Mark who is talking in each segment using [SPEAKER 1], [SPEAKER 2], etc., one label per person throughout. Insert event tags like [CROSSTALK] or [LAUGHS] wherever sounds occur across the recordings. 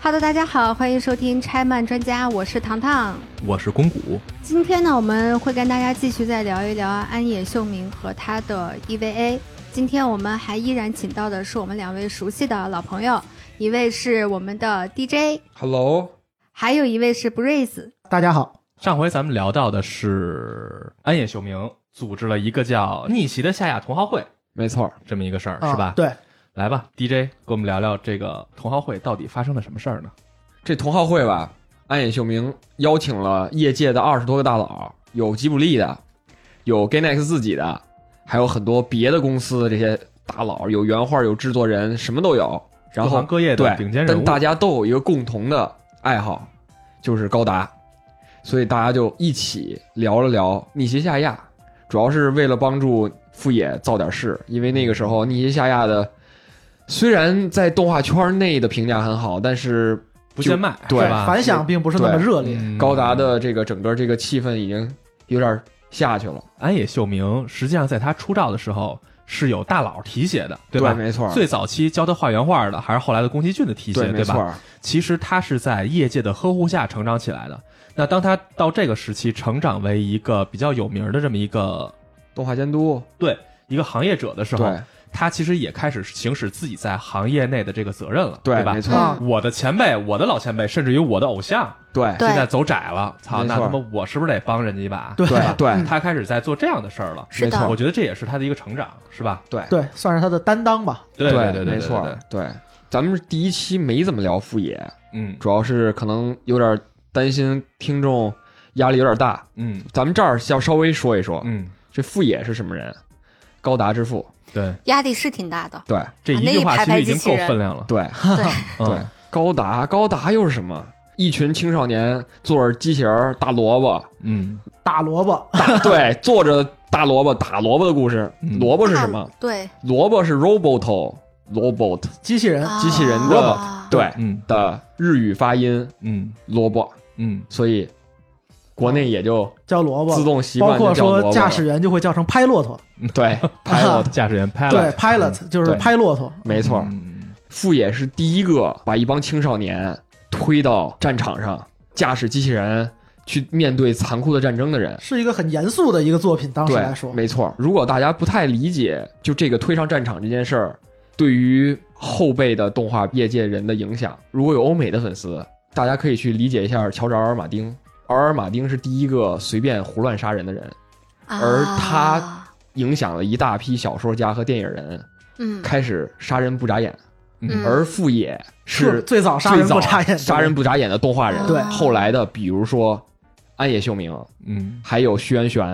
[SPEAKER 1] Hello，大家好，欢迎收听拆漫专家，我是糖糖。
[SPEAKER 2] 我是公谷，
[SPEAKER 1] 今天呢，我们会跟大家继续再聊一聊安野秀明和他的 EVA。今天我们还依然请到的是我们两位熟悉的老朋友，一位是我们的 DJ，
[SPEAKER 3] Hello，
[SPEAKER 1] 还有一位是 Breeze。
[SPEAKER 4] 大家好，
[SPEAKER 2] 上回咱们聊到的是安野秀明组织了一个叫“逆袭的夏亚同好会
[SPEAKER 3] 没错儿，”
[SPEAKER 2] 这么一个事儿，
[SPEAKER 4] 啊
[SPEAKER 2] 是吧？
[SPEAKER 4] 对，
[SPEAKER 2] 来吧，DJ，跟我们聊聊这个同好会到底发生了什么事儿呢？
[SPEAKER 3] 这同好会吧，安野秀明邀请了业界的二十多个大佬，有吉卜力的，有 Gainax 自己的，还有很多别的公司的这些大佬，有原画，有制作人，什么都有。然
[SPEAKER 2] 各
[SPEAKER 3] 后
[SPEAKER 2] 行各业的
[SPEAKER 3] 对，
[SPEAKER 2] 顶尖人
[SPEAKER 3] 但
[SPEAKER 2] 物，
[SPEAKER 3] 大家都有一个共同的爱好，就是高达，所以大家就一起聊了聊逆袭夏亚，主要是为了帮助富野造点事，因为那个时候逆袭夏亚的虽然在动画圈内的评价很好，但是
[SPEAKER 2] 不见卖，
[SPEAKER 3] 对
[SPEAKER 2] 是吧？
[SPEAKER 4] 反响并不是那么热烈。
[SPEAKER 2] 嗯
[SPEAKER 3] 高达的这个整个这个气氛已经有点下去了，
[SPEAKER 2] 安野秀明，实际上在他出道的时候是有大佬提携的，吧？
[SPEAKER 3] 没错，
[SPEAKER 2] 最早期教他画原画的，还是后来的宫崎骏的提携，
[SPEAKER 3] 对
[SPEAKER 2] 对
[SPEAKER 3] 没
[SPEAKER 2] 吧？
[SPEAKER 3] 错，
[SPEAKER 2] 其实他是在业界的呵护下成长起来的。那当他到这个时期成长为一个比较有名的这么一个
[SPEAKER 3] 动画监督
[SPEAKER 2] 对一个行业者的时候，
[SPEAKER 3] 对
[SPEAKER 2] 他其实也开始行使自己在行业内的这个责任了，
[SPEAKER 3] 对
[SPEAKER 2] 吧
[SPEAKER 3] 没？
[SPEAKER 5] 啊
[SPEAKER 3] 错，
[SPEAKER 1] 嗯，
[SPEAKER 2] 我的前辈，我的老前辈，甚至于我的偶像，
[SPEAKER 3] 对
[SPEAKER 1] 对
[SPEAKER 2] 现在走窄了，操，
[SPEAKER 3] 没
[SPEAKER 2] 那
[SPEAKER 3] 错
[SPEAKER 2] 他妈我是不是得帮人家一把？
[SPEAKER 4] 对
[SPEAKER 3] 对对
[SPEAKER 2] 他开始在做这样的事儿了。
[SPEAKER 1] 是
[SPEAKER 3] 没
[SPEAKER 1] 的
[SPEAKER 3] 错
[SPEAKER 2] 我，觉得这也是他的一个成长，是吧？
[SPEAKER 3] 对
[SPEAKER 4] 对，算是他的担当吧。
[SPEAKER 2] 对对对，
[SPEAKER 3] 没错
[SPEAKER 2] 对对，
[SPEAKER 3] 对。咱们第一期没怎么聊富野，
[SPEAKER 2] 嗯
[SPEAKER 3] 主要是可能有点担心听众压力有点大。
[SPEAKER 2] 嗯
[SPEAKER 3] 咱们这儿要稍微说一说，
[SPEAKER 2] 嗯，
[SPEAKER 3] 这富野是什么人？高达之父，
[SPEAKER 2] 对，
[SPEAKER 1] 压力是挺大的。
[SPEAKER 3] 对
[SPEAKER 2] 这一
[SPEAKER 1] 啊那
[SPEAKER 2] 句
[SPEAKER 1] 一
[SPEAKER 2] 话
[SPEAKER 1] 排
[SPEAKER 2] 其
[SPEAKER 1] 排
[SPEAKER 2] 实已经
[SPEAKER 1] 机器
[SPEAKER 2] 够
[SPEAKER 1] 人
[SPEAKER 2] 分量了。
[SPEAKER 3] 对
[SPEAKER 1] 对，
[SPEAKER 2] 嗯
[SPEAKER 3] 对，高达，高达又是什么？一群青少年坐着机器人儿大萝卜，
[SPEAKER 2] 嗯，
[SPEAKER 4] 打萝卜， [LAUGHS]
[SPEAKER 3] 大对，坐着大萝卜打萝卜的故事。
[SPEAKER 2] 嗯
[SPEAKER 3] 萝卜是什么？
[SPEAKER 1] 对，
[SPEAKER 3] 萝卜是 roboto，robot
[SPEAKER 4] 机器人，
[SPEAKER 3] 哎
[SPEAKER 5] 啊
[SPEAKER 3] 机器人的
[SPEAKER 1] 啊
[SPEAKER 3] 对
[SPEAKER 2] 嗯
[SPEAKER 3] 的日语发音
[SPEAKER 2] 嗯
[SPEAKER 3] 萝卜，
[SPEAKER 2] 嗯，
[SPEAKER 3] 所以国内也就
[SPEAKER 4] 叫萝卜，
[SPEAKER 3] 自动习
[SPEAKER 4] 包
[SPEAKER 3] 惯
[SPEAKER 4] 括
[SPEAKER 3] 就叫萝
[SPEAKER 4] 说
[SPEAKER 3] 卜
[SPEAKER 4] 驾
[SPEAKER 3] 了
[SPEAKER 4] 驶员啊就会叫成拍骆驼，
[SPEAKER 3] 对，
[SPEAKER 4] [LAUGHS]
[SPEAKER 2] 拍了驾驶员拍
[SPEAKER 4] 对
[SPEAKER 2] 了，
[SPEAKER 4] ，pilot 就是
[SPEAKER 3] 嗯对
[SPEAKER 4] 拍骆驼，
[SPEAKER 3] 没错，
[SPEAKER 2] 嗯
[SPEAKER 3] 富野是第一个把一帮青少年推到战场上，驾驶机器人去面对残酷的战争的人。
[SPEAKER 4] 是一个很严肃的一个作品。当时
[SPEAKER 3] 对
[SPEAKER 4] 来，说，
[SPEAKER 3] 没错。如果大家不太理解，就这个推上战场这件事儿，对于后辈的动画业界人的影响，如果有欧美的粉丝，大家可以去理解一下乔治·阿尔马丁。阿尔马丁是第一个随便胡乱杀人的人，
[SPEAKER 1] 啊
[SPEAKER 3] 而他影响了一大批小说家和电影人，
[SPEAKER 1] 嗯
[SPEAKER 3] 开始杀人不眨眼。
[SPEAKER 1] 嗯
[SPEAKER 3] 而富野
[SPEAKER 4] 是
[SPEAKER 3] 是
[SPEAKER 4] 最早杀
[SPEAKER 3] 最
[SPEAKER 4] 人
[SPEAKER 3] 早
[SPEAKER 4] 不眨眼，
[SPEAKER 3] 杀人不眨眼的动画人。
[SPEAKER 4] 对
[SPEAKER 3] 后来的比如说安野秀明，
[SPEAKER 2] 嗯
[SPEAKER 3] 还有徐元玄，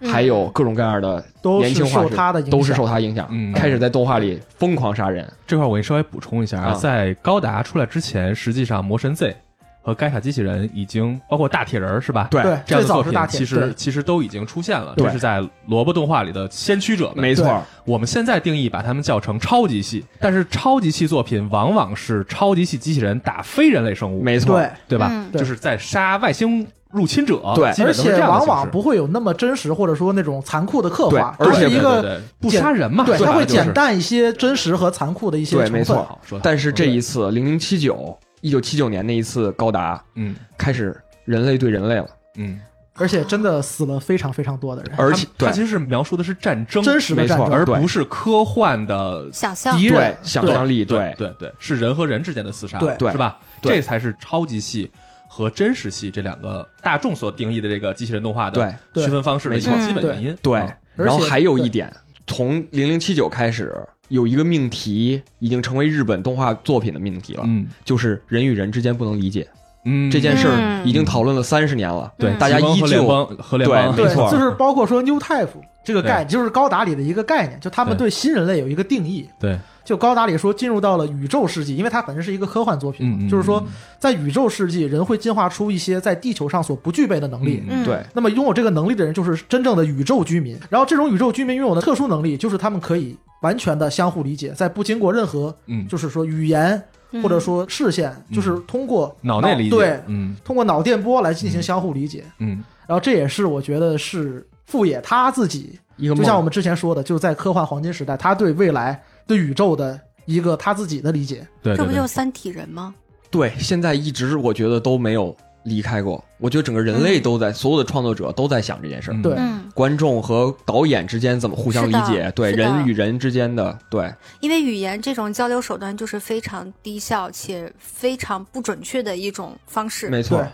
[SPEAKER 4] 嗯
[SPEAKER 3] 还有各种各样的
[SPEAKER 4] 都
[SPEAKER 3] 年
[SPEAKER 4] 是
[SPEAKER 3] 轻画
[SPEAKER 4] 受
[SPEAKER 3] 师，
[SPEAKER 4] 他的影响，
[SPEAKER 3] 都是受他影响，
[SPEAKER 2] 嗯
[SPEAKER 3] 开始在动画里疯狂杀人。
[SPEAKER 2] 这块我给你稍微补充一下啊，
[SPEAKER 3] 啊
[SPEAKER 2] 在高达出来之前，实际上魔神 Z 和盖塔机器人已经包括大铁人儿是吧？
[SPEAKER 3] 对
[SPEAKER 4] 对，
[SPEAKER 2] 这样
[SPEAKER 4] 最
[SPEAKER 2] 的作
[SPEAKER 4] 早是
[SPEAKER 2] 品
[SPEAKER 4] 大铁
[SPEAKER 2] 其实
[SPEAKER 4] 对
[SPEAKER 2] 其实都已经出现了，
[SPEAKER 3] 对
[SPEAKER 2] 这是在萝卜动画里的先驱者们。
[SPEAKER 3] 没错，
[SPEAKER 2] 我们现在定义把他们叫成超级系，但是超级系作品往往是超级系机器人打非人类生物，
[SPEAKER 3] 没错，
[SPEAKER 4] 对，
[SPEAKER 2] 对吧？
[SPEAKER 1] 嗯
[SPEAKER 4] 对
[SPEAKER 2] 就是在杀外星入侵者，
[SPEAKER 3] 对
[SPEAKER 2] 基
[SPEAKER 4] 而
[SPEAKER 2] 本都是这
[SPEAKER 4] 且
[SPEAKER 2] 样的
[SPEAKER 4] 往
[SPEAKER 2] 形
[SPEAKER 4] 往
[SPEAKER 2] 式
[SPEAKER 4] 不会有那么真实或者说那种残酷的刻画，
[SPEAKER 3] 对而且
[SPEAKER 4] 它是一
[SPEAKER 2] 对
[SPEAKER 4] 个
[SPEAKER 2] 对对不杀人嘛，
[SPEAKER 4] 对，
[SPEAKER 2] 说
[SPEAKER 4] 它
[SPEAKER 2] 白
[SPEAKER 4] 会
[SPEAKER 2] 了就是
[SPEAKER 4] 减淡一些真实和残酷的一些
[SPEAKER 3] 对
[SPEAKER 4] 成
[SPEAKER 3] 没
[SPEAKER 4] 分。
[SPEAKER 3] 错
[SPEAKER 2] 好说得好，
[SPEAKER 3] 但是这一次零零七九一九七九年那一次高达
[SPEAKER 2] 嗯
[SPEAKER 3] 开始人类对人类了，
[SPEAKER 2] 嗯，
[SPEAKER 4] 而且真的死了非常非常多的人，
[SPEAKER 3] 而且
[SPEAKER 2] 他
[SPEAKER 3] 对
[SPEAKER 2] 他其实是描述的是战争，
[SPEAKER 4] 真实的战
[SPEAKER 3] 没
[SPEAKER 4] 争
[SPEAKER 3] 错。
[SPEAKER 2] 而
[SPEAKER 3] 对
[SPEAKER 2] 不是科幻的
[SPEAKER 1] 想象
[SPEAKER 2] 敌人
[SPEAKER 3] 对想象力，
[SPEAKER 2] 对对对，是人和人之间的厮杀，
[SPEAKER 4] 对
[SPEAKER 3] 对
[SPEAKER 2] 是吧？
[SPEAKER 3] 对
[SPEAKER 2] 这才是超级系和真实系这两个大众所定义的这个机器人动画的
[SPEAKER 3] 对
[SPEAKER 4] 对
[SPEAKER 2] 区分方式的一个
[SPEAKER 1] 没错
[SPEAKER 2] 基本原因。
[SPEAKER 3] 对
[SPEAKER 2] 嗯，
[SPEAKER 4] 而且
[SPEAKER 3] 然后还有一
[SPEAKER 4] 对
[SPEAKER 3] 点，从零零七九开始有一个命题已经成为日本动画作品的命题了，
[SPEAKER 2] 嗯
[SPEAKER 3] 就是人与人之间不能理解
[SPEAKER 2] 嗯，
[SPEAKER 3] 这件事儿，
[SPEAKER 1] 嗯
[SPEAKER 3] 已经讨论了三十年了。
[SPEAKER 2] 对
[SPEAKER 1] 嗯
[SPEAKER 3] 大家
[SPEAKER 2] 吉翁
[SPEAKER 3] 依
[SPEAKER 2] 和
[SPEAKER 3] 旧
[SPEAKER 2] 联邦和联邦
[SPEAKER 3] 对
[SPEAKER 4] 对
[SPEAKER 3] 没错，
[SPEAKER 4] 就是包括说 New Type 这个概念，就是高达里的一个概念，就他们
[SPEAKER 2] 对
[SPEAKER 4] 对新人类有一个定义。
[SPEAKER 2] 对，
[SPEAKER 4] 就高达里说进入到了宇宙世纪，因为它本身是一个科幻作品嘛，
[SPEAKER 2] 嗯嗯
[SPEAKER 4] 就是说在宇宙世纪，人会进化出一些在地球上所不具备的能力。
[SPEAKER 2] 嗯
[SPEAKER 1] 嗯
[SPEAKER 3] 对，
[SPEAKER 4] 那么拥有这个能力的人就是真正的宇宙居民，然后这种宇宙居民拥有的特殊能力就是他们可以完全的相互理解，在不经过任何
[SPEAKER 2] 嗯，
[SPEAKER 4] 就是说语言
[SPEAKER 1] 嗯
[SPEAKER 4] 或者说视线，
[SPEAKER 2] 嗯
[SPEAKER 4] 就是通过
[SPEAKER 2] 脑内理解，
[SPEAKER 4] 哦对，
[SPEAKER 2] 嗯
[SPEAKER 4] 通过脑电波来进行相互理解。
[SPEAKER 2] 嗯
[SPEAKER 4] 然后这也是我觉得是富野他自己，
[SPEAKER 3] 一个
[SPEAKER 4] 就像我
[SPEAKER 3] 梦，
[SPEAKER 4] 们之前说的，就是在科幻黄金时代，他对未来、对宇宙的一个他自己的理解。
[SPEAKER 2] 对，
[SPEAKER 1] 这不
[SPEAKER 2] 对
[SPEAKER 1] 就是三体人吗？
[SPEAKER 3] 对，现在一直我觉得都没有离开过。我觉得整个人类都在，所有的创作者都在想这件事儿，
[SPEAKER 2] 嗯
[SPEAKER 4] 对
[SPEAKER 5] 嗯，
[SPEAKER 3] 观众和导演之间怎么互相理
[SPEAKER 5] 是
[SPEAKER 3] 解
[SPEAKER 5] 的，
[SPEAKER 3] 对
[SPEAKER 5] 是的
[SPEAKER 3] 人与人之间的，对，
[SPEAKER 5] 因为语言这种交流手段就是非常低效且非常不准确的一种方式。
[SPEAKER 3] 没错
[SPEAKER 4] 对，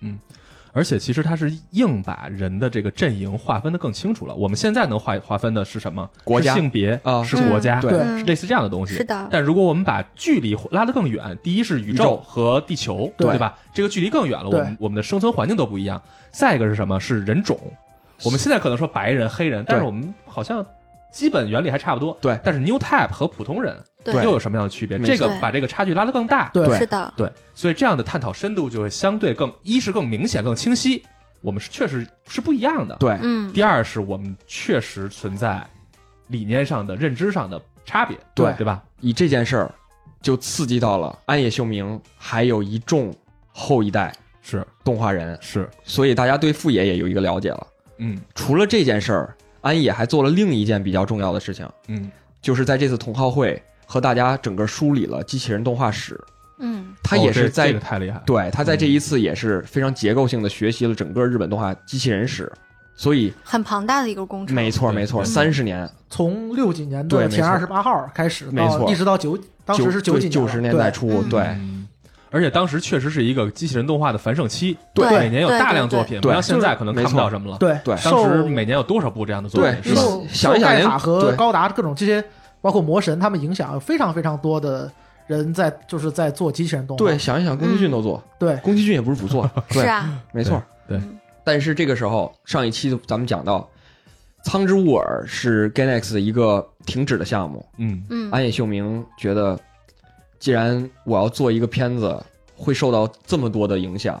[SPEAKER 5] 嗯，
[SPEAKER 2] 而且其实它是硬把人的这个阵营划分的更清楚了。我们现在能划划分的是什么？
[SPEAKER 3] 国家
[SPEAKER 2] 是性别
[SPEAKER 3] 啊
[SPEAKER 2] 是
[SPEAKER 5] 嗯
[SPEAKER 2] 国家，
[SPEAKER 3] 对
[SPEAKER 5] 嗯
[SPEAKER 2] 是类似这样的东西。
[SPEAKER 5] 是的
[SPEAKER 2] 但如果我们把距离拉得更远，第一是宇
[SPEAKER 3] 宇宙
[SPEAKER 2] 宙和地球，
[SPEAKER 4] 对
[SPEAKER 2] 对吧？这个距离更远了，我
[SPEAKER 4] 对
[SPEAKER 2] 们我们的生存环境都不一样。再一个是什么？是人种。我们现在可能说白人、黑人，但是我们好像基本原理还差不多。
[SPEAKER 3] 对
[SPEAKER 2] 但是 New Type 和普通人
[SPEAKER 5] 对
[SPEAKER 2] 又有什么样的区别？
[SPEAKER 3] 没
[SPEAKER 2] 这个
[SPEAKER 5] 错
[SPEAKER 2] 把这个差距拉得更大。
[SPEAKER 4] 对
[SPEAKER 5] 是的，
[SPEAKER 2] 对，所以这样的探讨深度就会相对更，一是更明显、更清晰，我们是确实是不一样的。，
[SPEAKER 3] 对，
[SPEAKER 5] 嗯，
[SPEAKER 2] 第二是我们确实存在理念上的、认知上的差别，
[SPEAKER 3] 对
[SPEAKER 2] 对吧？
[SPEAKER 3] 以这件事儿就刺激到了安野秀明，还有一众后一代
[SPEAKER 2] 是
[SPEAKER 3] 动画人，
[SPEAKER 2] 是，
[SPEAKER 3] 所以大家对富野也有一个了解了。
[SPEAKER 2] 嗯
[SPEAKER 3] 除了这件事儿，安野还做了另一件比较重要的事情，
[SPEAKER 2] 嗯，
[SPEAKER 3] 就是在这次同好会和大家整个梳理了机器人动画史。
[SPEAKER 5] 嗯，
[SPEAKER 3] 他也
[SPEAKER 2] 哦
[SPEAKER 3] 是
[SPEAKER 2] 这
[SPEAKER 3] 在、
[SPEAKER 2] 这个太厉害了，
[SPEAKER 3] 对他在这一次也是非常结构性的学习了整个日本动画机器人史。所以，
[SPEAKER 5] 很庞大的一个工程。
[SPEAKER 3] 没错
[SPEAKER 2] 对
[SPEAKER 3] 没
[SPEAKER 2] 嗯
[SPEAKER 3] 错，三十年
[SPEAKER 4] 从六几年
[SPEAKER 3] 对
[SPEAKER 4] 的
[SPEAKER 3] 没错
[SPEAKER 4] 前二十八号开始，
[SPEAKER 3] 没错
[SPEAKER 4] 到一直到九，当时是
[SPEAKER 3] 九
[SPEAKER 4] 几
[SPEAKER 3] 九十年代初，
[SPEAKER 5] 嗯
[SPEAKER 3] 对、
[SPEAKER 2] 嗯而且当时确实是一个机器人动画的繁盛期，
[SPEAKER 5] 对
[SPEAKER 2] 每年有
[SPEAKER 5] 对
[SPEAKER 2] 大量
[SPEAKER 5] 对对
[SPEAKER 2] 作品，
[SPEAKER 3] 对
[SPEAKER 2] 不像现在可能
[SPEAKER 3] 没
[SPEAKER 2] 看不
[SPEAKER 3] 错
[SPEAKER 2] 到什么了。
[SPEAKER 4] 对
[SPEAKER 3] 对
[SPEAKER 2] 当时
[SPEAKER 4] 受
[SPEAKER 2] 每年有多少部这样的作
[SPEAKER 3] 对
[SPEAKER 2] 品，是
[SPEAKER 3] 是
[SPEAKER 2] 吧
[SPEAKER 3] 吧？
[SPEAKER 4] 受
[SPEAKER 3] 想一想
[SPEAKER 4] 受盖
[SPEAKER 3] 连
[SPEAKER 4] 塔和
[SPEAKER 3] 对
[SPEAKER 4] 高达各种这些，包括魔神他们影响，有非常非常多的人在就是在做机器人动画。
[SPEAKER 3] 对，想一想，宫崎骏都做，
[SPEAKER 4] 对
[SPEAKER 3] 宫崎骏也不是不做，
[SPEAKER 5] 是
[SPEAKER 3] 对，
[SPEAKER 5] 啊，
[SPEAKER 3] 没错，
[SPEAKER 2] 对
[SPEAKER 5] 嗯
[SPEAKER 3] 但是这个时候，上一期咱们讲到，苍之雾耳是 Gainax 的一个停止的项目。
[SPEAKER 2] 嗯，
[SPEAKER 5] 嗯，
[SPEAKER 3] 安野秀明觉得，既然我要做一个片子，会受到这么多的影响，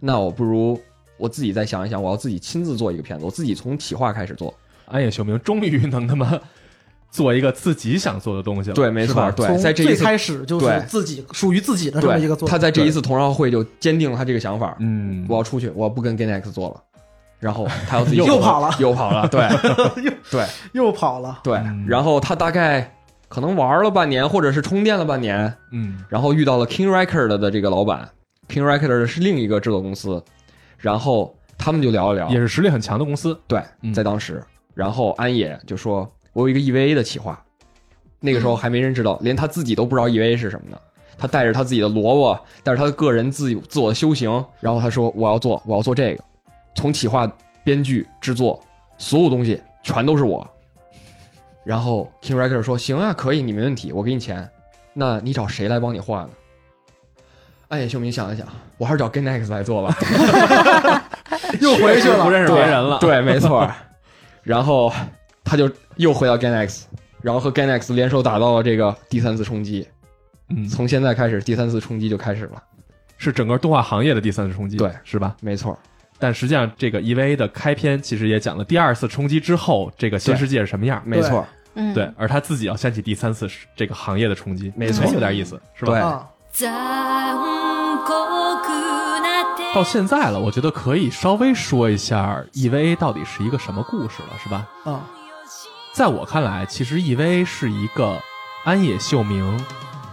[SPEAKER 3] 那我不如我自己再想一想，我要自己亲自做一个片子，我自己从企划开始做。
[SPEAKER 2] 安野秀哎明终于能他妈 [LAUGHS] 做一个自己想做的东西了，
[SPEAKER 3] 对，没
[SPEAKER 2] 是
[SPEAKER 3] 错，
[SPEAKER 2] 吧
[SPEAKER 3] 对，
[SPEAKER 4] 从
[SPEAKER 3] 在这一
[SPEAKER 4] 最
[SPEAKER 3] 次，
[SPEAKER 4] 开始就是
[SPEAKER 3] 对
[SPEAKER 4] 自己属于自己的这么一个
[SPEAKER 3] 对，
[SPEAKER 4] 作
[SPEAKER 3] 他
[SPEAKER 4] 品。
[SPEAKER 3] 在这一次同好会就坚定了他这个想法，
[SPEAKER 2] 嗯，
[SPEAKER 3] 我要出去，我不跟 Gainax 做了，然后他要自己
[SPEAKER 4] 又
[SPEAKER 3] 做
[SPEAKER 4] 跑了
[SPEAKER 3] 又跑
[SPEAKER 2] [LAUGHS]
[SPEAKER 3] 了，对
[SPEAKER 4] 又
[SPEAKER 3] 对。
[SPEAKER 4] 又跑了，
[SPEAKER 3] 对
[SPEAKER 2] 嗯，
[SPEAKER 3] 然后他大概可能玩了半年，或者是充电了半年，
[SPEAKER 2] 嗯
[SPEAKER 3] 然后遇到了 King Record 的这个老板，King Record 是另一个制作公司，然后他们就聊一聊
[SPEAKER 2] 也，是实力很强的公司。
[SPEAKER 3] 对
[SPEAKER 2] 嗯，
[SPEAKER 3] 在当时，然后安野就说：“我有一个 EVA 的企划。”那个时候还没人知道，连他自己都不知道 EVA 是什么呢。他带着他自己的萝卜，带着他的个人自己自我的修行，然后他说：“我要做，我要做这个。”从企划、编剧、制作，所有东西全都是我。然后 King Record 说：“行啊，可以，你没问题，我给你钱。那你找谁来帮你画呢？”暗野秀明想了想，我还是找 Gainax 来做吧。 [LAUGHS]
[SPEAKER 4] 又回去了，
[SPEAKER 2] 不认识
[SPEAKER 3] 对
[SPEAKER 2] 别人了。
[SPEAKER 3] 对，没错。然后他就又回到 Gainax，然后和 Gainax 联手打到了这个第三次冲击。
[SPEAKER 2] 嗯，
[SPEAKER 3] 从现在开始，第三次冲击就开始了。
[SPEAKER 2] 是整个动画行业的第三次冲击，
[SPEAKER 3] 对
[SPEAKER 2] 是吧？
[SPEAKER 3] 没错，
[SPEAKER 2] 但实际上，这个 EVA 的开篇其实也讲了第二次冲击之后，这个新世界是什么样。
[SPEAKER 3] 没错，
[SPEAKER 5] 嗯，
[SPEAKER 2] 对，，而他自己要掀起第三次这个行业的冲击，
[SPEAKER 3] 没错
[SPEAKER 2] 哎有点意思，是吧？
[SPEAKER 3] 对
[SPEAKER 4] 啊，
[SPEAKER 2] 到现在了，我觉得可以稍微说一下 EVA 到底是一个什么故事了，是吧？
[SPEAKER 4] 啊，
[SPEAKER 2] 在我看来，其实 EVA 是一个安野秀明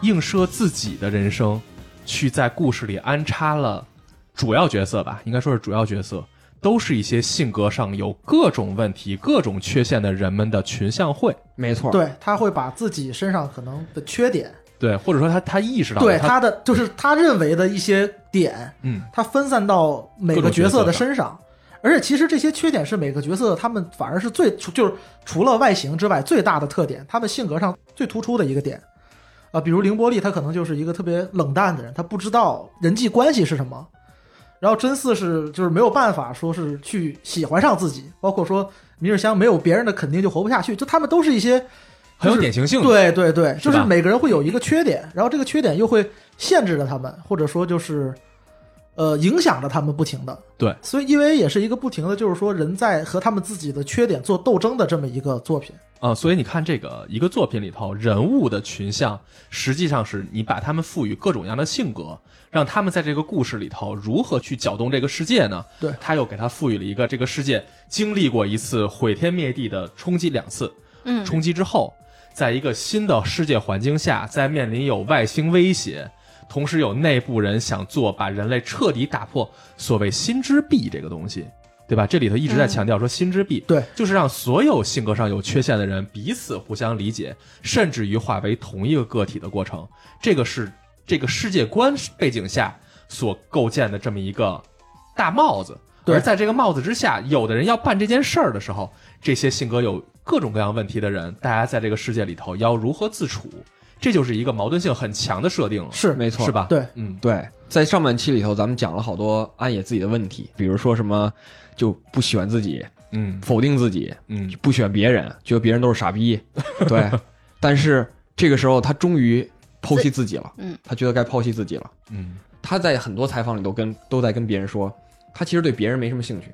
[SPEAKER 2] 映射自己的人生，去在故事里安插了主要角色吧，应该说是主要角色，都是一些性格上有各种问题、各种缺陷的人们的群像会。
[SPEAKER 3] 没错，
[SPEAKER 4] 对，他会把自己身上可能的缺点，
[SPEAKER 2] 对，或者说他他意识到了
[SPEAKER 4] 对
[SPEAKER 2] 他
[SPEAKER 4] 他的就是他认为的一些点，
[SPEAKER 2] 嗯
[SPEAKER 4] 他分散到每个角色的身上。而且其实这些缺点是每个角色他们反而是最除就是除了外形之外最大的特点，他们性格上最突出的一个点。啊、比如凌波丽，她可能就是一个特别冷淡的人，她不知道人际关系是什么。然后真嗣是就是没有办法说是去喜欢上自己，包括说明日香没有别人的肯定就活不下去，就他们都是一些
[SPEAKER 2] 很有
[SPEAKER 4] 就是
[SPEAKER 2] 典型性的。
[SPEAKER 4] 对对对，就是是
[SPEAKER 2] 吧
[SPEAKER 4] 每个人会有一个缺点，然后这个缺点又会限制着他们，或者说就是，呃，影响着他们不停的。
[SPEAKER 2] 对，
[SPEAKER 4] 所以 EVA 也是一个不停的，就是说人在和他们自己的缺点做斗争的这么一个作品。
[SPEAKER 2] 啊、所以你看这个一个作品里头人物的群像，实际上是你把他们赋予各种各样的性格，让他们在这个故事里头如何去搅动这个世界呢？
[SPEAKER 4] 对
[SPEAKER 2] 他又给他赋予了一个这个世界经历过一次毁天灭地的冲击两次，
[SPEAKER 5] 嗯，
[SPEAKER 2] 冲击之后，在一个新的世界环境下，在面临有外星威胁，同时有内部人想做把人类彻底打破所谓心之壁这个东西，对吧？这里头一直在强调说心之壁，
[SPEAKER 4] 对，
[SPEAKER 2] 就是让所有性格上有缺陷的人彼此互相理解，甚至于化为同一个个体的过程。这个是这个世界观背景下所构建的这么一个大帽子。
[SPEAKER 4] 对
[SPEAKER 2] 而在这个帽子之下，有的人要办这件事儿的时候，这些性格有各种各样问题的人，大家在这个世界里头要如何自处？这就是一个矛盾性很强的设定了，
[SPEAKER 4] 是
[SPEAKER 3] 哦没错，
[SPEAKER 2] 是吧？
[SPEAKER 4] 对，
[SPEAKER 2] 嗯，
[SPEAKER 3] 对，在上半期里头，咱们讲了好多安野自己的问题，比如说什么就不喜欢自己，
[SPEAKER 2] 嗯
[SPEAKER 3] 否定自己，
[SPEAKER 2] 嗯，
[SPEAKER 3] 不喜欢别人，觉得别人都是傻逼。 [LAUGHS] 对，但是这个时候他终于剖析自己了，
[SPEAKER 5] 嗯，
[SPEAKER 3] 他觉得该剖析自己了。
[SPEAKER 2] 嗯，
[SPEAKER 3] 他在很多采访里都跟都在跟别人说，他其实对别人没什么兴趣，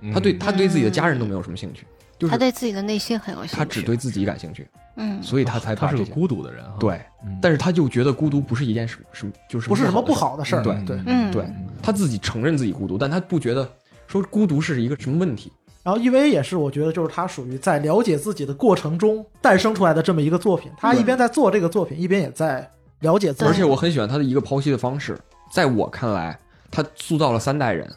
[SPEAKER 2] 嗯
[SPEAKER 3] 他对他对自己的家人都没有什么兴趣，就是
[SPEAKER 5] 他对自己的内心很有兴趣，
[SPEAKER 3] 他只对自己感兴趣，
[SPEAKER 5] 嗯，
[SPEAKER 3] 所以他才
[SPEAKER 2] 他
[SPEAKER 3] 把
[SPEAKER 2] 是
[SPEAKER 3] 这
[SPEAKER 2] 个
[SPEAKER 3] 些
[SPEAKER 2] 孤独的人哈，
[SPEAKER 3] 对，
[SPEAKER 2] 嗯，
[SPEAKER 3] 但是他就觉得孤独不是一件什么什么就是
[SPEAKER 4] 不是什么不
[SPEAKER 3] 好的事。
[SPEAKER 4] 好的事儿，
[SPEAKER 3] 对
[SPEAKER 4] 对。
[SPEAKER 5] 嗯
[SPEAKER 3] 对他自己承认自己孤独，但他不觉得说孤独是一个什么问题。
[SPEAKER 4] 然后 EVA 也是，我觉得就是他属于在了解自己的过程中诞生出来的这么一个作品。他一边在做这个作品，一边也在了解自己。
[SPEAKER 3] 而且我很喜欢他的一个剖析的方式，在我看来，他塑造了三代人，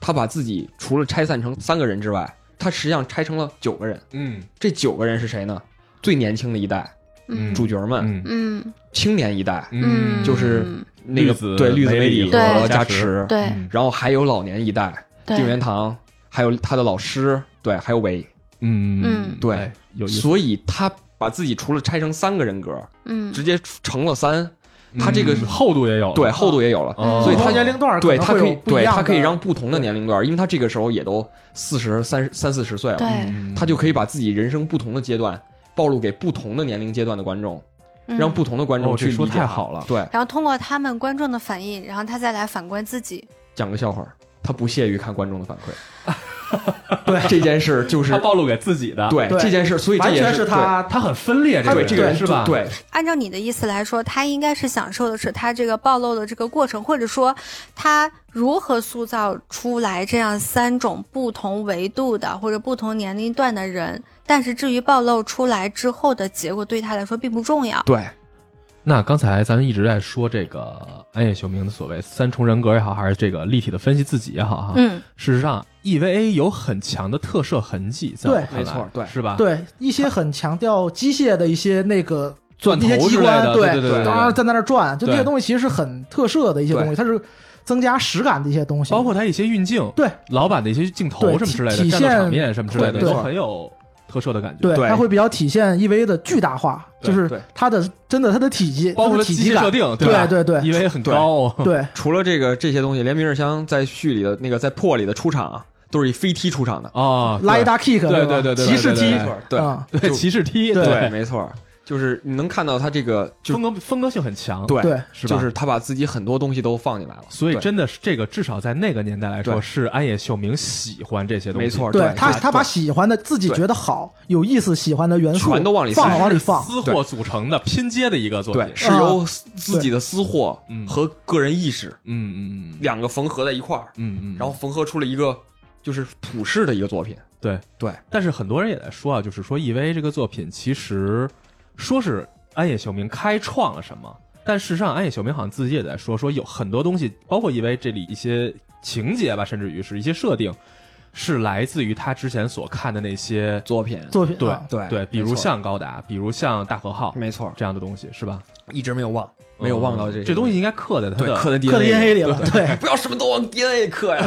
[SPEAKER 3] 他把自己除了拆散成三个人之外，他实际上拆成了九个人。
[SPEAKER 2] 嗯
[SPEAKER 3] 这九个人是谁呢？最年轻的一代
[SPEAKER 2] 嗯，
[SPEAKER 3] 主角
[SPEAKER 2] 嗯
[SPEAKER 3] 们，
[SPEAKER 5] 嗯
[SPEAKER 3] 青年一代
[SPEAKER 5] 嗯，
[SPEAKER 3] 就是
[SPEAKER 5] 嗯
[SPEAKER 3] 那个
[SPEAKER 2] 绿子
[SPEAKER 3] 对绿子
[SPEAKER 2] 梅
[SPEAKER 3] 梅
[SPEAKER 2] 里
[SPEAKER 3] 里
[SPEAKER 5] 和
[SPEAKER 3] 和
[SPEAKER 2] 加
[SPEAKER 3] 加
[SPEAKER 2] 持
[SPEAKER 3] 持，
[SPEAKER 5] 对
[SPEAKER 2] 嗯
[SPEAKER 3] 然后还有老年一代
[SPEAKER 5] 对
[SPEAKER 3] 定元堂，还有他的老师，对，还有韦，
[SPEAKER 2] 嗯
[SPEAKER 5] 嗯
[SPEAKER 3] 对
[SPEAKER 2] 哎有意思，
[SPEAKER 3] 所以他把自己除了拆成三个人格，
[SPEAKER 5] 嗯
[SPEAKER 3] 直接成了三。他这个
[SPEAKER 2] 嗯厚度也有了，
[SPEAKER 3] 对，厚度也有了，
[SPEAKER 2] 哦
[SPEAKER 3] 所以他
[SPEAKER 4] 年龄段儿
[SPEAKER 3] 对
[SPEAKER 4] 能
[SPEAKER 3] 他
[SPEAKER 4] 会
[SPEAKER 3] 可以
[SPEAKER 4] 有不一
[SPEAKER 3] 对
[SPEAKER 4] 样
[SPEAKER 3] 他可以
[SPEAKER 4] 的
[SPEAKER 3] 让不同的年龄段儿，因为他这个时候也都四十三三四十岁了，
[SPEAKER 5] 对，
[SPEAKER 2] 嗯，
[SPEAKER 3] 他就可以把自己人生不同的阶段暴露给不同的年龄阶段的观众，
[SPEAKER 5] 嗯
[SPEAKER 3] 让不同的观众
[SPEAKER 2] 哦
[SPEAKER 3] 去
[SPEAKER 2] 这
[SPEAKER 3] 理
[SPEAKER 2] 说
[SPEAKER 3] 解
[SPEAKER 2] 太
[SPEAKER 3] 他
[SPEAKER 2] 好了
[SPEAKER 3] 对，
[SPEAKER 5] 然后通过他们观众的反应，然后他再来反观自己，
[SPEAKER 3] 讲个笑话儿，他不屑于看观众的反馈。
[SPEAKER 4] 对
[SPEAKER 3] 这件事就是
[SPEAKER 2] 他暴露给自己的，，
[SPEAKER 3] 对
[SPEAKER 4] 对
[SPEAKER 3] 这件事，所以这
[SPEAKER 4] 完
[SPEAKER 3] 也
[SPEAKER 4] 全是他
[SPEAKER 2] 他很分裂，
[SPEAKER 3] 对
[SPEAKER 2] 个
[SPEAKER 3] 对这个人
[SPEAKER 2] 是吧？，
[SPEAKER 3] 对
[SPEAKER 5] 按照你的意思来说，他应该是享受的是他这个暴露的这个过程，或者说他如何塑造出来这样三种不同维度的或者不同年龄段的人。但是至于暴露出来之后的结果，对他来说并不重要。
[SPEAKER 3] 对
[SPEAKER 2] 那刚才咱们一直在说这个安野秀明的所谓三重人格也好，还是这个立体的分析自己也好哈。
[SPEAKER 5] 嗯，
[SPEAKER 2] 事实上，EVA 有很强的特摄痕迹，在我
[SPEAKER 4] 对
[SPEAKER 2] 看来
[SPEAKER 3] 没错对
[SPEAKER 2] 是吧？，
[SPEAKER 4] 对一些很强调机械的一些那个
[SPEAKER 2] 钻
[SPEAKER 4] 一些
[SPEAKER 2] 头
[SPEAKER 4] 机
[SPEAKER 2] 之类
[SPEAKER 4] 关，
[SPEAKER 2] 的，对对对
[SPEAKER 4] 当然站在那儿转，就
[SPEAKER 2] 对
[SPEAKER 4] 那些东西其实是很特摄的一些东西，它是增加实感的一些东西，
[SPEAKER 2] 包括他一些运镜，
[SPEAKER 4] 对
[SPEAKER 2] 老板的一些镜头
[SPEAKER 4] 对
[SPEAKER 2] 什么之类的，
[SPEAKER 4] 体
[SPEAKER 2] 战斗场
[SPEAKER 4] 现
[SPEAKER 2] 面什么之类的，
[SPEAKER 4] 对
[SPEAKER 2] 都很有特摄的感觉。
[SPEAKER 4] 对，
[SPEAKER 3] 对
[SPEAKER 4] 它会比较体现 EV 的巨大化，
[SPEAKER 2] 对
[SPEAKER 4] 就是
[SPEAKER 3] 对
[SPEAKER 4] 它的真的它的体积，
[SPEAKER 2] 包
[SPEAKER 4] 它
[SPEAKER 2] 括
[SPEAKER 4] 的
[SPEAKER 2] 它
[SPEAKER 4] 体
[SPEAKER 2] 机
[SPEAKER 4] 积
[SPEAKER 2] 械
[SPEAKER 4] 感
[SPEAKER 2] 设，定，
[SPEAKER 4] 对
[SPEAKER 2] 吧？
[SPEAKER 4] 对对
[SPEAKER 2] EVA 很高哦，
[SPEAKER 4] 对
[SPEAKER 3] 除了这个这些东西，连明日香在序里的那个在破里的出场啊，都是以飞踢出场的，
[SPEAKER 2] 啊，
[SPEAKER 4] 拉一大 kick，
[SPEAKER 2] 对
[SPEAKER 4] 吧
[SPEAKER 2] 对对对对
[SPEAKER 4] 骑士踢
[SPEAKER 2] 对，
[SPEAKER 3] 对
[SPEAKER 4] 啊
[SPEAKER 2] 对对
[SPEAKER 3] 就
[SPEAKER 2] 骑士踢，
[SPEAKER 4] 对
[SPEAKER 3] 对，没错儿，就是你能看到他这个就
[SPEAKER 2] 风格风格性很强，
[SPEAKER 3] 对
[SPEAKER 4] 对
[SPEAKER 2] 是吧？
[SPEAKER 3] 就是他把自己很多东西都放进来了，
[SPEAKER 2] 所以
[SPEAKER 3] 对
[SPEAKER 2] 真的是这个，至少在那个年代来说，
[SPEAKER 3] 对
[SPEAKER 2] 是安野秀明喜欢这些东西，
[SPEAKER 3] 没错，
[SPEAKER 4] 对他，他把
[SPEAKER 3] 对
[SPEAKER 4] 喜欢的自己
[SPEAKER 3] 对
[SPEAKER 4] 觉得好、有意思、喜欢的元素
[SPEAKER 3] 全都往里塞
[SPEAKER 4] 放，往里放。
[SPEAKER 2] 私货组成的拼接的一个作品
[SPEAKER 4] 嗯
[SPEAKER 3] 对，是
[SPEAKER 4] 啊
[SPEAKER 3] 由自己的私货
[SPEAKER 2] 嗯
[SPEAKER 3] 和个人意识
[SPEAKER 2] 嗯嗯嗯
[SPEAKER 3] 两个缝合在一块儿，
[SPEAKER 2] 嗯嗯，
[SPEAKER 3] 然后缝合出了一个就是普世的一个作品。
[SPEAKER 2] 对
[SPEAKER 3] 对，
[SPEAKER 2] 但是很多人也在说啊，就是说 EVA 这个作品其实说是安野秀明开创了什么，但事实上安野秀明好像自己也在说，说有很多东西，包括 EVA 这里一些情节吧，甚至于是一些设定，是来自于他之前所看的那些
[SPEAKER 3] 作品，
[SPEAKER 4] 作品
[SPEAKER 2] 对
[SPEAKER 4] 啊
[SPEAKER 3] 对
[SPEAKER 2] 对，比
[SPEAKER 3] 没
[SPEAKER 2] 如
[SPEAKER 3] 错
[SPEAKER 2] 像高达，比如像大和号
[SPEAKER 3] 没错，
[SPEAKER 2] 这样的东西，是吧？
[SPEAKER 3] 一直没有忘，没有忘到这
[SPEAKER 2] 嗯
[SPEAKER 3] 些
[SPEAKER 2] 这东西，应该刻在他
[SPEAKER 3] 对，
[SPEAKER 2] 的
[SPEAKER 3] 刻在
[SPEAKER 4] 刻在
[SPEAKER 3] DNA
[SPEAKER 4] DNA 里了，
[SPEAKER 3] [LAUGHS]
[SPEAKER 4] 对，
[SPEAKER 3] 不要什么都往 DNA 刻呀，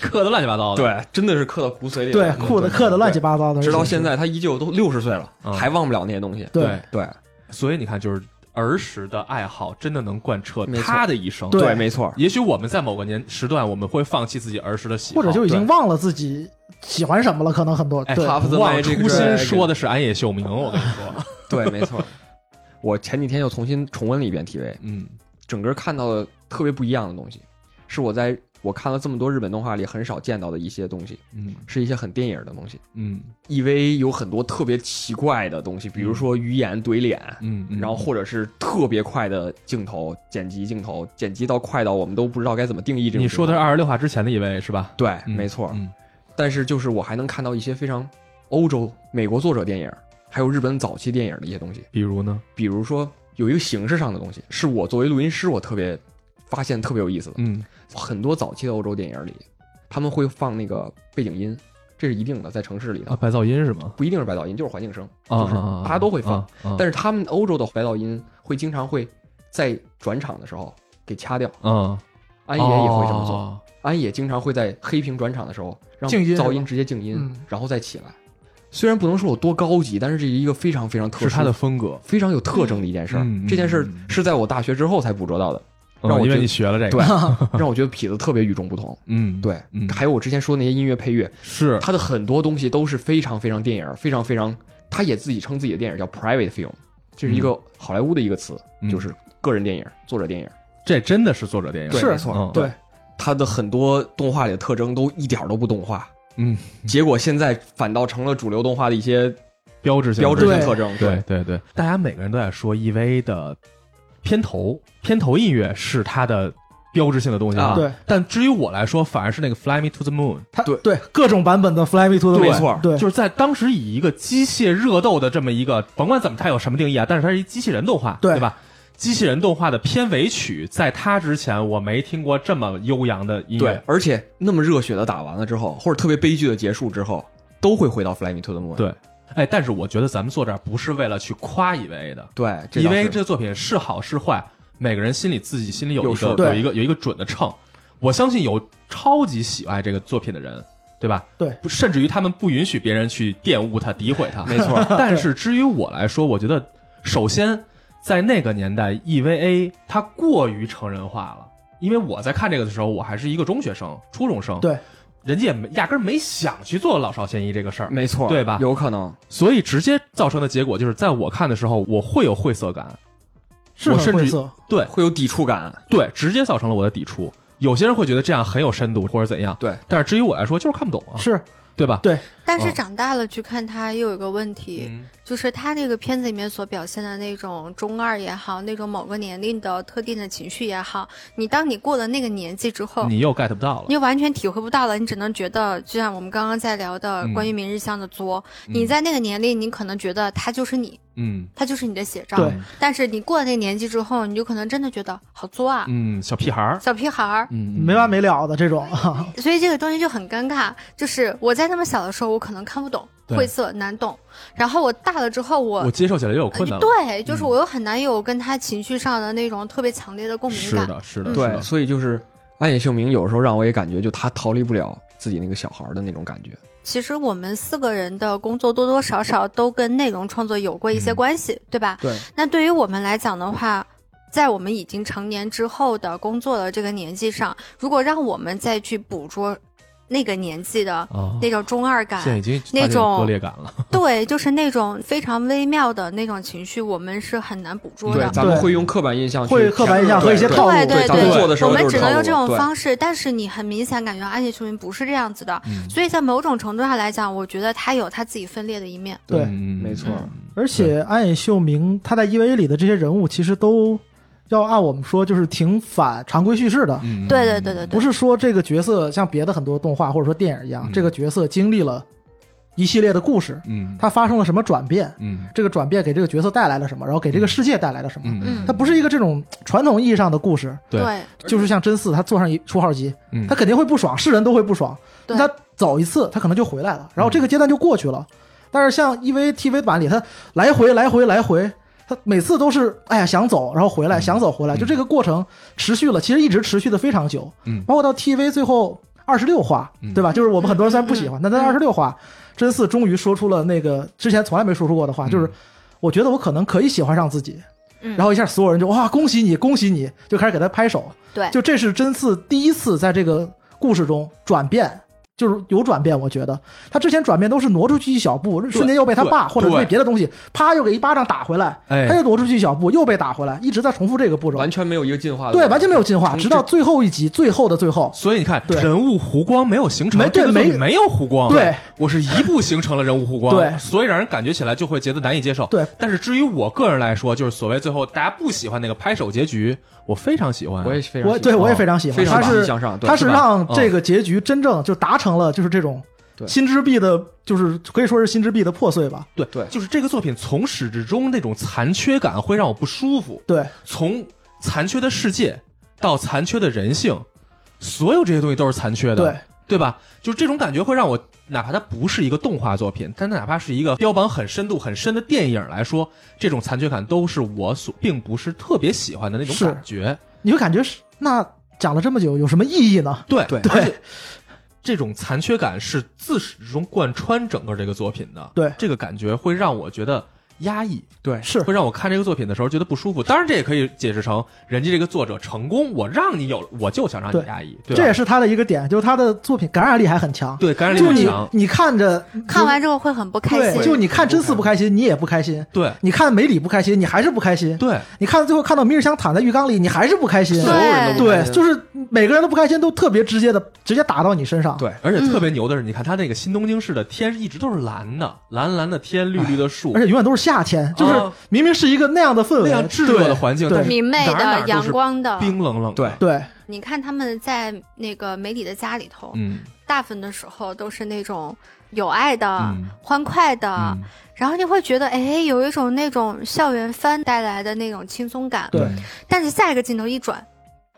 [SPEAKER 2] 刻的乱七八糟的，
[SPEAKER 3] 对，真的是刻到骨髓里
[SPEAKER 4] 对
[SPEAKER 3] 了，，嗯
[SPEAKER 4] 酷的刻的乱七八糟的，
[SPEAKER 3] 直到
[SPEAKER 4] 而且
[SPEAKER 3] 现在他依旧都六十岁了，
[SPEAKER 2] 嗯
[SPEAKER 3] 还忘不了那些东西。
[SPEAKER 4] 对
[SPEAKER 3] 对
[SPEAKER 2] 所以你看，就是儿时的爱好真的能贯彻
[SPEAKER 3] 没错
[SPEAKER 2] 他的一生。
[SPEAKER 4] 对
[SPEAKER 3] 没错，
[SPEAKER 2] 也许我们在某个年时段，我们会放弃自己儿时的喜好，
[SPEAKER 4] 或者就已经
[SPEAKER 2] 哦对
[SPEAKER 4] 忘了自己喜欢什么了，可能很多
[SPEAKER 2] 哎
[SPEAKER 4] 对
[SPEAKER 3] 他
[SPEAKER 2] 不忘初心说的是安野秀明，我跟你说，
[SPEAKER 3] 对，没错。 [LAUGHS] 我前几天又重新重温了一遍 TV，
[SPEAKER 2] 嗯
[SPEAKER 3] 整个看到的特别不一样的东西，是我在我看了这么多日本动画里很少见到的一些东西，
[SPEAKER 2] 嗯
[SPEAKER 3] 是一些很电影的东西。
[SPEAKER 2] 嗯
[SPEAKER 3] EV 有很多特别奇怪的东西，比如说鱼眼怼脸，
[SPEAKER 2] 嗯，嗯
[SPEAKER 3] 然后或者是特别快的镜头剪辑，镜头剪辑到快到我们都不知道该怎么定义这种。
[SPEAKER 2] 你说的是
[SPEAKER 3] 是
[SPEAKER 2] 二十六话之前的一位是吧？
[SPEAKER 3] 对，
[SPEAKER 2] 嗯
[SPEAKER 3] 没错。
[SPEAKER 2] 嗯
[SPEAKER 3] 但是就是我还能看到一些非常欧洲、美国作者电影，还有日本早期电影的一些东西，
[SPEAKER 2] 比如呢？
[SPEAKER 3] 比如说有一个形式上的东西，是我作为录音师我特别发现特别有意思的。
[SPEAKER 2] 嗯，
[SPEAKER 3] 很多早期的欧洲电影里，他们会放那个背景音，这是一定的，在城市里
[SPEAKER 2] 啊，
[SPEAKER 3] 头
[SPEAKER 2] 白噪音是吗？
[SPEAKER 3] 不一定是白噪音，就是环境声，
[SPEAKER 2] 啊
[SPEAKER 3] 就是
[SPEAKER 2] 啊啊
[SPEAKER 3] 大家都会放。
[SPEAKER 2] 啊啊
[SPEAKER 3] 但是他们欧洲的白噪音会经常会在转场的时候给掐掉，
[SPEAKER 2] 嗯，
[SPEAKER 3] 安野也会这么做。
[SPEAKER 2] 哦
[SPEAKER 3] 安野经常会在黑屏转场的时候让
[SPEAKER 4] 静音是吧
[SPEAKER 3] 噪音直接静音，
[SPEAKER 4] 嗯
[SPEAKER 3] 然后再起来。虽然不能说有多高级，但是这是一个非常非常特殊
[SPEAKER 2] 是他的风格，
[SPEAKER 3] 非常有特征的一件事儿。
[SPEAKER 2] 嗯嗯
[SPEAKER 3] 这件事儿
[SPEAKER 2] 嗯
[SPEAKER 3] 是在我大学之后才捕捉到的，
[SPEAKER 2] 嗯
[SPEAKER 3] 让
[SPEAKER 2] 因
[SPEAKER 3] 我觉
[SPEAKER 2] 为
[SPEAKER 3] 得
[SPEAKER 2] 你学了这个， [LAUGHS]
[SPEAKER 3] 对，让我觉得痞子特别与众不同。
[SPEAKER 2] 嗯，
[SPEAKER 3] 对，
[SPEAKER 2] 嗯
[SPEAKER 3] 还有我之前说的那些音乐配乐，
[SPEAKER 2] 是
[SPEAKER 3] 他的很多东西都是非常非常电影，非常非常，他也自己称自己的电影叫 private film，这是一个好莱坞的一个词，
[SPEAKER 2] 嗯
[SPEAKER 3] 就是个人电影、作者电影。
[SPEAKER 2] 这真的是作者电影，
[SPEAKER 3] 对
[SPEAKER 4] 是
[SPEAKER 3] 没错
[SPEAKER 2] 嗯
[SPEAKER 4] 对，
[SPEAKER 3] 他的很多动画里的特征都一点儿都不动画，
[SPEAKER 2] 嗯，
[SPEAKER 3] 结果现在反倒成了主流动画的一些
[SPEAKER 2] 标志性
[SPEAKER 3] 标志性
[SPEAKER 4] 对
[SPEAKER 3] 特征。
[SPEAKER 2] 对，对对，大家每个人都在说 EV 的片头，片头音乐是它的标志性的东西
[SPEAKER 3] 啊
[SPEAKER 4] 对，
[SPEAKER 2] 但至于我来说，反而是那个 Fly Me to the Moon，
[SPEAKER 4] 它
[SPEAKER 3] 对
[SPEAKER 4] 对各种版本的《Fly Me to the Moon》，
[SPEAKER 3] 没错
[SPEAKER 4] 对，
[SPEAKER 2] 就是在当时以一个机械热斗的这么一个，甭管怎么它有什么定义啊，但是它是一机器人动画，
[SPEAKER 4] 对
[SPEAKER 2] 对吧？机器人动画的片尾曲，在它之前我没听过这么悠扬的音
[SPEAKER 3] 对
[SPEAKER 2] 乐，，
[SPEAKER 3] 而且那么热血的打完了之后，或者特别悲剧的结束之后，都会回到《Fly Me to the Moon》。
[SPEAKER 2] 对。哎，但是我觉得咱们坐这儿不是为了去夸 EVA 的，
[SPEAKER 3] 对，这
[SPEAKER 2] 因
[SPEAKER 3] 倒
[SPEAKER 2] 为
[SPEAKER 3] 是
[SPEAKER 2] 这作品是好是坏，每个人心里自己心里有
[SPEAKER 3] 有
[SPEAKER 2] 一
[SPEAKER 3] 数
[SPEAKER 2] 个有
[SPEAKER 4] 对
[SPEAKER 2] 一个有一个准的秤。我相信有超级喜爱这个作品的人，对吧？
[SPEAKER 4] 对
[SPEAKER 2] 不，甚至于他们不允许别人去玷污它、诋毁它。
[SPEAKER 3] [LAUGHS] 没错
[SPEAKER 2] 但是至于我来说，我觉得首先在那个年代，EVA 它过于成人化了。因为我在看这个的时候，我还是一个中学生、初中生，
[SPEAKER 4] 对，
[SPEAKER 2] 人家也没压根儿没想去做老少咸宜这个事儿，
[SPEAKER 3] 没错，
[SPEAKER 2] 对吧
[SPEAKER 3] 有可能，
[SPEAKER 2] 所以直接造成的结果就是，在我看的时候，我会有晦涩感，
[SPEAKER 4] 是
[SPEAKER 2] 我
[SPEAKER 4] 很
[SPEAKER 2] 甚
[SPEAKER 4] 晦
[SPEAKER 2] 至啊
[SPEAKER 4] 涩。
[SPEAKER 2] 对，
[SPEAKER 3] 会有抵触感。
[SPEAKER 2] 对，直接造成了我的抵触。有些人会觉得这样很有深度或者怎样，
[SPEAKER 3] 对，
[SPEAKER 2] 但是至于我来说就是看不懂啊，
[SPEAKER 4] 是
[SPEAKER 2] 对吧？
[SPEAKER 4] 对，
[SPEAKER 5] 但是
[SPEAKER 2] 嗯
[SPEAKER 5] 长大了去看它，又有一个问题，
[SPEAKER 2] 嗯
[SPEAKER 5] 就是他那个片子里面所表现的那种中二也好，那种某个年龄的特定的情绪也好，你当你过了那个年纪之后，
[SPEAKER 2] 你又 get 不到了
[SPEAKER 5] 你，完全体会不到了，你只能觉得，就像我们刚刚在聊的
[SPEAKER 2] 嗯
[SPEAKER 5] 关于明日香的作，
[SPEAKER 2] 嗯
[SPEAKER 5] 你在那个年龄，你可能觉得他就是你，
[SPEAKER 2] 嗯
[SPEAKER 5] 他就是你的写照。
[SPEAKER 4] 对
[SPEAKER 5] 但是你过了那个年纪之后，你就可能真的觉得好作啊，
[SPEAKER 2] 嗯，小屁孩儿，
[SPEAKER 5] 小屁孩儿。
[SPEAKER 2] 嗯，
[SPEAKER 4] 没完没了的这种，啊
[SPEAKER 5] 所以这个东西就很尴尬，就是我在那么小的时候，我可能看不懂，
[SPEAKER 2] 对
[SPEAKER 5] 晦涩难懂。然后我大了之后，我
[SPEAKER 2] 我接受起来又有困难了，
[SPEAKER 5] 对，就是
[SPEAKER 2] 嗯
[SPEAKER 5] 我又很难有跟他情绪上的那种特别强烈的共鸣
[SPEAKER 2] 是
[SPEAKER 5] 感。
[SPEAKER 2] 的，是的，
[SPEAKER 5] 嗯
[SPEAKER 2] 是
[SPEAKER 3] 对，
[SPEAKER 2] 的，
[SPEAKER 3] 所以就是暗野秀明有时候让我也感觉，就他逃离不了自己那个小孩儿的那种感觉。
[SPEAKER 5] 其实我们四个人的工作多多少少都跟内容创作有过一些
[SPEAKER 2] 嗯
[SPEAKER 5] 关系，对吧？
[SPEAKER 3] 对，
[SPEAKER 5] 那对于我们来讲的话，在我们已经成年之后的工作的这个年纪上，如果让我们再去捕捉那个年纪
[SPEAKER 3] 哦
[SPEAKER 5] 的
[SPEAKER 2] 啊，
[SPEAKER 5] 那种中二感，
[SPEAKER 2] 现在已经发
[SPEAKER 5] 那
[SPEAKER 2] 现有
[SPEAKER 5] 种
[SPEAKER 2] 割裂感了，
[SPEAKER 5] 对，就是那种非常微妙的那种情绪，我们是很难捕捉
[SPEAKER 3] 对，
[SPEAKER 5] 的。
[SPEAKER 3] 咱们会用刻板印象去，
[SPEAKER 4] 啊会刻板印象和一些
[SPEAKER 3] 对
[SPEAKER 4] 套路
[SPEAKER 5] 对
[SPEAKER 4] 对
[SPEAKER 3] 咱们做的时候
[SPEAKER 5] 我们
[SPEAKER 3] 就是
[SPEAKER 5] 只能
[SPEAKER 3] 套
[SPEAKER 5] 用
[SPEAKER 3] 路
[SPEAKER 5] 这种
[SPEAKER 3] 对
[SPEAKER 5] 方式，但是你很明显感觉到安野秀明不是这样子的，
[SPEAKER 2] 嗯，
[SPEAKER 5] 所以在某种程度上来讲，我觉得他有他自己分裂的一面。
[SPEAKER 4] 对
[SPEAKER 2] 嗯
[SPEAKER 3] 没错
[SPEAKER 2] 嗯
[SPEAKER 4] 而且安野秀明他在 EVA 里的这些人物，其实都要按我们说就是挺反常规叙事的，
[SPEAKER 2] 嗯，
[SPEAKER 5] 对对对对
[SPEAKER 4] 不
[SPEAKER 5] 对，
[SPEAKER 4] 是说这个角色像别的很多动画或者说电影一样，
[SPEAKER 2] 嗯
[SPEAKER 4] 这个角色经历了一系列的故事，
[SPEAKER 2] 嗯，
[SPEAKER 4] 他发生了什么转变，
[SPEAKER 2] 嗯，
[SPEAKER 4] 这个转变给这个角色带来了什么，然后给这个世界带来了什么。
[SPEAKER 2] 嗯
[SPEAKER 5] 嗯
[SPEAKER 2] 嗯，
[SPEAKER 4] 它不是一个这种传统意义上的故事，
[SPEAKER 2] 对
[SPEAKER 5] 对
[SPEAKER 4] 就是像真嗣他坐上一出号机，
[SPEAKER 2] 嗯
[SPEAKER 4] 他肯定会不爽，世人都会不爽。
[SPEAKER 5] 对
[SPEAKER 4] 他走一次，他可能就回来
[SPEAKER 2] 嗯
[SPEAKER 4] 了，然后这个阶段就过去了。但是像 E EV TV 版里，他来回来回来回，他每次都是哎呀想走，然后回来，
[SPEAKER 2] 嗯
[SPEAKER 4] 想走回来，就这个过程持续了，其实一直持续的非常久。
[SPEAKER 2] 嗯
[SPEAKER 4] 包括到 TV 最后二十六话
[SPEAKER 2] 嗯，
[SPEAKER 4] 对吧？就是我们很多人虽然不喜欢，但在二十六话，真嗣终于说出了那个之前从来没说出过的话，就是
[SPEAKER 2] 嗯
[SPEAKER 4] 我觉得我可能可以喜欢上自己。
[SPEAKER 5] 嗯
[SPEAKER 4] 然后一下，所有人就哇，恭喜你，恭喜你，就开始给他拍手。
[SPEAKER 5] 对
[SPEAKER 4] 就这是真嗣第一次在这个故事中转变，就是有转变。我觉得他之前转变都是挪出去一小步，瞬间又被他爸
[SPEAKER 2] 对
[SPEAKER 4] 或者
[SPEAKER 2] 对
[SPEAKER 4] 被别的东西啪又给一巴掌打回来，
[SPEAKER 2] 哎
[SPEAKER 4] 他又挪出去一小步，又被打回来，一直在重复这个步骤
[SPEAKER 3] 完。全没有一个进化的，
[SPEAKER 4] 对，完全没有进化，
[SPEAKER 3] 重
[SPEAKER 4] 直到
[SPEAKER 3] 置
[SPEAKER 4] 最后一集，最后的最后，
[SPEAKER 2] 所以你看，
[SPEAKER 4] 对
[SPEAKER 2] 人物弧光没有形成，
[SPEAKER 4] 没对
[SPEAKER 2] 这个作品
[SPEAKER 4] 没
[SPEAKER 2] 没有弧光，
[SPEAKER 4] 对，
[SPEAKER 2] 我是一步形成了人物弧光，
[SPEAKER 4] 对
[SPEAKER 2] 所以让人感觉起来就会觉得难以接受，
[SPEAKER 4] 对。
[SPEAKER 2] 但是至于我个人来说，就是所谓最后大家不喜欢那个拍手结局，我非常喜欢，
[SPEAKER 3] 我也非常
[SPEAKER 4] 我
[SPEAKER 3] 喜欢哦
[SPEAKER 4] 对我也非常喜
[SPEAKER 3] 非常
[SPEAKER 4] 欢，他
[SPEAKER 3] 积极
[SPEAKER 4] 是
[SPEAKER 3] 向上，对
[SPEAKER 4] 他是
[SPEAKER 3] 吧哦
[SPEAKER 4] 让
[SPEAKER 2] 嗯
[SPEAKER 4] 这个结局真正就达成了，就是这种
[SPEAKER 3] 对
[SPEAKER 4] 新之壁的，就是可以说是新之壁的破碎吧。
[SPEAKER 2] 对
[SPEAKER 3] 对
[SPEAKER 2] 就是这个作品从始至终那种残缺感会让我不舒服，
[SPEAKER 4] 对，
[SPEAKER 2] 从残缺的世界到残缺的人性，所有这些东西都是残缺的，
[SPEAKER 4] 对
[SPEAKER 2] 吧？就是这种感觉会让我，哪怕它不是一个动画作品，但它哪怕是一个标榜很深度很深的电影来说，这种残缺感都是我所并不是特别喜欢的那种
[SPEAKER 4] 是
[SPEAKER 2] 感觉。
[SPEAKER 4] 你会感觉是那讲了这么久有什么意义呢？
[SPEAKER 2] 对
[SPEAKER 3] 对
[SPEAKER 2] 而且这种残缺感是自始至终贯穿整个这个作品的。
[SPEAKER 4] 对
[SPEAKER 2] 这个感觉会让我觉得压抑，
[SPEAKER 3] 对
[SPEAKER 4] 是
[SPEAKER 2] 会让我看这个作品的时候觉得不舒服。当然，这也可以解释成人家这个作者成功，我让你有，我就想让你
[SPEAKER 4] 对
[SPEAKER 2] 压抑，对
[SPEAKER 4] 这也
[SPEAKER 2] 吧？
[SPEAKER 4] 是他的一个点，就是他的作品感染力还很强。
[SPEAKER 2] 对感染力
[SPEAKER 4] 就
[SPEAKER 2] 很
[SPEAKER 4] 你
[SPEAKER 2] 强，
[SPEAKER 4] 你看着
[SPEAKER 5] 看完之后会很不开
[SPEAKER 4] 对，
[SPEAKER 5] 心。
[SPEAKER 4] 就你看真嗣不开心，你也不开心；
[SPEAKER 2] 对
[SPEAKER 4] 你看梅里不开心，你还是不开心；
[SPEAKER 2] 对
[SPEAKER 4] 你看最后看到明日香躺在浴缸里，你还是不开心。
[SPEAKER 5] 所有人都
[SPEAKER 2] 不
[SPEAKER 4] 对
[SPEAKER 2] 开，心
[SPEAKER 4] 就是每个人都不开心，都特别直接的，直接打到你身上。
[SPEAKER 3] 对，
[SPEAKER 2] 哎而且特
[SPEAKER 4] 嗯
[SPEAKER 2] 别牛的是，你看他那个新东京市的天一直都是蓝的，蓝蓝的天，绿绿的树
[SPEAKER 4] 哎而，且永远都是夏天，就是
[SPEAKER 2] 啊
[SPEAKER 4] 明明是一个那样的氛
[SPEAKER 2] 那
[SPEAKER 4] 围，
[SPEAKER 2] 样炙热的环境，
[SPEAKER 4] 对
[SPEAKER 2] 但是
[SPEAKER 5] 明媚
[SPEAKER 2] 哪儿哪儿
[SPEAKER 5] 的、
[SPEAKER 2] 都是
[SPEAKER 5] 阳光的，
[SPEAKER 2] 冰冷冷的。
[SPEAKER 3] 对，
[SPEAKER 4] 对
[SPEAKER 5] 你看他们在那个梅里的家里头，
[SPEAKER 2] 嗯，
[SPEAKER 5] 大部分的时候都是那种有爱的、
[SPEAKER 2] 嗯
[SPEAKER 5] 欢快的，
[SPEAKER 2] 嗯
[SPEAKER 5] 然后你会觉得，哎，有一种那种校园番带来的那种轻松感。
[SPEAKER 4] 对
[SPEAKER 2] 嗯
[SPEAKER 5] 但是下一个镜头一转，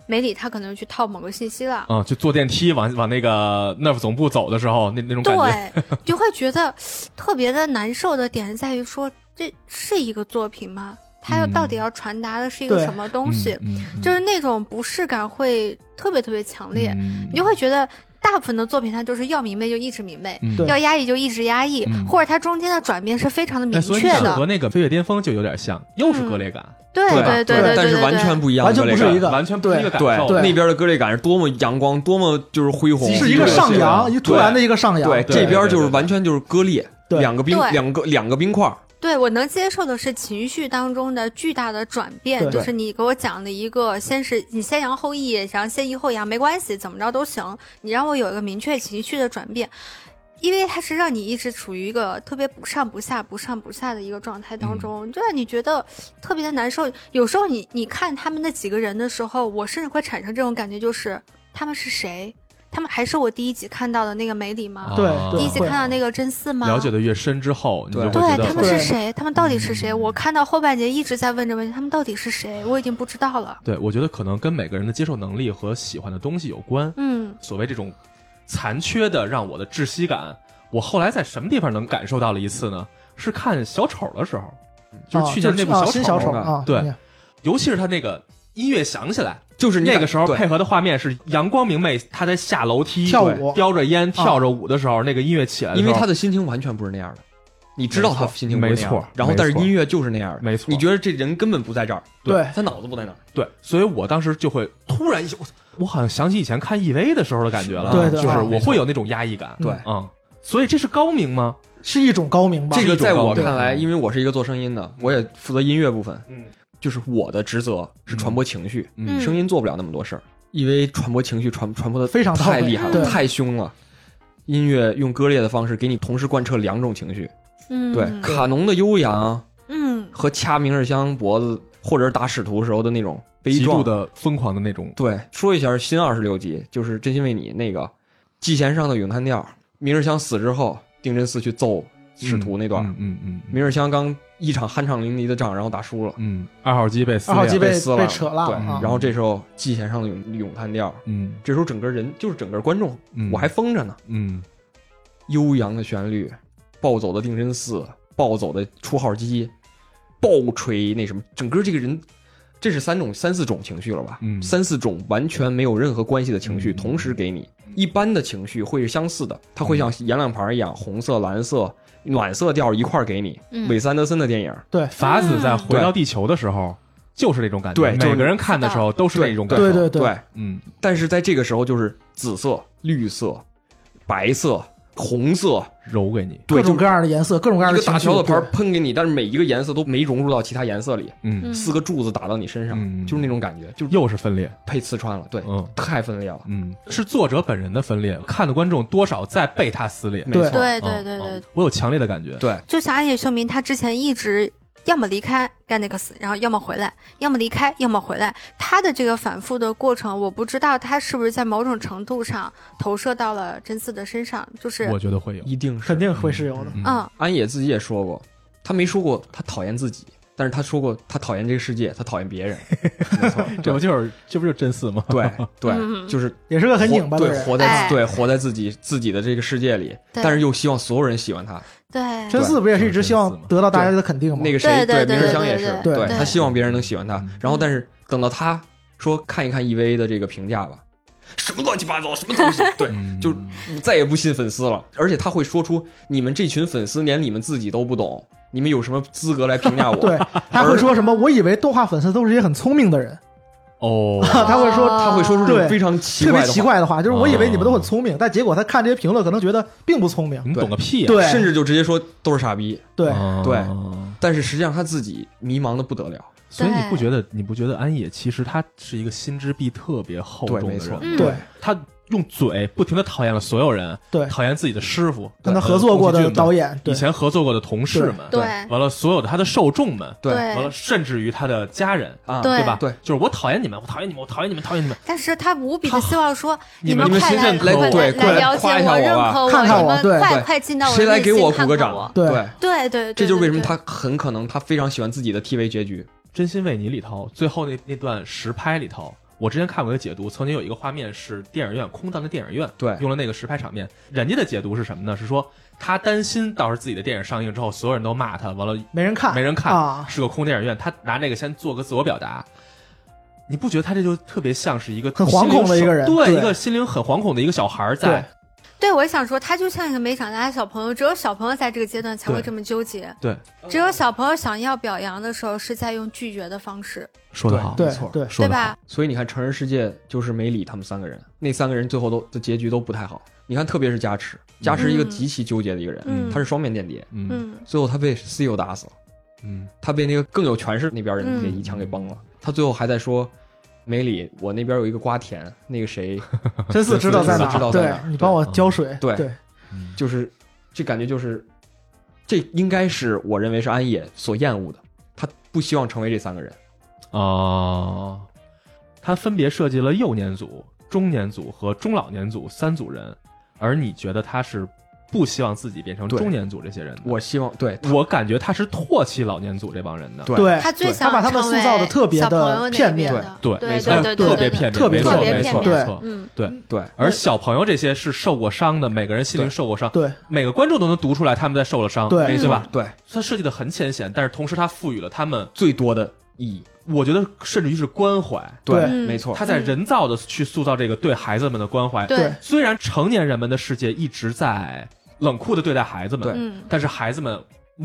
[SPEAKER 5] 梅里他可能去套某个信息了，
[SPEAKER 2] 啊，就坐电梯往往那个 NERF 总部走的时候，那那 [LAUGHS] 种感觉，
[SPEAKER 5] 对，就会觉得特别的难受的点在于说，这是一个作品吗？它要
[SPEAKER 2] 嗯
[SPEAKER 5] 到底要传达的是一个
[SPEAKER 4] 对
[SPEAKER 5] 什么东西？
[SPEAKER 2] 嗯，嗯
[SPEAKER 5] 就是那种不适感会特别特别强烈，
[SPEAKER 2] 嗯
[SPEAKER 5] 你就会觉得大部分的作品它就是要明媚就一直明媚，
[SPEAKER 2] 嗯
[SPEAKER 4] 对
[SPEAKER 5] 要压抑就一直压抑，
[SPEAKER 2] 嗯
[SPEAKER 5] 或者它中间的转变是非常的明
[SPEAKER 2] 哎所以
[SPEAKER 5] 确
[SPEAKER 2] 你想和
[SPEAKER 5] 的。嗯
[SPEAKER 2] 那个《飞跃巅峰》就有点像，又是割裂感，
[SPEAKER 5] 对对
[SPEAKER 3] 对
[SPEAKER 5] 对
[SPEAKER 3] 但是
[SPEAKER 5] 对
[SPEAKER 3] 完全
[SPEAKER 5] 对。
[SPEAKER 3] 不一样，
[SPEAKER 4] 完全不是一个
[SPEAKER 2] 完全不是一个感
[SPEAKER 3] 对
[SPEAKER 2] 受。
[SPEAKER 4] 对
[SPEAKER 3] 那边的割裂感是多么阳光，多么就是恢宏，
[SPEAKER 4] 是一个上扬，一突然的一个上扬。啊
[SPEAKER 3] 对，
[SPEAKER 2] 对
[SPEAKER 3] 这边
[SPEAKER 2] 对
[SPEAKER 3] 就是
[SPEAKER 2] 对对
[SPEAKER 3] 完全就是割裂，
[SPEAKER 4] 对
[SPEAKER 3] 两个冰
[SPEAKER 5] 对
[SPEAKER 3] 两个两个冰块儿，
[SPEAKER 5] 对我能接受的是情绪当中的巨大的转变，
[SPEAKER 4] 对
[SPEAKER 5] 就是你给我讲的一个，先是你先扬后抑，然后先抑后扬，没关系，怎么着都行，你让我有一个明确情绪的转变，因为它是让你一直处于一个特别不上不下、不上不下的一个状态
[SPEAKER 4] 嗯
[SPEAKER 5] 当中，就让你觉得特别的难受。有时候你你看他们那几个人的时候，我甚至会产生这种感觉，就是他们是谁？他们还是我第一集看到的那个梅里吗？
[SPEAKER 2] 啊
[SPEAKER 4] 对
[SPEAKER 5] 第
[SPEAKER 4] 对
[SPEAKER 5] 一集
[SPEAKER 4] 会
[SPEAKER 5] 看到那个真嗣吗？
[SPEAKER 2] 了解的越深之后，你就会
[SPEAKER 3] 对
[SPEAKER 5] 对
[SPEAKER 2] 觉得
[SPEAKER 5] 他们是
[SPEAKER 4] 对
[SPEAKER 5] 谁？他们到底是谁？
[SPEAKER 2] 嗯
[SPEAKER 5] 我看到后半截一直在问这问题，他们到底是谁？我已经不知道了。
[SPEAKER 2] 对我觉得可能跟每个人的接受能力和喜欢的东西有关。
[SPEAKER 5] 嗯，
[SPEAKER 2] 所谓这种残缺的让我的窒息感，我后来在什么地方能感受到了一次呢？是看小丑的时候，就是去年那部
[SPEAKER 4] 啊
[SPEAKER 2] 小
[SPEAKER 4] 就是啊新小
[SPEAKER 2] 丑
[SPEAKER 4] 丑
[SPEAKER 3] 嘛
[SPEAKER 4] 啊，
[SPEAKER 2] 对
[SPEAKER 4] 嗯
[SPEAKER 2] 尤其是他那个音乐响起来，
[SPEAKER 3] 就是你
[SPEAKER 2] 那
[SPEAKER 3] 感
[SPEAKER 2] 个时候
[SPEAKER 3] 对
[SPEAKER 2] 配合的画面是阳光明媚，他在下楼梯
[SPEAKER 4] 跳舞
[SPEAKER 2] 叼着烟跳着舞的时候，那个音乐起来的时
[SPEAKER 3] 哦因
[SPEAKER 2] 候，
[SPEAKER 3] 为他的心情完全不是那样的，你知道他心情不是那样的
[SPEAKER 2] 没错
[SPEAKER 3] 然后但是
[SPEAKER 2] 没错
[SPEAKER 3] 音乐就是那样的，
[SPEAKER 2] 没错
[SPEAKER 3] 你觉得这人根本不在这儿，
[SPEAKER 4] 对
[SPEAKER 3] 他脑子不在那儿，
[SPEAKER 2] 对，所以我当时就会突然一下，我操我好像想起以前看 EV 的时候的感觉了，
[SPEAKER 4] 对对
[SPEAKER 2] 就是
[SPEAKER 4] 啊
[SPEAKER 2] 我会有那种压抑感，
[SPEAKER 4] 对
[SPEAKER 2] 嗯，所以这是高明吗？
[SPEAKER 4] 是一种高明吧？
[SPEAKER 3] 这个在我看来，
[SPEAKER 2] 对
[SPEAKER 3] 因为我是一个做声音的，我也负责音乐部分，
[SPEAKER 2] 嗯，
[SPEAKER 3] 就是我的职责是传播情绪，
[SPEAKER 2] 嗯
[SPEAKER 3] 声音做不了那么多事儿，因为传播情绪传传播的
[SPEAKER 4] 非常到位
[SPEAKER 3] 太厉害了，
[SPEAKER 4] 对
[SPEAKER 3] 太凶了。音乐用割裂的方式给你同时贯彻两种情绪，
[SPEAKER 5] 嗯，
[SPEAKER 3] 对，卡农的悠扬
[SPEAKER 5] 嗯，
[SPEAKER 3] 和掐明日香脖子或者是打使徒时候的那种悲
[SPEAKER 2] 极度
[SPEAKER 3] 壮。
[SPEAKER 2] 的疯狂的那种，
[SPEAKER 3] 对，说一下新二十六集，就是真心为你那个季弦上的咏叹调，明日香死之后，定真寺去揍使徒那段，
[SPEAKER 2] 嗯嗯嗯嗯
[SPEAKER 3] 明日香刚一场酣畅淋漓的仗，然后打输了。
[SPEAKER 2] 嗯，二号机被撕
[SPEAKER 4] 二号机
[SPEAKER 2] 裂了
[SPEAKER 4] 被
[SPEAKER 3] 撕烂了
[SPEAKER 4] 扯烂了
[SPEAKER 3] 对
[SPEAKER 4] 啊
[SPEAKER 3] 然后这时候季弦上的咏咏叹调，
[SPEAKER 2] 嗯
[SPEAKER 3] 这时候整个人就是整个观众，
[SPEAKER 2] 嗯，
[SPEAKER 3] 我还疯着呢。
[SPEAKER 2] 嗯
[SPEAKER 3] 悠扬的旋律，暴走的定真寺，暴走的出号机，暴锤那什么，整个这个人，这是三种三四种情绪了吧？
[SPEAKER 2] 嗯
[SPEAKER 3] 三四种完全没有任何关系的情绪，
[SPEAKER 2] 嗯
[SPEAKER 3] 同时给你。一般的情绪会是相似的，它会像颜料盘一样，红色、蓝色、暖色调一块儿给你。
[SPEAKER 5] 嗯
[SPEAKER 3] 韦斯安德森的电影，
[SPEAKER 4] 对
[SPEAKER 2] 法子在回
[SPEAKER 3] 对
[SPEAKER 2] 到地球的时候就是那种感觉，
[SPEAKER 3] 对就是
[SPEAKER 2] 每个人看的时候都是那种感受，
[SPEAKER 4] 对对对，
[SPEAKER 2] 嗯
[SPEAKER 3] 但是在这个时候就是紫色、绿色、白色、红色，
[SPEAKER 2] 揉给你，
[SPEAKER 4] 各
[SPEAKER 3] 对，
[SPEAKER 4] 种
[SPEAKER 3] 就
[SPEAKER 4] 各样的颜色，各种各样
[SPEAKER 3] 一
[SPEAKER 4] 的
[SPEAKER 3] 个大
[SPEAKER 4] 情绪
[SPEAKER 3] 小的盘
[SPEAKER 4] 对
[SPEAKER 3] 喷给你，但是每一个颜色都没融入到其他颜色里。
[SPEAKER 2] 嗯，
[SPEAKER 3] 四个柱子打到你身上，
[SPEAKER 2] 嗯
[SPEAKER 3] 就是那种感觉，就是
[SPEAKER 2] 又是分裂，
[SPEAKER 3] 被刺穿了，对，
[SPEAKER 2] 嗯
[SPEAKER 3] 太分裂了，
[SPEAKER 2] 嗯，是作者本人的分裂，看的观众多少在被他撕裂，
[SPEAKER 3] 没错，
[SPEAKER 5] 对对
[SPEAKER 2] 嗯
[SPEAKER 5] 对对
[SPEAKER 2] 嗯，我有强烈的感觉，
[SPEAKER 3] 对
[SPEAKER 5] 就像安野秀明，他之前一直要么离开 Ganix，然后要么回来，要么离开，要么回来。他的这个反复的过程，我不知道他是不是在某种程度上投射到了真嗣的身上，就是
[SPEAKER 2] 我觉得会有，
[SPEAKER 3] 一定是
[SPEAKER 4] 肯定会是有的。
[SPEAKER 2] 嗯
[SPEAKER 5] 嗯，
[SPEAKER 3] 安野自己也说过，他没说过他讨厌自己，但是他说过他讨厌这个世界，他讨厌别
[SPEAKER 4] [LAUGHS]
[SPEAKER 3] 人。没错，
[SPEAKER 2] 这
[SPEAKER 3] 对
[SPEAKER 2] 不就是这不就是真嗣吗？
[SPEAKER 3] 对
[SPEAKER 5] 嗯
[SPEAKER 3] 对，就是
[SPEAKER 4] 也是个很
[SPEAKER 3] 活
[SPEAKER 4] 拧巴的
[SPEAKER 3] 对，
[SPEAKER 4] 人。
[SPEAKER 3] 活在
[SPEAKER 5] 哎
[SPEAKER 3] 自对活在自己自己的这个世界里，
[SPEAKER 5] 对
[SPEAKER 3] 但是又希望所有人喜欢他。
[SPEAKER 5] 对，
[SPEAKER 4] 真嗣不也是一直希望得到大家的肯定吗？
[SPEAKER 3] 那个谁，
[SPEAKER 5] 对对对
[SPEAKER 3] 明日香也
[SPEAKER 5] 对
[SPEAKER 3] 是，
[SPEAKER 4] 对对
[SPEAKER 5] 对
[SPEAKER 3] 他希望别人能喜欢他
[SPEAKER 2] 嗯。
[SPEAKER 3] 然后，但是等到他说看一看 EVA 的这个评价吧，什么乱七八糟，什么东西，
[SPEAKER 4] [LAUGHS]
[SPEAKER 3] 对，
[SPEAKER 2] 嗯
[SPEAKER 3] 就再也不信粉丝了。而且他会说出你们这群粉丝连你们自己都不懂，你们有什么资格来评价我？
[SPEAKER 4] [LAUGHS] 对，他会说什么？我以为动画粉丝都是一些很聪明的人，
[SPEAKER 2] 哦，
[SPEAKER 4] [LAUGHS] 他会说
[SPEAKER 5] 哦
[SPEAKER 3] 他会说出这
[SPEAKER 4] 对
[SPEAKER 3] 种非常奇
[SPEAKER 4] 特
[SPEAKER 3] 怪
[SPEAKER 4] 别
[SPEAKER 3] 的
[SPEAKER 4] 奇
[SPEAKER 3] 话，哦
[SPEAKER 4] 怪的话，就是我以为你们都很聪明，但结果他看这些评论，可能觉得并不聪
[SPEAKER 3] 嗯
[SPEAKER 4] 明。
[SPEAKER 2] 你懂个屁呀！啊
[SPEAKER 4] 对
[SPEAKER 3] 甚至就直接说都是傻逼。
[SPEAKER 4] 对，
[SPEAKER 2] 哦
[SPEAKER 3] 对但是实际上他自己迷茫的不得了。
[SPEAKER 2] 所以你不觉得你不觉得安野其实他是一个心之壁特别厚重的
[SPEAKER 3] 对没错
[SPEAKER 2] 人？
[SPEAKER 5] 嗯
[SPEAKER 4] 对，
[SPEAKER 2] 他用嘴不停的讨厌了所有人，
[SPEAKER 4] 对
[SPEAKER 2] 讨厌自己的师傅，
[SPEAKER 4] 跟他
[SPEAKER 2] 呃
[SPEAKER 4] 合作过
[SPEAKER 2] 宫崎
[SPEAKER 4] 的
[SPEAKER 2] 骏
[SPEAKER 4] 导
[SPEAKER 2] 们
[SPEAKER 4] 演，对
[SPEAKER 2] 以，前合作过的同事们，
[SPEAKER 5] 对
[SPEAKER 2] 完了所有的他的受众们，
[SPEAKER 3] 对
[SPEAKER 2] 完了甚至于他的家人，
[SPEAKER 3] 啊，
[SPEAKER 5] 对
[SPEAKER 2] 对吧？
[SPEAKER 3] 对
[SPEAKER 2] 就是我讨厌你们，我讨厌你们，我讨厌你们，讨厌你们。
[SPEAKER 5] 但是他无比的希望说，
[SPEAKER 2] 你
[SPEAKER 5] 们
[SPEAKER 2] 们
[SPEAKER 5] 快
[SPEAKER 2] 你们
[SPEAKER 5] 来
[SPEAKER 2] 信任
[SPEAKER 5] 快
[SPEAKER 2] 可我
[SPEAKER 5] 来
[SPEAKER 2] 对
[SPEAKER 5] 来了解
[SPEAKER 3] 快来夸一下
[SPEAKER 5] 我，
[SPEAKER 3] 我
[SPEAKER 5] 认
[SPEAKER 3] 吧
[SPEAKER 5] 可
[SPEAKER 4] 看看
[SPEAKER 5] 你
[SPEAKER 4] 我
[SPEAKER 5] 们
[SPEAKER 4] 对
[SPEAKER 5] 快
[SPEAKER 3] 对
[SPEAKER 5] 快进到我的
[SPEAKER 3] 谁来
[SPEAKER 5] 内
[SPEAKER 3] 给
[SPEAKER 5] 心
[SPEAKER 3] 我
[SPEAKER 5] 看
[SPEAKER 3] 鼓个
[SPEAKER 5] 看
[SPEAKER 3] 掌
[SPEAKER 5] 我？
[SPEAKER 4] 对
[SPEAKER 3] 对，
[SPEAKER 5] 对对，对
[SPEAKER 3] 这就是为什么
[SPEAKER 5] 对
[SPEAKER 3] 他很可能他非常喜欢自己的 TV 结局。
[SPEAKER 2] 真心为你里头最后那那段实拍里头，我之前看过一个解读，曾经有一个画面是电影院空荡的电影院，
[SPEAKER 3] 对
[SPEAKER 2] 用了那个实拍场面。人家的解读是什么呢？是说他担心到时候自己的电影上映之后，所有人都骂他，完了
[SPEAKER 4] 没人看，
[SPEAKER 2] 没人看，
[SPEAKER 4] 啊。
[SPEAKER 2] 是个空电影院，他拿这个先做个自我表达。你不觉得他这就特别像是一个
[SPEAKER 4] 很惶恐的一个人
[SPEAKER 2] 心灵对
[SPEAKER 4] 对
[SPEAKER 2] 一个心灵很惶恐的一个小孩儿在
[SPEAKER 5] 对，我也想说，他就像一个没长大的小朋友，只有小朋友在这个阶段才会
[SPEAKER 2] 对
[SPEAKER 5] 这么纠结。
[SPEAKER 2] 对
[SPEAKER 5] 只有小朋友想要表扬的时候，是在用拒绝的方式，
[SPEAKER 2] 说得好，
[SPEAKER 4] 对
[SPEAKER 3] 没错
[SPEAKER 4] 对，
[SPEAKER 2] 说
[SPEAKER 5] 对
[SPEAKER 2] 得好
[SPEAKER 5] 吧？？
[SPEAKER 3] 所以你看，成人世界就是没理他们三个人，那三个人最后都的结局都不太好。你看，特别是加持，加持一个极其纠结的一个人，
[SPEAKER 5] 嗯
[SPEAKER 3] 他是双面间谍，
[SPEAKER 2] 嗯
[SPEAKER 5] 嗯，
[SPEAKER 3] 最后他被 C 友打死了，
[SPEAKER 2] 嗯
[SPEAKER 3] 他被那个更有权势那边人给
[SPEAKER 5] 嗯
[SPEAKER 3] 一枪给崩了，他最后还在说。梅里，我那边有一个瓜田，那个谁，
[SPEAKER 4] 真嗣知道在哪
[SPEAKER 3] 真嗣知
[SPEAKER 4] 儿，
[SPEAKER 3] 道在哪
[SPEAKER 4] 对
[SPEAKER 3] 儿
[SPEAKER 4] 你帮我浇水，
[SPEAKER 3] 对
[SPEAKER 4] 对
[SPEAKER 2] 嗯，
[SPEAKER 3] 就是这感觉就是，这应该是我认为是安野所厌恶的，他不希望成为这三个人。
[SPEAKER 2] 哦，他分别设计了幼年组、中年组和中老年组三组人，而你觉得他是不希望自己变成
[SPEAKER 3] 对
[SPEAKER 2] 中年组这些人的？
[SPEAKER 3] 我希望对
[SPEAKER 2] 我感觉他是唾弃老年组这帮人的，
[SPEAKER 3] 对
[SPEAKER 4] 对，
[SPEAKER 5] 他最想
[SPEAKER 4] 他把他们塑造得特别的
[SPEAKER 5] 成为小朋友那
[SPEAKER 4] 片
[SPEAKER 5] 边
[SPEAKER 4] 面
[SPEAKER 5] 的
[SPEAKER 2] 对
[SPEAKER 5] 对
[SPEAKER 3] 没
[SPEAKER 5] 对对，
[SPEAKER 3] 错
[SPEAKER 5] 对
[SPEAKER 2] 特别
[SPEAKER 5] 对
[SPEAKER 2] 片面，
[SPEAKER 4] 特别
[SPEAKER 2] 没错
[SPEAKER 5] 特别
[SPEAKER 2] 没错
[SPEAKER 5] 片面
[SPEAKER 2] 没错，
[SPEAKER 5] 嗯，
[SPEAKER 3] 对，
[SPEAKER 2] 而小朋友这些是受过伤的，每个人心灵
[SPEAKER 3] 对
[SPEAKER 2] 受过伤，
[SPEAKER 4] 对
[SPEAKER 2] 每个观众都能读出来他们在受了伤，
[SPEAKER 4] 对
[SPEAKER 2] 对吧？
[SPEAKER 3] 对嗯
[SPEAKER 2] 他设计的很浅显，但是同时他赋予了他们，
[SPEAKER 3] 最多的意义，
[SPEAKER 2] 我觉得甚至于是关怀，
[SPEAKER 4] 对
[SPEAKER 5] 嗯
[SPEAKER 3] 没错，
[SPEAKER 2] 他在人造的去塑造这个对孩子们的关怀。
[SPEAKER 5] 对
[SPEAKER 4] 对，
[SPEAKER 2] 虽然成年人们的世界一直在冷酷的对待孩子们，
[SPEAKER 3] 对
[SPEAKER 5] 嗯，
[SPEAKER 2] 但是孩子们，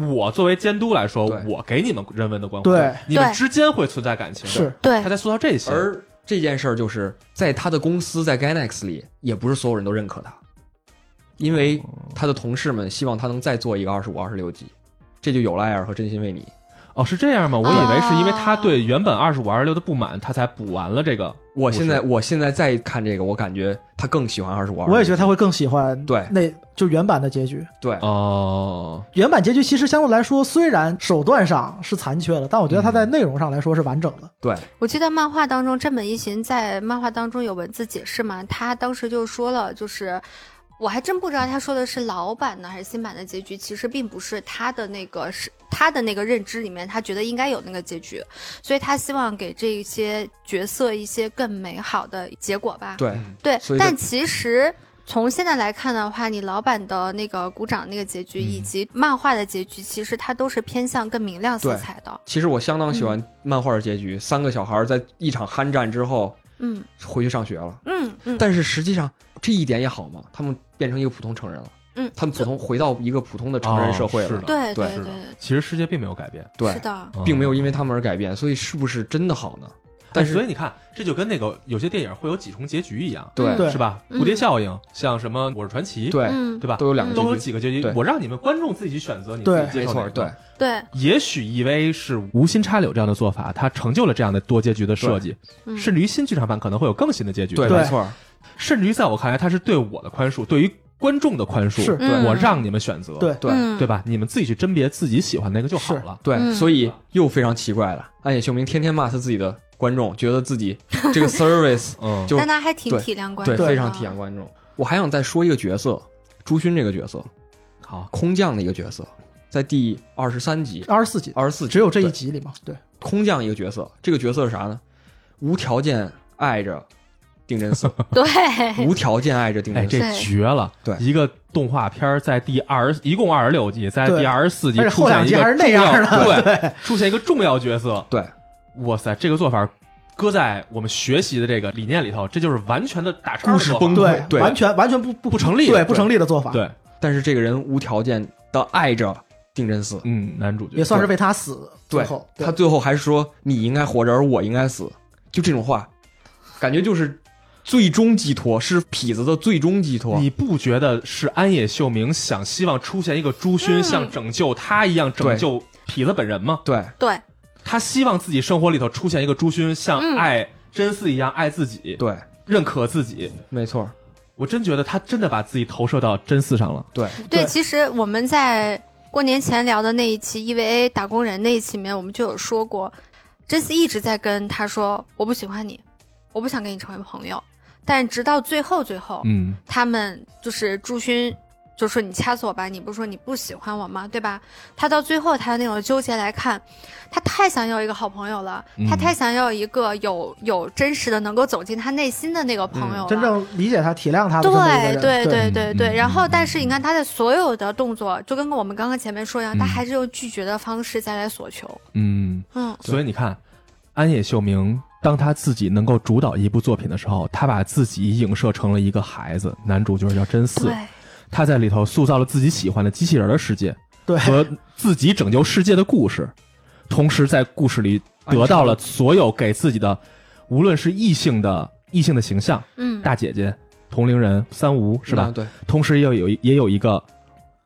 [SPEAKER 2] 我作为监督来说
[SPEAKER 3] 对，
[SPEAKER 2] 我给你们人文的关怀，
[SPEAKER 4] 对
[SPEAKER 2] 你们
[SPEAKER 5] 对
[SPEAKER 2] 之间会存在感情，
[SPEAKER 4] 是，
[SPEAKER 3] 哎
[SPEAKER 5] 对
[SPEAKER 2] 他在塑造这些，
[SPEAKER 3] 而这件事儿就是在他的公司在 Gainax 里，也不是所有人都认可他，因为他的同事们希望他能再做一个二十五、二十六集，这就有了艾尔和真心为你。
[SPEAKER 2] 哦是这
[SPEAKER 3] 啊
[SPEAKER 2] 样吗？我以为是因为他对原本二十五、二十六的不满，他才补完了这个。
[SPEAKER 3] 我现在我现在再看这个，我感觉他更喜欢二十五、二十
[SPEAKER 4] 我也觉得他会更喜欢
[SPEAKER 3] 对
[SPEAKER 4] 那就原版的结局。
[SPEAKER 3] 对，
[SPEAKER 2] 哦，
[SPEAKER 4] 原版结局其实相对来说，虽然手段上是残缺的，但我觉得它在内容上来说是完整的。
[SPEAKER 3] 对，
[SPEAKER 5] 我记得漫画当中，郑本一行在漫画当中有文字解释嘛，他当时就说了，就是我还真不知道他说的是老版呢还是新版的结局，其实并不是他的那个是他的那个认知里面，他觉得应该有那个结局，所以他希望给这些角色一些更美好的结果吧。
[SPEAKER 3] 对，
[SPEAKER 2] 嗯
[SPEAKER 5] 对
[SPEAKER 3] 所以
[SPEAKER 5] 但
[SPEAKER 3] 就
[SPEAKER 5] 其实。从现在来看的话，你老版的那个鼓掌那个结局，
[SPEAKER 3] 嗯
[SPEAKER 5] 以及漫画的结局，其实它都是偏向更明亮色
[SPEAKER 3] 对
[SPEAKER 5] 彩的。
[SPEAKER 3] 其实我相当喜
[SPEAKER 5] 嗯
[SPEAKER 3] 欢漫画的结局，三个小孩在一场酣战之后
[SPEAKER 5] 嗯
[SPEAKER 3] 回去上学了。
[SPEAKER 5] 嗯嗯，
[SPEAKER 3] 但是实际上这一点也好嘛，他们变成一个普通成人了，
[SPEAKER 5] 嗯
[SPEAKER 3] 他们普通回到一个普通的成人社会
[SPEAKER 2] 哦是
[SPEAKER 3] 了
[SPEAKER 2] 的，
[SPEAKER 5] 对
[SPEAKER 3] 对
[SPEAKER 5] 对
[SPEAKER 2] 是的其实世界并没有改变，哦
[SPEAKER 3] 对
[SPEAKER 5] 是，的，
[SPEAKER 3] 并没有因为他们而改变，所以是不是真的好呢？但
[SPEAKER 2] 但
[SPEAKER 3] 是
[SPEAKER 2] 哎所以你看，这就跟那个有些电影会有几重结局一样，
[SPEAKER 3] 对
[SPEAKER 4] 对
[SPEAKER 2] 是吧？
[SPEAKER 5] 嗯
[SPEAKER 2] 蝴蝶效应，像什么《我是传奇》，
[SPEAKER 3] 对
[SPEAKER 5] 嗯，
[SPEAKER 2] 对吧？
[SPEAKER 3] 都有两个
[SPEAKER 5] 嗯
[SPEAKER 3] 结
[SPEAKER 2] 都有
[SPEAKER 3] 局，
[SPEAKER 2] 几个结局
[SPEAKER 3] 对，
[SPEAKER 2] 我让你们观众自己去选择，你自
[SPEAKER 4] 对
[SPEAKER 2] 己接
[SPEAKER 3] 没
[SPEAKER 2] 受哪
[SPEAKER 3] 错，
[SPEAKER 2] 个。
[SPEAKER 3] 对，
[SPEAKER 5] 对，
[SPEAKER 2] 也许 EV 是无心插柳这样的做法，它成就了这样的多结局的设计，
[SPEAKER 5] 嗯
[SPEAKER 2] 甚至于新剧场版可能会有更新的结局。
[SPEAKER 3] 对，
[SPEAKER 2] 吧
[SPEAKER 3] 没错，
[SPEAKER 2] 甚至于在我看来，它是对我的宽恕，对于观众的宽恕，
[SPEAKER 4] 是
[SPEAKER 5] 对
[SPEAKER 2] 我让你们选择，
[SPEAKER 4] 对
[SPEAKER 3] 对
[SPEAKER 5] 嗯
[SPEAKER 2] 对吧？你们自己去甄别自己喜欢那个就好了。
[SPEAKER 3] 对，
[SPEAKER 5] 嗯
[SPEAKER 3] 所以又非常奇怪了。暗野秀明天天骂他自己的观众，觉得自己
[SPEAKER 5] [LAUGHS]
[SPEAKER 3] 这个 service
[SPEAKER 2] 嗯，
[SPEAKER 3] 就
[SPEAKER 5] 但他还挺
[SPEAKER 3] 对
[SPEAKER 5] 体谅观
[SPEAKER 3] 对
[SPEAKER 5] 众的，
[SPEAKER 3] 非常体谅观众。我还想再说一个角色，朱勋这个角色，
[SPEAKER 2] 好，
[SPEAKER 3] 空降的一个角色，在第二十三集、
[SPEAKER 4] 二十四集，
[SPEAKER 3] 二十四
[SPEAKER 4] 只有这一集里嘛，对，
[SPEAKER 3] 空降一个角色，这个角色是啥呢？无条件爱着定
[SPEAKER 5] [LAUGHS]
[SPEAKER 3] 真寺，
[SPEAKER 5] 对，
[SPEAKER 3] 无条件爱着定
[SPEAKER 2] 哎，
[SPEAKER 3] 真寺。
[SPEAKER 2] 这
[SPEAKER 5] 对
[SPEAKER 2] 绝了！
[SPEAKER 3] 对
[SPEAKER 2] 一个动画片儿在第二十，一共二十六集，在
[SPEAKER 4] 对
[SPEAKER 2] 第二十四集
[SPEAKER 4] 而且
[SPEAKER 2] 出
[SPEAKER 4] 后
[SPEAKER 2] 现
[SPEAKER 4] 两
[SPEAKER 2] 一
[SPEAKER 4] 集还是
[SPEAKER 2] 个
[SPEAKER 4] 那样的，
[SPEAKER 2] 对，出现一个重要角色，
[SPEAKER 3] 对，
[SPEAKER 2] 哇塞，这个做法搁在我们学习的这个理念里头，这就是完全的打叉
[SPEAKER 3] 故事
[SPEAKER 2] 做法
[SPEAKER 3] 崩
[SPEAKER 4] 对
[SPEAKER 3] 对
[SPEAKER 4] 完全完全不不
[SPEAKER 2] 嗯不成立
[SPEAKER 4] 对
[SPEAKER 2] 对
[SPEAKER 4] 不成立的做法，，
[SPEAKER 2] 对，
[SPEAKER 3] 但是这个人无条件的爱着定真寺，
[SPEAKER 2] 嗯，男主角
[SPEAKER 4] 也算是为他死最
[SPEAKER 3] 对
[SPEAKER 4] 后，
[SPEAKER 3] 他最后还说你应该活着，而我应该死，就这种话，感觉就是最终寄托，是痞子的最终寄托。
[SPEAKER 2] 你不觉得是安野秀明想希望出现一个朱勋，
[SPEAKER 5] 嗯
[SPEAKER 2] 像拯救他一样拯
[SPEAKER 3] 对
[SPEAKER 2] 救痞子本人吗？
[SPEAKER 3] 对
[SPEAKER 5] 对，
[SPEAKER 2] 他希望自己生活里头出现一个朱勋，像
[SPEAKER 5] 嗯
[SPEAKER 2] 爱真嗣一样爱自己，
[SPEAKER 3] 对，
[SPEAKER 2] 认可自己。
[SPEAKER 3] 没错，
[SPEAKER 2] 我真觉得他真的把自己投射到真嗣上了。
[SPEAKER 3] 对
[SPEAKER 5] 对，
[SPEAKER 4] 对
[SPEAKER 5] 其实我们在过年前聊的那一期 EVA 打工人那一期里面，我们就有说过，真丝一直在跟他说：“我不喜欢你，我不想跟你成为朋友。”但直到最后，最后，
[SPEAKER 2] 嗯，
[SPEAKER 5] 他们就是朱勋就说：“你掐死我吧，你不是说你不喜欢我吗？对吧？”他到最后他的那种纠结来看，他太想要一个好朋友了，
[SPEAKER 2] 嗯
[SPEAKER 5] 他太想要一个有有真实的能够走进他内心的那个朋友了。
[SPEAKER 4] 真正理解他、体谅他的这么一个
[SPEAKER 5] 对
[SPEAKER 4] 人，
[SPEAKER 5] 对对
[SPEAKER 4] 对
[SPEAKER 5] 对对，
[SPEAKER 2] 嗯
[SPEAKER 5] 然后但是你看他的所有的动作，就跟我们刚刚前面说一样，
[SPEAKER 2] 嗯
[SPEAKER 5] 他还是用拒绝的方式再来索求。
[SPEAKER 2] 嗯，
[SPEAKER 5] 嗯，
[SPEAKER 2] 所以你看，安野秀明当他自己能够主导一部作品的时候，他把自己影射成了一个孩子，男主角叫真嗣，
[SPEAKER 5] 对
[SPEAKER 2] 他在里头塑造了自己喜欢的机器人的世界
[SPEAKER 4] 对
[SPEAKER 2] 和自己拯救世界的故事，同时在故事里得到了所有给自己的，无论是异性的异性的形象，
[SPEAKER 5] 嗯，
[SPEAKER 2] 大姐姐、同龄人、三无是吧
[SPEAKER 3] 嗯？对，
[SPEAKER 2] 同时又有一也有一个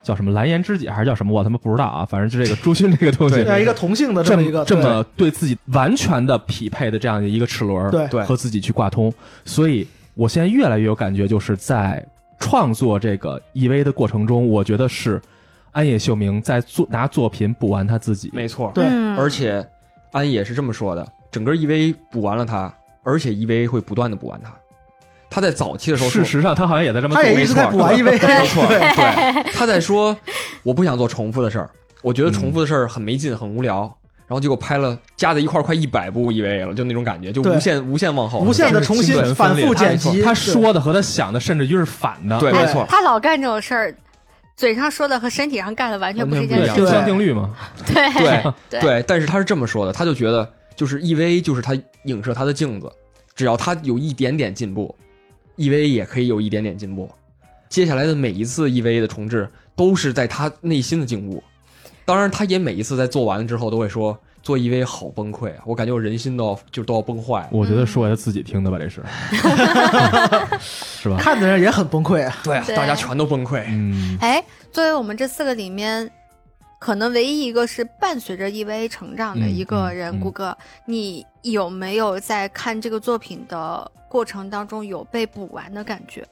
[SPEAKER 2] 叫什么蓝颜知己还是叫什么，我他妈不知道啊，反正就这个朱勋这个东西
[SPEAKER 3] 对。
[SPEAKER 4] 对一个同性的
[SPEAKER 2] 这
[SPEAKER 4] 么一个
[SPEAKER 2] 这
[SPEAKER 4] 对
[SPEAKER 2] 么对自己完全的匹配的这样的一个齿轮，
[SPEAKER 4] 对
[SPEAKER 3] 对
[SPEAKER 2] 和自己去挂通，所以我现在越来越有感觉，就是在创作这个 EV 的过程中，我觉得是安野秀明在做拿作品补完他自己，
[SPEAKER 3] 没错。
[SPEAKER 4] 对
[SPEAKER 5] 嗯
[SPEAKER 3] 而且安野是这么说的：整个 EV 补完了他，而且 EV 会不断的补完他。他在早期的时候
[SPEAKER 2] 事
[SPEAKER 3] 说，
[SPEAKER 2] 实上他好像也在这么
[SPEAKER 4] 他
[SPEAKER 2] 做，
[SPEAKER 4] 也一直在补完 E EVA，
[SPEAKER 3] 没错，对，他在说我不想做重复的事儿，我觉得重复的事儿很没劲，很无聊。然后结果拍了加在一块儿快一百部 EVA 了，就那种感觉，就
[SPEAKER 4] 对
[SPEAKER 3] 无限无限往后，
[SPEAKER 4] [LAUGHS] 无限的
[SPEAKER 2] 是
[SPEAKER 4] 重
[SPEAKER 2] 精
[SPEAKER 4] 新
[SPEAKER 2] 神
[SPEAKER 4] 反
[SPEAKER 2] 分裂
[SPEAKER 4] 复
[SPEAKER 2] 他
[SPEAKER 4] 剪辑，
[SPEAKER 2] 他
[SPEAKER 4] 对
[SPEAKER 2] 说的和他想的甚至于是反的，
[SPEAKER 3] 对，
[SPEAKER 5] 哎
[SPEAKER 3] 没错，
[SPEAKER 5] 他老干这种事儿，嘴上说的和身体上干的完全不是一件
[SPEAKER 2] 对，
[SPEAKER 5] 事
[SPEAKER 2] 天
[SPEAKER 5] 情。
[SPEAKER 2] 相定律嘛，
[SPEAKER 5] 对
[SPEAKER 3] [LAUGHS] 对
[SPEAKER 5] 对
[SPEAKER 3] 对。但是他是这么说的，他就觉得就是 EVA 就是他影射他的镜子，只要他有一点点进步，EVA 也可以有一点点进步。接下来的每一次 EVA 的重置都是在他内心的进步，当然他也每一次在做完了之后都会说做 EVA 好崩溃啊，我感觉我人心都要就都要崩坏了。
[SPEAKER 2] 我觉得说给他自己听的吧，这是，是吧？
[SPEAKER 4] 看的人也很崩溃啊。
[SPEAKER 3] 对啊，
[SPEAKER 5] 对
[SPEAKER 3] 大家全都崩溃。
[SPEAKER 2] 嗯，
[SPEAKER 5] 哎，作为我们这四个里面，可能唯一一个是伴随着 EVA 成长的一个人，
[SPEAKER 2] 嗯嗯嗯
[SPEAKER 5] 谷歌，你有没有在看这个作品的过程当中有被补完的感觉？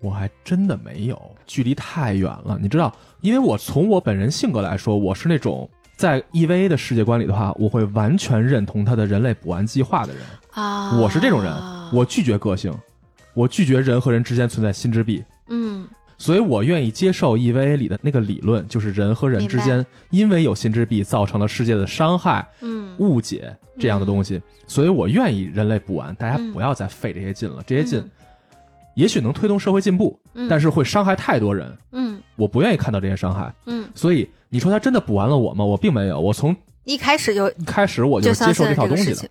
[SPEAKER 2] 我还真的没有，距离太远了。你知道，因为我从我本人性格来说，我是那种在 EVA 的世界观里的话，我会完全认同他的人类补完计划的人。
[SPEAKER 5] 啊，
[SPEAKER 2] 我是这种人，我拒绝个性，我拒绝人和人之间存在心之壁，
[SPEAKER 5] 嗯
[SPEAKER 2] 所以我愿意接受 EVA 里的那个理论，就是人和人之间因为有心之壁造成了世界的伤害、
[SPEAKER 5] 嗯
[SPEAKER 2] 误解这样的东西，所以我愿意人类补完，大家不要再费这些劲了，这些劲
[SPEAKER 5] 嗯
[SPEAKER 2] 也许能推动社会进步，
[SPEAKER 5] 嗯
[SPEAKER 2] 但是会伤害太多人。
[SPEAKER 5] 嗯
[SPEAKER 2] 我不愿意看到这些伤害，
[SPEAKER 5] 嗯，
[SPEAKER 2] 所以你说他真的补完了我吗？我并没有，我从
[SPEAKER 5] 一开始就
[SPEAKER 2] 一开始我就
[SPEAKER 5] 就是
[SPEAKER 2] 接
[SPEAKER 5] 相信
[SPEAKER 2] 受这
[SPEAKER 5] 了
[SPEAKER 2] 套
[SPEAKER 5] 这
[SPEAKER 2] 东
[SPEAKER 5] 个
[SPEAKER 2] 西
[SPEAKER 5] 事
[SPEAKER 2] 的
[SPEAKER 5] 情。，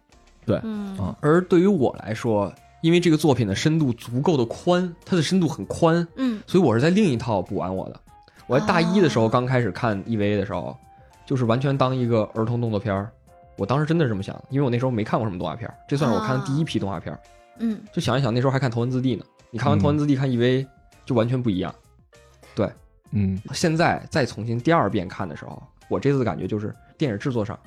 [SPEAKER 2] 对
[SPEAKER 5] 嗯
[SPEAKER 2] 啊，
[SPEAKER 3] 而对于我来说，因为这个作品的深度足够的宽，它的深度很宽，
[SPEAKER 5] 嗯
[SPEAKER 3] 所以我是在另一套补完我的。我在大一的时候
[SPEAKER 5] 哦
[SPEAKER 3] 刚开始看 EVA 的时候，就是完全当一个儿童动作片儿。我当时真的是这么想的，因为我那时候没看过什么动画片儿，这算是我看的第一批动画片儿。
[SPEAKER 5] 嗯，
[SPEAKER 3] 就想一想，那时候还看《头文字 D》呢，你看完
[SPEAKER 2] 嗯
[SPEAKER 3] 《头文字 D》看 EVA 就完全不一样。
[SPEAKER 2] 嗯
[SPEAKER 3] 现在再重新第二遍看的时候，我这次的感觉就是电影制作上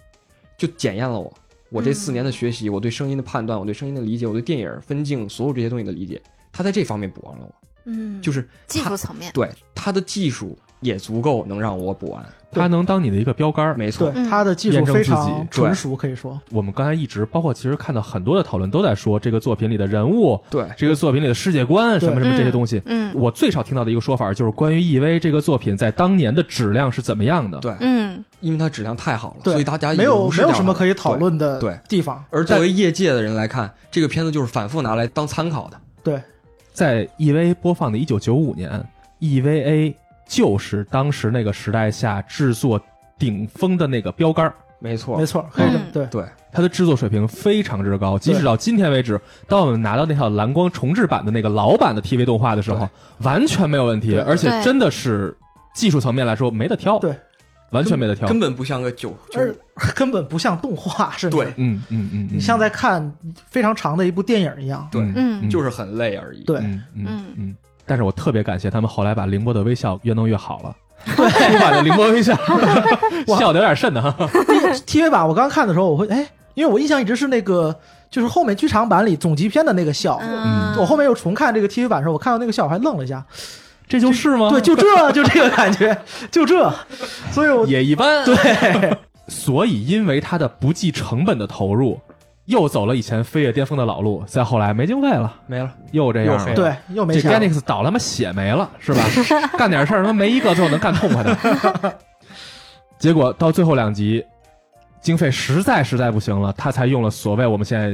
[SPEAKER 3] 就检验了我，我这四年的学习，我对声音的判断，我对声音的理解，我对电影分镜所有这些东西的理解，他在这方面补完了我。
[SPEAKER 1] 嗯，
[SPEAKER 3] 就是
[SPEAKER 5] 技
[SPEAKER 3] 他
[SPEAKER 5] 术层面，
[SPEAKER 3] 对他的技术也足够能让我补完，
[SPEAKER 2] 它能当你的一个标杆儿。
[SPEAKER 3] 没错
[SPEAKER 4] 对，
[SPEAKER 5] 嗯
[SPEAKER 4] 他的技术
[SPEAKER 2] 验证
[SPEAKER 4] 非
[SPEAKER 2] 自己
[SPEAKER 4] 常
[SPEAKER 3] 对
[SPEAKER 4] 纯熟，可以说
[SPEAKER 2] 我们刚才一直，包括其实看到很多的讨论都在说这个作品里的人物，
[SPEAKER 3] 对
[SPEAKER 2] 这个作品里的世界观什么什么这些东西。
[SPEAKER 5] 嗯
[SPEAKER 2] 我最少听到的一个说法就是关于 EV 这个作品在当年的质量是怎么样的。
[SPEAKER 3] 对，
[SPEAKER 5] 嗯
[SPEAKER 3] 因为它质量太好了，
[SPEAKER 4] 对
[SPEAKER 3] 所以大家
[SPEAKER 4] 没有
[SPEAKER 3] 已经
[SPEAKER 4] 没有什么可以讨
[SPEAKER 3] 对。
[SPEAKER 4] 论的
[SPEAKER 3] 对
[SPEAKER 4] 地方。
[SPEAKER 3] 而作为业界的人来看，这个片子就是反复拿来当参考的。
[SPEAKER 4] 对，
[SPEAKER 2] 在 EV 播放的1995年，EVA 就是当时那个时代下制作顶峰的那个标杆儿。
[SPEAKER 3] 没错
[SPEAKER 4] 没，错，可以这么
[SPEAKER 5] 嗯
[SPEAKER 4] 对。
[SPEAKER 3] 对，
[SPEAKER 2] 它的制作水平非常之高，即使到今天为止，当我们拿到那套蓝光重制版的那个老版的 TV 动画的时候
[SPEAKER 3] 对，
[SPEAKER 2] 完全没有问题，
[SPEAKER 3] 对
[SPEAKER 2] 而且
[SPEAKER 5] 对
[SPEAKER 2] 真的是技术层面来说没得挑，
[SPEAKER 4] 对，
[SPEAKER 2] 完全没得挑。
[SPEAKER 3] 根本不像个九，就
[SPEAKER 4] 而
[SPEAKER 3] 是
[SPEAKER 4] 根本不像动画，甚至
[SPEAKER 3] 对
[SPEAKER 2] 嗯嗯嗯，
[SPEAKER 4] 你像在看非常长的一部电影一样。
[SPEAKER 3] 对
[SPEAKER 5] 嗯
[SPEAKER 3] 就是很累而已。
[SPEAKER 4] 对
[SPEAKER 2] 嗯嗯
[SPEAKER 5] 嗯
[SPEAKER 2] 嗯。但是我特别感谢他们后来把《凌波的微笑》越弄越好了， [LAUGHS] 对，把这《凌波微笑》笑的有点瘆的哈。
[SPEAKER 5] 嗯
[SPEAKER 4] TV 版我刚看的时候，我会哎，因为我印象一直是那个，就是后面剧场版里总集篇的那个笑。
[SPEAKER 5] 嗯，
[SPEAKER 4] 我后面又重看这个 TV 版的时候，我看到那个笑，我还愣了一下。
[SPEAKER 2] 这就是
[SPEAKER 5] 嗯
[SPEAKER 2] 吗？
[SPEAKER 4] 对，就这就这个感觉，就这。所以我
[SPEAKER 2] 也一般。对，所以因为它的不计成本的投入，又走了以前飞跃巅峰的老路，再后来没经费了，
[SPEAKER 3] 没了，
[SPEAKER 2] 又这样
[SPEAKER 3] 又黑
[SPEAKER 2] 了。
[SPEAKER 3] 了
[SPEAKER 4] 对又没
[SPEAKER 2] 这
[SPEAKER 4] 钱了。
[SPEAKER 2] Ganix 倒他妈血霉了，是吧？ [LAUGHS] 干点事儿他妈没一个最后能干痛快的。 [LAUGHS] 结果到最后两集，经费实在实在不行了，他才用了所谓我们现在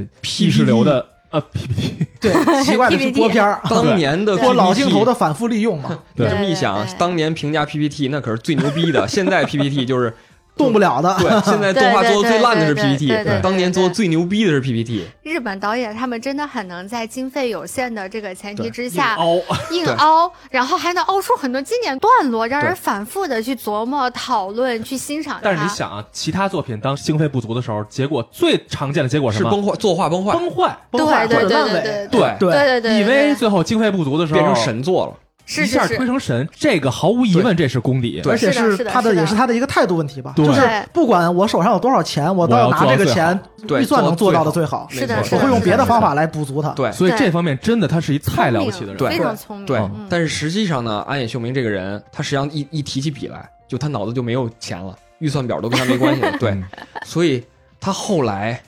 [SPEAKER 2] 意识流的呃 PPT。
[SPEAKER 4] 对，奇怪的是
[SPEAKER 5] PPT
[SPEAKER 4] 播片儿，
[SPEAKER 3] 当年的
[SPEAKER 4] 播老
[SPEAKER 3] PPT
[SPEAKER 4] 镜头的反复利用嘛，
[SPEAKER 2] 对
[SPEAKER 3] 这么一
[SPEAKER 5] 对
[SPEAKER 3] 想啊
[SPEAKER 5] 对，对
[SPEAKER 3] 当年评价 PPT 那可是最牛逼的，现在 PPT 就是
[SPEAKER 4] 动不了的。
[SPEAKER 3] 对，现在动画做的最烂的是
[SPEAKER 5] 对对对对对对
[SPEAKER 3] PPT，
[SPEAKER 5] 对
[SPEAKER 3] 当年做的最牛逼的是 PPT，
[SPEAKER 5] 日本导演他们真的很能在经费有限的这个前提之
[SPEAKER 2] [LAUGHS]
[SPEAKER 5] 下
[SPEAKER 2] 凹，
[SPEAKER 5] 硬
[SPEAKER 3] 对
[SPEAKER 5] 凹，然后还能凹出很多经典段落，让人
[SPEAKER 3] 对
[SPEAKER 5] 反复的去琢磨、讨论、去欣赏它。
[SPEAKER 2] 但是你想啊，其他作品当经费不足的时候，结果最常见的结果是
[SPEAKER 3] 是
[SPEAKER 2] 哦什么？
[SPEAKER 3] 崩坏，作画崩坏，
[SPEAKER 2] 崩坏。
[SPEAKER 5] 对
[SPEAKER 4] 崩坏
[SPEAKER 5] 对
[SPEAKER 4] 或者
[SPEAKER 5] 对
[SPEAKER 4] 烂
[SPEAKER 5] 对
[SPEAKER 4] 尾，
[SPEAKER 5] 对
[SPEAKER 2] 对，
[SPEAKER 4] 对
[SPEAKER 5] 对对对，
[SPEAKER 2] 以
[SPEAKER 5] 对
[SPEAKER 2] 为最后经费不足的时候
[SPEAKER 3] 变成神作了。
[SPEAKER 5] 是
[SPEAKER 2] 一
[SPEAKER 5] 是
[SPEAKER 2] 下
[SPEAKER 5] 是
[SPEAKER 2] 推成神，这个毫无疑问这是功底。
[SPEAKER 3] 对
[SPEAKER 4] 而且
[SPEAKER 5] 是的
[SPEAKER 4] 是
[SPEAKER 5] 是的
[SPEAKER 4] 他
[SPEAKER 5] 是的
[SPEAKER 4] 也是他的一个态度问题吧，
[SPEAKER 2] 对
[SPEAKER 4] 就是
[SPEAKER 5] 对
[SPEAKER 4] 不管我手上有多少钱，我都
[SPEAKER 2] 我要
[SPEAKER 4] 拿
[SPEAKER 2] 做到
[SPEAKER 4] 这个
[SPEAKER 2] 最好
[SPEAKER 4] 钱
[SPEAKER 3] 对
[SPEAKER 4] 预算能
[SPEAKER 3] 做
[SPEAKER 4] 做
[SPEAKER 3] 到
[SPEAKER 4] 到
[SPEAKER 3] 最
[SPEAKER 4] 的
[SPEAKER 3] 好
[SPEAKER 4] 最
[SPEAKER 5] 是
[SPEAKER 4] 好，
[SPEAKER 5] 的
[SPEAKER 2] 没
[SPEAKER 5] 是
[SPEAKER 2] 错
[SPEAKER 4] 我
[SPEAKER 5] 的
[SPEAKER 4] 会用
[SPEAKER 5] 是
[SPEAKER 4] 别的方法
[SPEAKER 5] 是
[SPEAKER 4] 来补足它。
[SPEAKER 3] 对
[SPEAKER 2] 所以
[SPEAKER 5] 对
[SPEAKER 2] 这方面真的他是一
[SPEAKER 5] 聪
[SPEAKER 2] 太了不
[SPEAKER 5] 明
[SPEAKER 2] 起的人。
[SPEAKER 5] 非
[SPEAKER 3] 对
[SPEAKER 5] 常聪明。
[SPEAKER 3] 对
[SPEAKER 5] 嗯，
[SPEAKER 3] 但是实际上呢，安野秀明这个人，他实际上一一提起笔来，就他脑子就没有钱了，预算表都跟他没
[SPEAKER 2] [LAUGHS]
[SPEAKER 3] 关系了。对，
[SPEAKER 2] 嗯，
[SPEAKER 3] 所以他后来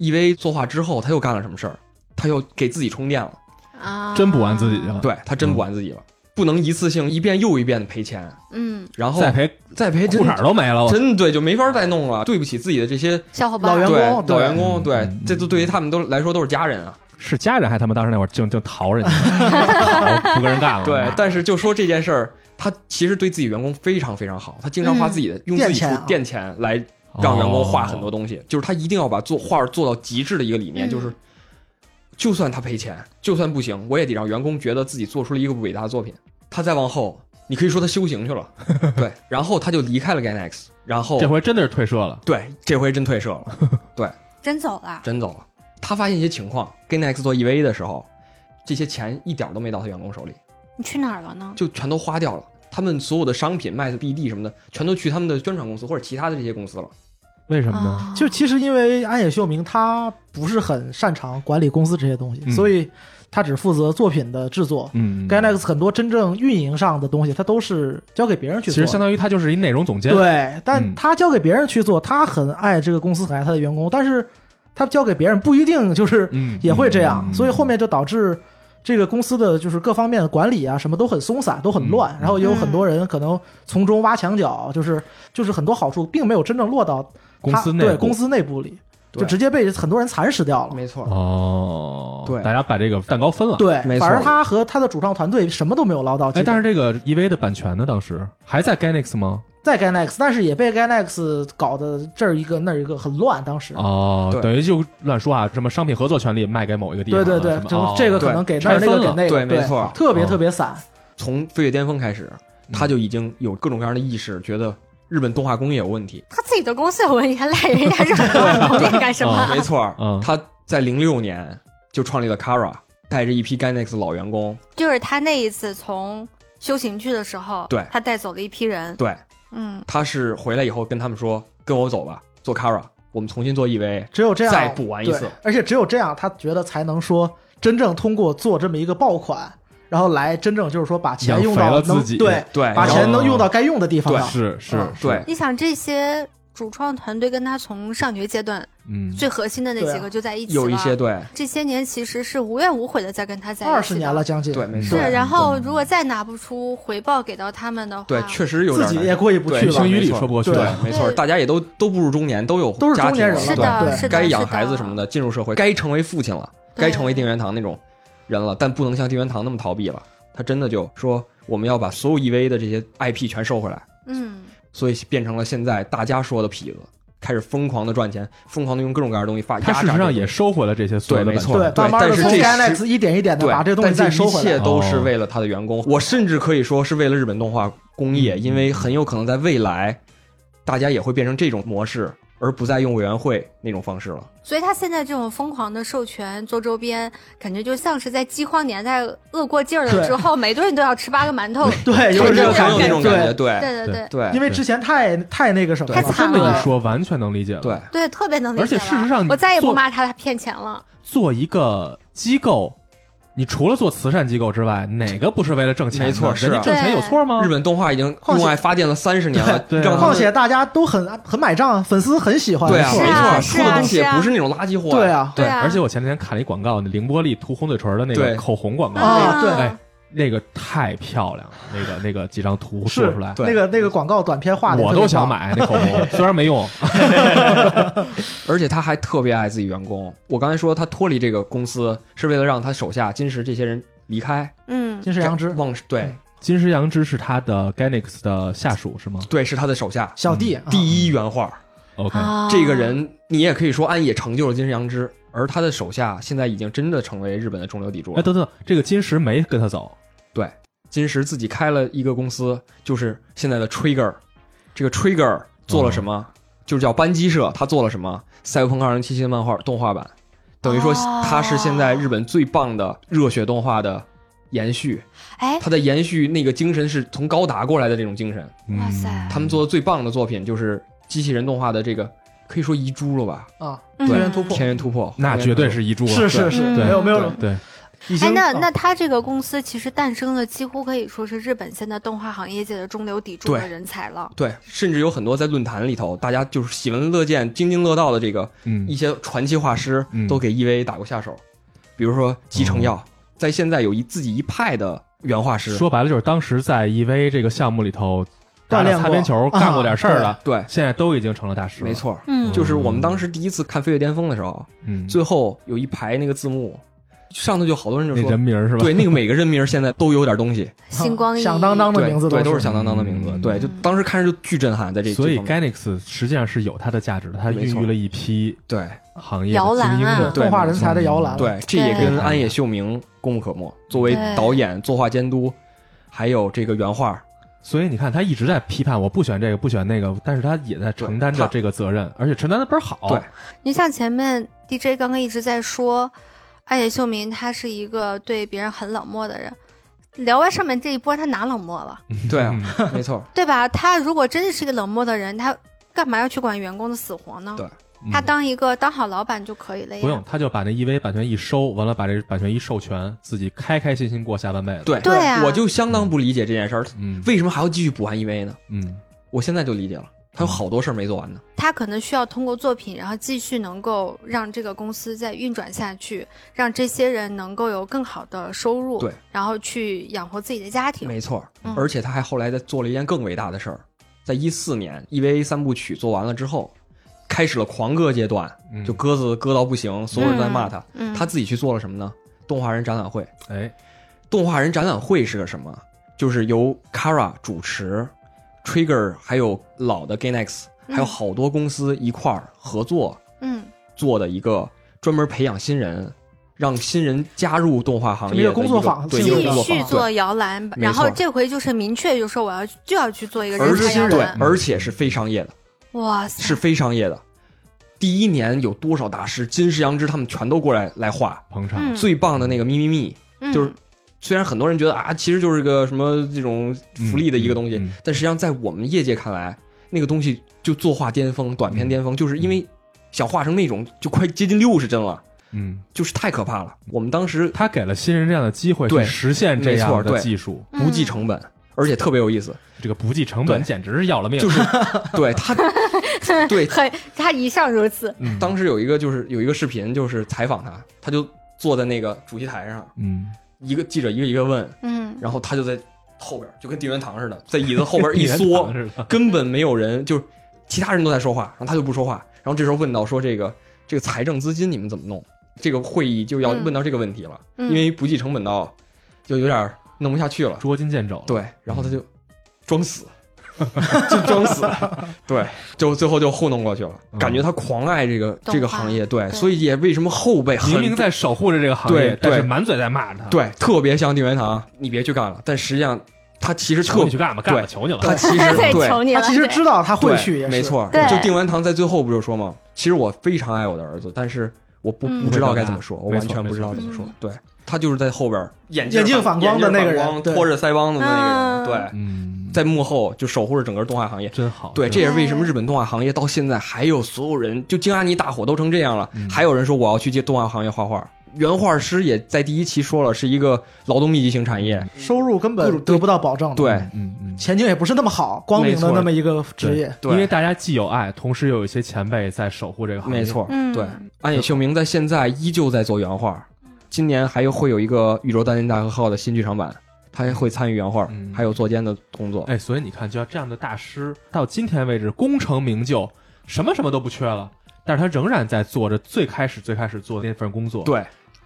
[SPEAKER 3] EV 作画之后，他又干了什么事儿？他又给自己充电了。
[SPEAKER 5] 啊，
[SPEAKER 2] 嗯真补完自己去了。，
[SPEAKER 3] 对他真不玩自己了，不能一次性一遍又一遍的赔钱，
[SPEAKER 5] 嗯，
[SPEAKER 3] 然后
[SPEAKER 2] 再赔
[SPEAKER 3] 再赔哎真
[SPEAKER 2] 裤衩都没了。我
[SPEAKER 3] 真对就没法再弄了，对不起自己的这些
[SPEAKER 5] 小伙伴
[SPEAKER 4] 老
[SPEAKER 5] 儿，
[SPEAKER 4] 员
[SPEAKER 3] 对
[SPEAKER 4] 工对
[SPEAKER 3] 老员工，
[SPEAKER 2] 嗯
[SPEAKER 3] 对
[SPEAKER 2] 嗯，
[SPEAKER 3] 这都对于他们都来说都是家人啊。
[SPEAKER 2] 是家人还他妈当时那会儿就就逃人家，逃不跟人干了。
[SPEAKER 3] 对，但是就说这件事儿，他其实对自己员工非常非常好，他经常花自己的用自己
[SPEAKER 4] 垫钱
[SPEAKER 3] 出
[SPEAKER 4] 啊
[SPEAKER 3] 垫钱来让员工画很多
[SPEAKER 2] 哦。
[SPEAKER 3] 东西，就是他一定要把做画做到极致的一个理念，
[SPEAKER 5] 嗯
[SPEAKER 3] 就是就算他赔钱，就算不行，我也得让员工觉得自己做出了一个伟大的作品。他再往后，你可以说他修行
[SPEAKER 2] [LAUGHS]
[SPEAKER 3] 去了，对，然后他就离开了 Ganex，然后
[SPEAKER 2] 这回真的是退社了，
[SPEAKER 3] 对这回真退社了，
[SPEAKER 5] 真走了，
[SPEAKER 3] 真走了。他发现一些情况，Ganex 做 EVA 的时候，这些钱一点儿都没到他员工手里，
[SPEAKER 5] 你去哪儿了呢？
[SPEAKER 3] 就全都花掉了。他们所有的商品卖的 BD 什么的，全都去他们的宣传公司或者其他的这些公司了。
[SPEAKER 2] 为什么呢？
[SPEAKER 5] 啊
[SPEAKER 4] 就其实因为安野秀明他不是很擅长管理公司这些东西，
[SPEAKER 2] 嗯
[SPEAKER 4] 所以他只负责作品的制作。
[SPEAKER 2] 嗯，
[SPEAKER 4] Gainax 很多真正运营上的东西，他都是交给别人去
[SPEAKER 2] 其
[SPEAKER 4] 做。
[SPEAKER 2] 实相当于他就是一内容总监。，
[SPEAKER 4] 对，
[SPEAKER 2] 嗯
[SPEAKER 4] 但他交给别人去做，他很爱这个公司，很爱他的员工，但是他交给别人不一定就是
[SPEAKER 2] 嗯，
[SPEAKER 4] 也会这样，
[SPEAKER 2] 嗯
[SPEAKER 4] 所以后面就导致这个公司的就是各方面的管理啊，什么都很松散，都很乱，
[SPEAKER 2] 嗯
[SPEAKER 4] 然后也有很多人可能从中挖墙脚，就是就是很多好处并没有真正落到
[SPEAKER 2] 公司
[SPEAKER 4] 他
[SPEAKER 2] 内
[SPEAKER 4] 对
[SPEAKER 2] 部
[SPEAKER 4] 公司内部里，
[SPEAKER 3] 对
[SPEAKER 4] 就直接被很多人蚕食掉了。
[SPEAKER 3] 没错，
[SPEAKER 2] 哦，
[SPEAKER 3] 对
[SPEAKER 2] 大家把这个蛋糕分了。
[SPEAKER 4] 对
[SPEAKER 3] 没，错
[SPEAKER 4] 反而他和他的主创团队什么都没有捞到。
[SPEAKER 2] 哎，但是
[SPEAKER 4] 是
[SPEAKER 2] 这个 EV 的版权呢，当时还在 Ganex 吗？
[SPEAKER 4] 在 Gainax，但是也被 Gainax 搞得这儿一个那儿一个很乱，当时。
[SPEAKER 2] 哦，
[SPEAKER 3] 对
[SPEAKER 2] 等于就乱说啊，什么商品合作权利卖给某一个地方
[SPEAKER 4] 对
[SPEAKER 2] 了，
[SPEAKER 4] 对对
[SPEAKER 2] 什，么
[SPEAKER 4] 就
[SPEAKER 2] 哦
[SPEAKER 4] 是这个可能给那儿，
[SPEAKER 2] 对
[SPEAKER 4] 那
[SPEAKER 2] 拆
[SPEAKER 4] 个给
[SPEAKER 2] 分
[SPEAKER 4] 那个，
[SPEAKER 3] 对没错
[SPEAKER 4] 特别
[SPEAKER 2] 哦
[SPEAKER 4] 特别散。
[SPEAKER 3] 从《飞跃巅峰》开始，
[SPEAKER 4] 嗯
[SPEAKER 3] 他就已经有各种各样的意识，觉得日本动画工业有问题。
[SPEAKER 5] 他自己的公司有问题，还赖人家
[SPEAKER 2] [LAUGHS]
[SPEAKER 5] 日本的工业干什
[SPEAKER 4] 啊
[SPEAKER 5] 么？
[SPEAKER 3] 没错
[SPEAKER 2] 嗯，
[SPEAKER 3] 他在零六年就创立了 Kara，带着一批 Ganex 老员工，
[SPEAKER 5] 就是他那一次从修行去的时候，
[SPEAKER 3] 对
[SPEAKER 5] 他带走了一批人，
[SPEAKER 3] 对，
[SPEAKER 5] 嗯，
[SPEAKER 3] 他是回来以后跟他们说：“跟我走吧，做 Kara，我们重新做 E EVA。
[SPEAKER 4] 只有这样
[SPEAKER 3] 再补完一次
[SPEAKER 4] 对而且只有这样，他觉得才能说真正通过做这么一个爆款，然后来真正就是说把钱
[SPEAKER 2] 养
[SPEAKER 4] 用
[SPEAKER 2] 肥
[SPEAKER 4] 到
[SPEAKER 2] 了
[SPEAKER 4] 能
[SPEAKER 2] 自己
[SPEAKER 4] 对，
[SPEAKER 3] 对，
[SPEAKER 4] 把
[SPEAKER 3] 哎然后
[SPEAKER 4] 钱能用到该用的地方
[SPEAKER 3] 对
[SPEAKER 4] 上。
[SPEAKER 2] 是是是
[SPEAKER 4] 嗯，
[SPEAKER 3] 啊对，
[SPEAKER 5] 你想这些主创团队跟他从上学阶段
[SPEAKER 2] 嗯，
[SPEAKER 5] 最核心的那
[SPEAKER 4] 对啊
[SPEAKER 5] 几个就在一起了，
[SPEAKER 3] 有一些对
[SPEAKER 5] 这些年其实是无怨无悔的在跟他在一起的
[SPEAKER 4] 二十年了，，将近
[SPEAKER 3] 对没
[SPEAKER 5] 是啊
[SPEAKER 3] 错，
[SPEAKER 2] 对
[SPEAKER 5] 然后如果再拿不出回报给到他们的话，
[SPEAKER 3] 对，
[SPEAKER 4] 啊
[SPEAKER 3] 确实有点
[SPEAKER 4] 自己
[SPEAKER 3] 难
[SPEAKER 4] 也过意不去
[SPEAKER 3] 对
[SPEAKER 2] 情
[SPEAKER 4] 了。
[SPEAKER 2] 于理说不过去，
[SPEAKER 4] 对
[SPEAKER 3] 对，没
[SPEAKER 4] [LAUGHS]
[SPEAKER 3] 错，
[SPEAKER 5] 对
[SPEAKER 3] 大家也都都步入中年，都有
[SPEAKER 4] 都是中年
[SPEAKER 3] 家
[SPEAKER 4] 人了
[SPEAKER 5] 是
[SPEAKER 3] 庭了
[SPEAKER 4] 对
[SPEAKER 5] 的，
[SPEAKER 4] 对
[SPEAKER 5] 是的，
[SPEAKER 3] 该养
[SPEAKER 5] 是的
[SPEAKER 3] 孩子什么，的，进入社会，该成为父亲了，
[SPEAKER 5] 对
[SPEAKER 3] 该成为定元堂那种人了，但不能像定元堂那么逃避了。他真的就说，我们要把所有 EVA 的这些 IP 全收回来，
[SPEAKER 5] 嗯，
[SPEAKER 3] 所以变成了现在大家说的痞子，开始疯狂的赚钱，疯狂的用各种各样的东西发
[SPEAKER 2] 他
[SPEAKER 3] 压榨
[SPEAKER 2] 事
[SPEAKER 3] 这个东西。
[SPEAKER 2] 实上也收回了这些所有的版
[SPEAKER 3] 对没
[SPEAKER 2] 权，
[SPEAKER 3] 错
[SPEAKER 4] 对，
[SPEAKER 3] 对
[SPEAKER 4] 慢慢的
[SPEAKER 3] 但是
[SPEAKER 4] 从
[SPEAKER 3] 这
[SPEAKER 4] Ganex 一点一点的
[SPEAKER 3] 对，
[SPEAKER 4] 把这个东西
[SPEAKER 3] 但
[SPEAKER 4] 再收
[SPEAKER 3] 一
[SPEAKER 4] 回
[SPEAKER 3] 切
[SPEAKER 4] 来。哦
[SPEAKER 3] 都是为了他的员工。我甚至可以说是为了日本动画工业，
[SPEAKER 2] 嗯
[SPEAKER 3] 因为很有可能在未来，大家也会变成这种模式，而不再用委员会那种方式了。
[SPEAKER 5] 所以他现在这种疯狂的授权做周边，感觉就像是在饥荒年代饿过劲儿了之后，每顿人都要吃八个
[SPEAKER 3] [LAUGHS]
[SPEAKER 5] 馒头。
[SPEAKER 4] 对，
[SPEAKER 5] 有
[SPEAKER 4] 有
[SPEAKER 5] 点
[SPEAKER 3] 就是
[SPEAKER 4] 这
[SPEAKER 5] 这种
[SPEAKER 3] 很有那
[SPEAKER 4] 个
[SPEAKER 5] 感
[SPEAKER 3] 种
[SPEAKER 5] 觉
[SPEAKER 3] 感觉，
[SPEAKER 5] 对对
[SPEAKER 3] 对
[SPEAKER 5] 对
[SPEAKER 3] 对
[SPEAKER 4] 因为之前太太那个什么
[SPEAKER 5] 太
[SPEAKER 4] 了，
[SPEAKER 5] 惨
[SPEAKER 2] 这么
[SPEAKER 5] 了
[SPEAKER 2] 一说完全能理解了。
[SPEAKER 3] 对，
[SPEAKER 5] 对，特别能理解了。
[SPEAKER 2] 而且事实上你
[SPEAKER 5] 我再也不
[SPEAKER 2] 做
[SPEAKER 5] 骂他他骗钱了。
[SPEAKER 2] 做一个机构，你除了做慈善机构之外，哪个不是为了挣钱呢？
[SPEAKER 3] 没错是啊
[SPEAKER 2] 人家挣钱有错
[SPEAKER 5] 哦
[SPEAKER 2] 吗？
[SPEAKER 3] 日本动画已经
[SPEAKER 4] 况且
[SPEAKER 3] 用爱发电了三十年
[SPEAKER 5] [LAUGHS]
[SPEAKER 3] 了，
[SPEAKER 2] 对对啊
[SPEAKER 3] 让他
[SPEAKER 4] 况
[SPEAKER 3] 们
[SPEAKER 4] 且大家都很很买账，粉丝很喜欢。
[SPEAKER 3] 对啊，
[SPEAKER 5] 是
[SPEAKER 3] 没
[SPEAKER 5] 啊
[SPEAKER 3] 错，
[SPEAKER 5] 是
[SPEAKER 3] 出的
[SPEAKER 5] 啊
[SPEAKER 3] 东西
[SPEAKER 5] 是
[SPEAKER 3] 也
[SPEAKER 5] 啊
[SPEAKER 3] 不是那种垃圾货，
[SPEAKER 4] 对，啊，
[SPEAKER 5] 对啊
[SPEAKER 2] 而且我前两天看了一广告，那零玻璃涂红嘴唇的那个
[SPEAKER 3] 对
[SPEAKER 2] 口红广告，
[SPEAKER 4] 啊对
[SPEAKER 2] 哎，那个太漂亮了，那个那个几张图做
[SPEAKER 4] 是
[SPEAKER 2] 出来，
[SPEAKER 3] 对
[SPEAKER 4] 那个那个广告短片画的，
[SPEAKER 2] 我都想。买那口红，虽然没用，
[SPEAKER 3] 而且他还特别爱自己员工。我刚才说他脱离这个公司是为了让他手下金石这些人离开，
[SPEAKER 5] 嗯，
[SPEAKER 4] 金石杨枝
[SPEAKER 3] 忘对
[SPEAKER 4] 嗯
[SPEAKER 2] 金石阳之是他的 Ganex 的下属是吗
[SPEAKER 3] 对是他的手下
[SPEAKER 4] 小弟，
[SPEAKER 3] 第
[SPEAKER 4] 一
[SPEAKER 3] 一原画，
[SPEAKER 2] ？OK，
[SPEAKER 5] 啊
[SPEAKER 3] 这个人，你也可以说安野成就了金石阳之，而他的手下现在已经真的成为日本的中流砥柱
[SPEAKER 2] 哎，
[SPEAKER 3] 了。
[SPEAKER 2] 等等，这个金石没跟他走，
[SPEAKER 3] 金石自己开了一个公司，就是现在的 Trigger，这个 Trigger 做了什
[SPEAKER 5] 哦
[SPEAKER 3] 么？就是叫班机社，他做了什么？赛博朋克二零七七的漫画动画版，等于说
[SPEAKER 5] 哦
[SPEAKER 3] 他是现在日本最棒的热血动画的延续，
[SPEAKER 5] 哎，
[SPEAKER 3] 他在延续那个精神是从高达过来的这种精神。
[SPEAKER 5] 哇塞
[SPEAKER 2] 嗯
[SPEAKER 3] 他们做的最棒的作品就是机器人动画的这个，可以说遗珠了吧？
[SPEAKER 4] 啊，
[SPEAKER 5] 嗯
[SPEAKER 4] 天元突破
[SPEAKER 3] 天元突破，
[SPEAKER 2] 那绝对
[SPEAKER 3] 是。
[SPEAKER 2] 是遗珠了，
[SPEAKER 4] 是是是，
[SPEAKER 5] 对
[SPEAKER 4] 没有没有
[SPEAKER 2] 对，对，
[SPEAKER 4] 已
[SPEAKER 5] 哎，
[SPEAKER 4] 经
[SPEAKER 5] 那
[SPEAKER 4] 啊
[SPEAKER 5] 那他这个公司其实诞生了，几乎可以说是日本现在动画行业界的中流砥柱的
[SPEAKER 3] 对
[SPEAKER 5] 人才了。
[SPEAKER 3] 对，甚至有很多在论坛里头，大家就是喜闻乐见、津津乐道的这个
[SPEAKER 2] 嗯
[SPEAKER 3] 一，些传奇画师
[SPEAKER 2] 嗯，哦
[SPEAKER 3] 都给 EVA 打过下手。比如说吉成耀，在现在有一自己一派的原画师，
[SPEAKER 2] 说白了就是当时在 EV 这个项目里头
[SPEAKER 4] 锻
[SPEAKER 2] 打
[SPEAKER 4] 炼过
[SPEAKER 2] 打擦边球，干过点事儿
[SPEAKER 4] 啊
[SPEAKER 2] 了，
[SPEAKER 3] 对，
[SPEAKER 2] 现在都已经成了大师了，
[SPEAKER 3] 没，错，
[SPEAKER 5] 嗯
[SPEAKER 3] 就是我们当时第一次看《飞跃巅峰》的时候，
[SPEAKER 2] 嗯，
[SPEAKER 3] 最后有一排那个字幕，上头就好多人就
[SPEAKER 2] 那人
[SPEAKER 3] 说，
[SPEAKER 2] 名儿是吧？
[SPEAKER 3] [LAUGHS] 对，那个每个人名现在都有点东西，
[SPEAKER 5] 星光熠熠
[SPEAKER 4] 响当当的
[SPEAKER 3] 对
[SPEAKER 4] 名字
[SPEAKER 3] 对，
[SPEAKER 4] 都
[SPEAKER 3] 都是响当当的名字
[SPEAKER 2] 嗯，
[SPEAKER 3] 对，就当时看着就巨震撼，在这
[SPEAKER 2] 所
[SPEAKER 3] 这
[SPEAKER 2] 以
[SPEAKER 3] 方面
[SPEAKER 2] Ganex 实际上是有它的价值的，它
[SPEAKER 3] 没
[SPEAKER 2] 孕
[SPEAKER 3] 错
[SPEAKER 2] 育了一批
[SPEAKER 3] 对
[SPEAKER 2] 行业
[SPEAKER 5] 摇
[SPEAKER 2] 的
[SPEAKER 5] 篮
[SPEAKER 2] 精英
[SPEAKER 5] 啊
[SPEAKER 2] 的，
[SPEAKER 3] 对
[SPEAKER 4] 动画人才的摇篮。，
[SPEAKER 3] 对，这也
[SPEAKER 5] 对
[SPEAKER 3] 跟安野秀明功不可没。作为导演、作画监督，还有这个原画，
[SPEAKER 2] [LAUGHS] 所以你看，他一直在批判我不选这个，不选那个，但是他也在承担着
[SPEAKER 3] 对他
[SPEAKER 2] 这个责任，而且承担的倍儿好。
[SPEAKER 3] 对
[SPEAKER 5] 你像前面 DJ 刚刚一直在说，暗野秀明他是一个对别人很冷漠的人。聊完上面这一波，他哪冷漠了，
[SPEAKER 2] [LAUGHS]
[SPEAKER 3] 对啊，没错，
[SPEAKER 5] 对吧？他如果真的是一个冷漠的人，他干嘛要去管员工的死活呢？
[SPEAKER 3] 对
[SPEAKER 2] 嗯
[SPEAKER 5] 他当一个当好老板就可以了呀。
[SPEAKER 2] 不用，他就把那 EV 版权一收，完了把这版权一授权，自己开开心心过下半辈子。，
[SPEAKER 3] 对
[SPEAKER 5] 对啊
[SPEAKER 3] 我就相当不理解这件事儿，
[SPEAKER 2] 嗯
[SPEAKER 3] 为什么还要继续补完 EVA 呢？
[SPEAKER 2] 嗯，
[SPEAKER 3] 我现在就理解了，
[SPEAKER 5] 嗯
[SPEAKER 3] 他有好多事儿没做完呢。
[SPEAKER 5] 他可能需要通过作品，然后继续能够让这个公司再运转下去，让这些人能够有更好的收入，
[SPEAKER 3] 对，
[SPEAKER 5] 然后去养活自己的家庭。
[SPEAKER 3] 没错儿
[SPEAKER 5] 嗯，
[SPEAKER 3] 而且他还后来在做了一件更伟大的事儿，在一四年 EVA 三部曲做完了之后，开始了狂割阶段，
[SPEAKER 2] 嗯
[SPEAKER 3] 就鸽子割到不行，所有人都在骂他，
[SPEAKER 5] 嗯，
[SPEAKER 3] 他自己去做了什么呢？动画人展览会。
[SPEAKER 2] 哎，
[SPEAKER 3] 动画人展览会是个什么？就是由 Kara 主持，Trigger 还有老的 Gainax，
[SPEAKER 5] 嗯
[SPEAKER 3] 还有好多公司一块儿合作
[SPEAKER 5] 嗯
[SPEAKER 3] 做的一个专门培养新人，让新人加入动画行业的
[SPEAKER 4] 这么一个工作坊
[SPEAKER 3] 对，
[SPEAKER 4] 新
[SPEAKER 3] 一个
[SPEAKER 4] 人
[SPEAKER 3] 工
[SPEAKER 5] 继
[SPEAKER 3] 作
[SPEAKER 5] 续
[SPEAKER 3] 坊，
[SPEAKER 5] 做摇篮，
[SPEAKER 3] 没错
[SPEAKER 5] 然后这回就是明确就说我要就要去做一个
[SPEAKER 3] 对，而
[SPEAKER 5] 人才啊摇
[SPEAKER 3] 且对
[SPEAKER 5] 篮，，
[SPEAKER 3] 而且是非商业的，
[SPEAKER 5] 哇塞，
[SPEAKER 3] 是非商业的。第一年有多少大师，金石阳之他们全都过来来画，
[SPEAKER 2] 捧场，
[SPEAKER 5] 嗯
[SPEAKER 3] 最棒的那个咪咪咪，
[SPEAKER 5] 嗯
[SPEAKER 3] 就是虽然很多人觉得啊，其实就是个什么这种福利的一个东西，
[SPEAKER 2] 嗯嗯嗯
[SPEAKER 3] 但实际上在我们业界看来，那个东西就作画巅峰、短片巅峰，就是因为想画成那种就快接近六十帧了，
[SPEAKER 2] 嗯，
[SPEAKER 3] 就是太可怕了。我们当时
[SPEAKER 2] 他给了新人这样的机会去
[SPEAKER 3] 对
[SPEAKER 2] 实现这
[SPEAKER 3] 没
[SPEAKER 2] 样
[SPEAKER 3] 错
[SPEAKER 2] 的
[SPEAKER 3] 对
[SPEAKER 2] 技术，
[SPEAKER 3] 不
[SPEAKER 5] 嗯
[SPEAKER 3] 计成本，而且特别有意思，
[SPEAKER 2] 这个不计成本
[SPEAKER 3] 对
[SPEAKER 2] 简直是要了命。
[SPEAKER 3] [LAUGHS] 就是对他，
[SPEAKER 5] [LAUGHS]
[SPEAKER 3] 对
[SPEAKER 5] 很，他一向如此。
[SPEAKER 2] 嗯
[SPEAKER 3] 当时有一个就是有一个视频，就是采访他，他就坐在那个主席台上，
[SPEAKER 2] 嗯，
[SPEAKER 3] 一个记者一个一个问，
[SPEAKER 5] 嗯，
[SPEAKER 3] 然后他就在后边，就跟定元堂似的，在椅子后边一
[SPEAKER 2] 一言
[SPEAKER 3] 缩
[SPEAKER 2] 堂，似的，
[SPEAKER 3] 根本没有人，就是其他人都在说话，然后他就不说话。然后这时候问到说这个这个财政资金你们怎么弄？这个会议就要
[SPEAKER 5] 嗯
[SPEAKER 3] 问到这个问题了，
[SPEAKER 5] 嗯 [LAUGHS]
[SPEAKER 3] 因为不计成本到就有点弄不下去了。
[SPEAKER 2] 捉襟见肘了。
[SPEAKER 3] 对，然后他就装死， [LAUGHS] 就装死，对，就最后就糊弄过去了。
[SPEAKER 2] 嗯
[SPEAKER 3] 感觉他狂爱这个
[SPEAKER 5] 懂
[SPEAKER 3] 这个
[SPEAKER 5] 吧
[SPEAKER 3] 行业，对，
[SPEAKER 5] 对
[SPEAKER 3] 所以也为什么后辈很
[SPEAKER 2] 明明在守护着这个行业
[SPEAKER 3] 对，
[SPEAKER 2] 但是
[SPEAKER 3] 对
[SPEAKER 2] 满嘴在骂他。，
[SPEAKER 3] 对特别像定元堂，你别去干了。但实际上他其实
[SPEAKER 2] 求
[SPEAKER 3] 特
[SPEAKER 2] 你去干吧，干吧，
[SPEAKER 3] 对
[SPEAKER 2] 求你了。
[SPEAKER 3] 他其
[SPEAKER 5] [LAUGHS]
[SPEAKER 3] 实
[SPEAKER 5] 对，
[SPEAKER 3] 对
[SPEAKER 5] 求你
[SPEAKER 4] 他
[SPEAKER 5] 了。
[SPEAKER 4] 其实
[SPEAKER 5] 对
[SPEAKER 4] 知道他会
[SPEAKER 3] 对
[SPEAKER 4] 去，也是
[SPEAKER 3] 没错。
[SPEAKER 5] 对
[SPEAKER 3] 就定元堂在最后不就说吗？其实我非常爱我的儿子，但是我不
[SPEAKER 5] 嗯
[SPEAKER 3] 不知道该怎么说，
[SPEAKER 2] 不
[SPEAKER 3] 我
[SPEAKER 2] 会表达
[SPEAKER 3] 完全不知道
[SPEAKER 5] 没
[SPEAKER 3] 怎
[SPEAKER 5] 错
[SPEAKER 3] 么说
[SPEAKER 5] 没错。
[SPEAKER 3] 对他就是在后边儿眼
[SPEAKER 4] 眼镜反光的那个
[SPEAKER 3] 眼
[SPEAKER 4] 人
[SPEAKER 3] 镜反光
[SPEAKER 4] 对
[SPEAKER 3] 拖着腮帮子的那个
[SPEAKER 5] 嗯
[SPEAKER 3] 人，对，
[SPEAKER 2] 嗯，
[SPEAKER 3] 在幕后就守护着整个动画行业。
[SPEAKER 2] 真好。
[SPEAKER 3] 对，这
[SPEAKER 2] 真
[SPEAKER 3] 也是为什么日本动画行业到现在还有所有人就京阿尼大火都成这样了，
[SPEAKER 2] 嗯
[SPEAKER 3] 还有人说我要去接动画行业画画。原画师也在第一期说了，是一个劳动密集型产业。
[SPEAKER 4] 收入根本得不到保障的，
[SPEAKER 3] 对
[SPEAKER 2] 好嗯嗯。
[SPEAKER 4] 前景也不是那么好，光明的那么一个职业。
[SPEAKER 3] 对，
[SPEAKER 2] 因为大家既有爱，同时又有一些前辈在守护这个行业。
[SPEAKER 3] 没，错，
[SPEAKER 5] 嗯
[SPEAKER 3] 对，安野秀明在现在依旧在做原画，今年还有会有一个《宇宙单人大和号》的新剧场版，他还会参与原画，
[SPEAKER 2] 嗯
[SPEAKER 3] 还有作监的工作。
[SPEAKER 2] 哎，所以你看，就像这样的大师，到今天为止功成名就，什么什么都不缺了，但是他仍然在做着最开始最开始做的那份工作。，
[SPEAKER 3] 对，